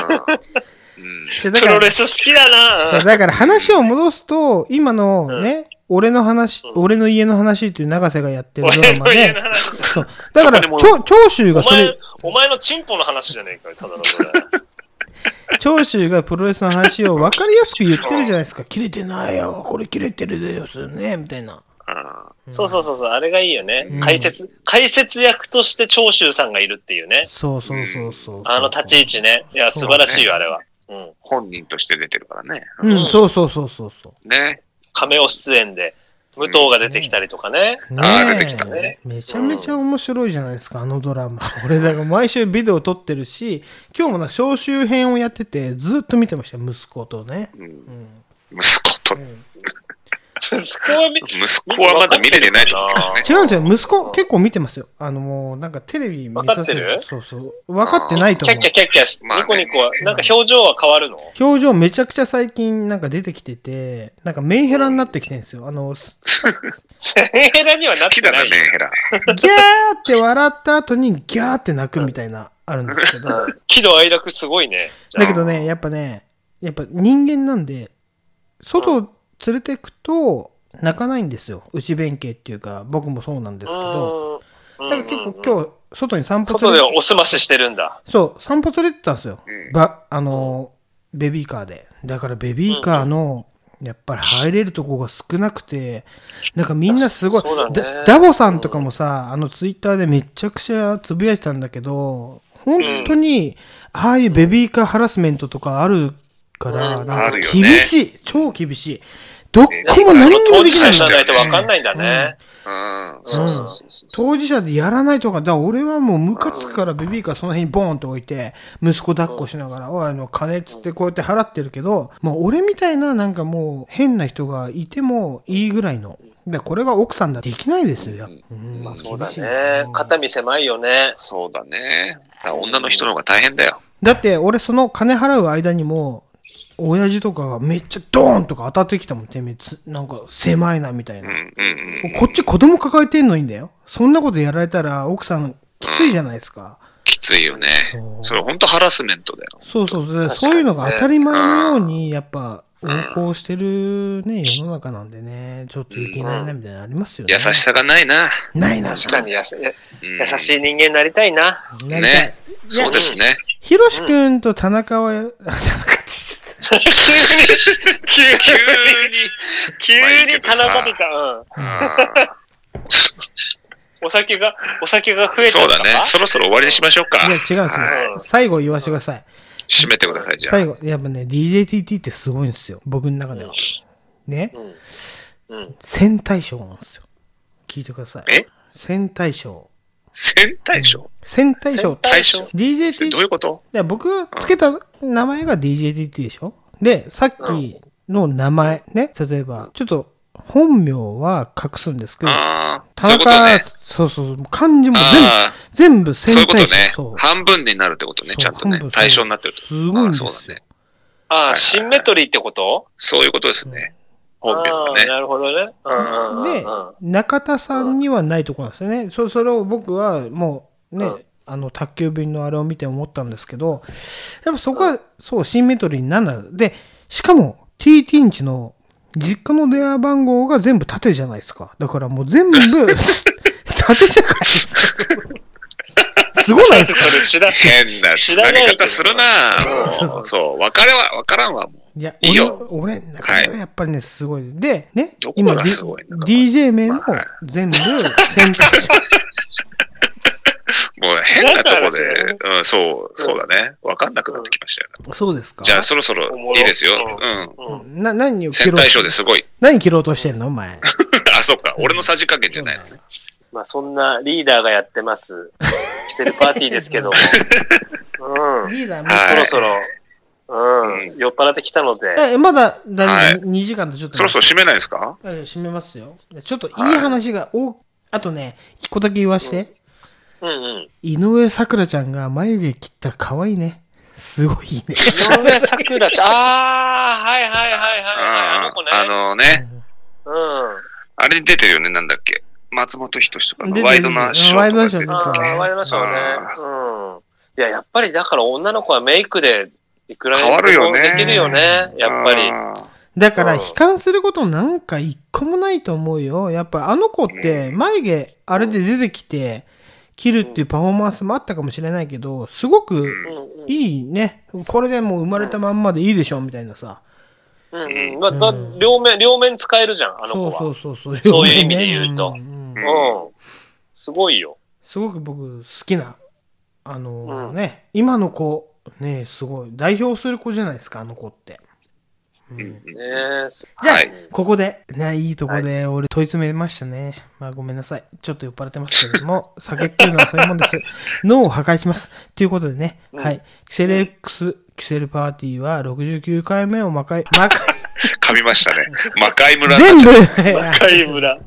じゃあだ
プ
か
ロレ
ら、
ス好きだ
そう
な。
だから話を戻すと、今の
うん
ね、俺の話、
うん
俺の家の話っていう永瀬がやってるド
俺
ラマ
の家
で
の、話。
そう。だから、
そこに
長
も
長州が
お
それ
前、、お前のチンポの話じゃねえかよ、ただのそれ。
長州がプロレスの話を分かりやすく言ってるじゃないですか。切れてないよ。これ切れてるですよね。みたいな。
そうそうそうそう、あれがいいよね。
うん
解説、解説役として長州さんがいるっていうね。
そうそうそうそう。
あの立ち位置ね。いや、素晴らしいよ、あれは。うん。
本人として出てるからね。
うん、そうそうそうそうそ
ね。
亀尾出演で、武藤が出てきたりとかね。
う。
あー
ねえ
出てきた
ね
めちゃめちゃ面白いじゃないですか、あのドラマ。俺、だから毎週ビデオ撮ってるし、今日もなんか招集編をやってて、ずっと見てました、息子とね。
うん
うん
息子と
う、ん
息子は見
息子はまだ見れてないと思うからね。
違うんですよ、息子結構見てますよ。あの、もうなんかテレビ見させ
わかって
る
る。
そうそう。分かってないと
キャ
思う
ッキャ。キャッキャし、
まあね
ニコニコは、なんか表情は変わるの
表情めちゃくちゃ最近なんか出てきてて、なんかメンヘラになってきてるんですよ。あの、す
ヘラにはな
好
っ
き
て
だ
な。
ないメンヘラ。
ギャーって笑った後にギャーって泣くみたいな、あるんですけど。だ
うん喜怒哀楽すごいね。じゃあ
けどね、やっぱね、やっぱ人間なんで、外を連れてくと泣かないんですよ。内弁慶っていうか、僕もそうなんですけど。
うん
だから結構今日、外に散歩
外
連
で
れて、
おすまししてるんだ。
そう、散歩連れてったんですよ
う。ん
ば、あの、ベビーカーで。だからベビーカーの、やっぱり入れるとこが少なくて、なんかみんなすごい
そうだ、ね
だダボさんとかもさ、あのツイッターでめちゃくちゃつぶやいてたんだけど、本当に、ああいうベビーカーハラスメントとかあるから、
うん
なん
あ
か
るよ
厳
ね
しい、超厳しい。どっこも
そ
何に
の
も
当
で
事
きな
者
いんだよ
にならないと分かんないんだね。
うん。そうそうそうそう。
当事者でやらないとか、だから俺はもうムカつくからベビーカーその辺にボーンと置いて、息子抱っこしながら、おい、あの、金っつってこうやって払ってるけど、もう俺みたいななんかもう変な人がいてもいいぐらいの。で、これが奥さんだってできないですよ、やっぱ。ん
まあそう
厳
だ
しい
ね。肩身狭いよね。
そうだね。だから女の人の方が大変だよ。
だって俺その金払う間にも親父とかがめっちゃドーンとか当たってきたもんてめえつなんか狭いなみたいうな、
んうんうん。
こっち子供抱えてんのいいんだよそんなことやられたら奥さんきついじゃないですか、
きついよね。それ本当ハラスメントだよ。
そうそうそう、
確かにね
そういうのが当たり前のようにやっぱ横行してるね世の中なんでねちょっといけないなみたいなのありますよね、
優しさがないな。
ないな
確かにやさや
うん
優しい人間になりたいな。
なりたい
ねそうですね。
ひろしくんと田中は、田中って
急に、
急に。
急
まあいいけ
に
どさ
田中出た。うん。
あ
お酒が、お酒が
ー
増えちゃ
そ
っ
う
た
だ
か
ね。そろそろ終わりにしましょうか。
言っちゃいや違うんですよ
はい。
最後言わせてください。
締めてください、じゃ
最
あ。
後、やっぱね、DJTT ってすごいんですよ。僕の中では。ね。
うん。うん。
戦隊賞なんですよ。聞いてください。
え
戦隊賞。
戦隊賞
戦隊賞って。
対象どうい
DJTT。
うこと
いや僕がつけた名前が DJTT でしょで、さっきの名前ね。例えば、ちょっと本名は隠すんですけど、
ああ、
田
そういうこと
中
ね。、
そうそう、漢字も
ああ、
全部、全部
そうい
戦
うこ
隊
と
賞。
ね
そう。
半分になるってことね、ちゃんとね
そう。
対象になってると。
すごいんですよ
あーそうだね。
ああ、シンメトリーってこと
そういうことですね。本名
あ
が
あ、
ね。
なるほどね。うんうんうん
で
うん、
中田さんにはないところなんですよね。そそれを僕はもうね、
うん
あの宅急便のあれを見て思ったんですけど、やっぱそこはそう、シンメトリーになるんだで、しかも TT んちの実家の電話番号が全部縦じゃないですか。だからもう全 部縦じゃないですか。すごないですか
それ知らん。
変な
知
つ
らな
ない
け
ぎ
ど
方する
そ
なそう、わかれは、わからんわ、も
いや、
いいよ
俺俺の中ではやっぱりね、すごい。で、ね
ど、こ
今、
がすごいんだろう
D- DJ 名も
まあはい
全部選択 肢。
う。もう変なとこ
だから
で、うん、そう、そうだね。わかんなくなってきましたよ。
そうですか
じゃあ、そろそろいいですよ。
お
う
も
ん。
うん
な何を切
戦
ろう
隊賞ですごい。
何切ろうとしてんのお 前。
あ、そっか。俺のさじ加減じゃないのね。
まあ、そんなリーダーがやってます。してるパーティーです けども。うん。
リーダー
はい
そろそろ、うん、酔っ払ってきたので。
え、まだ大
は
丈
い
夫、2時間とちょっと。
そろそろ締めないですか
ろ。閉めますよ。ちょっといい話が、おあとね、一個だけ言わして。
うんうん。
井上咲楽ちゃんが眉毛切ったら可愛いね。すごいね。
井上咲楽ちゃん。ああ、はいはいはいはい。
あ
の子ね
あ、あのね、
うん。
あれに出てるよね、なんだっけ。松本人志とか
出て
の
る
ワイドナショー。
ワイドナショーに出て
あ
た
あ、わかりましたね。うん。いや、やっぱりだから女の子はメイクでいくらでも
変わるよね
できるよね。やっぱり。
り。
だから、
うん
悲観することなんか一個もないと思うよ。やっぱ、あの子って、眉毛、あれで出てきて、切るっていうパフォーマンスもあったかもしれないけど、すごく
うんうん
いいね。これでもう生まれたまんまでいいでしょ、みたいなさ。
うんうんまあだ両面、両面使えるじゃん、あの子
そう
は。
そうそうそう。
そういう意味で言うと
んん
うん
うん。すごいよ。
すごく僕好きな、あの
うん
ね、今の子、ね、すごい、代表する子じゃないですか、あの子って。うん
うん
ねえ。
じゃあ、
はい
ここで、ね、いいとこで俺問い詰めましたね。まあごめんなさい。ちょっと酔っ払ってますけれど も、酒っていうのはそういうもんです。脳を破壊します。ということでね、
うん
はい。キセレックス、キセルパーティーは69回目を魔界、魔界、
噛みましたね。魔界村にな
全
っちゃっ
部
赤い村。 レ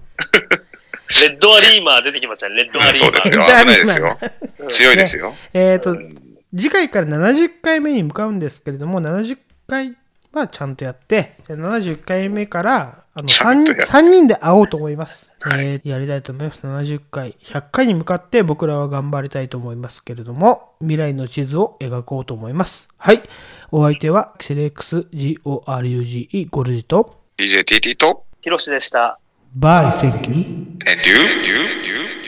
ッドアリーマー出てきましたね、レッド
た
ア
うん
リ
そ
ー
うです
マー。
よ。危ないですよ。強いですよ。
えっ、と、次回から70回目に向かうんですけれども、70回はちゃんとやって、70回目からあの
ちゃんとや
3,
る
3人で会おうと思います、えーやりたいと思います。70回、100回に向かって僕らは頑張りたいと思いますけれども、未来の地図を描こうと思います。はい。お相手は、キセレックス GORUGE ゴルジと、
DJTT と、
ヒロシでした。
バイセンキュー。
え、デュー、デュー、デュー。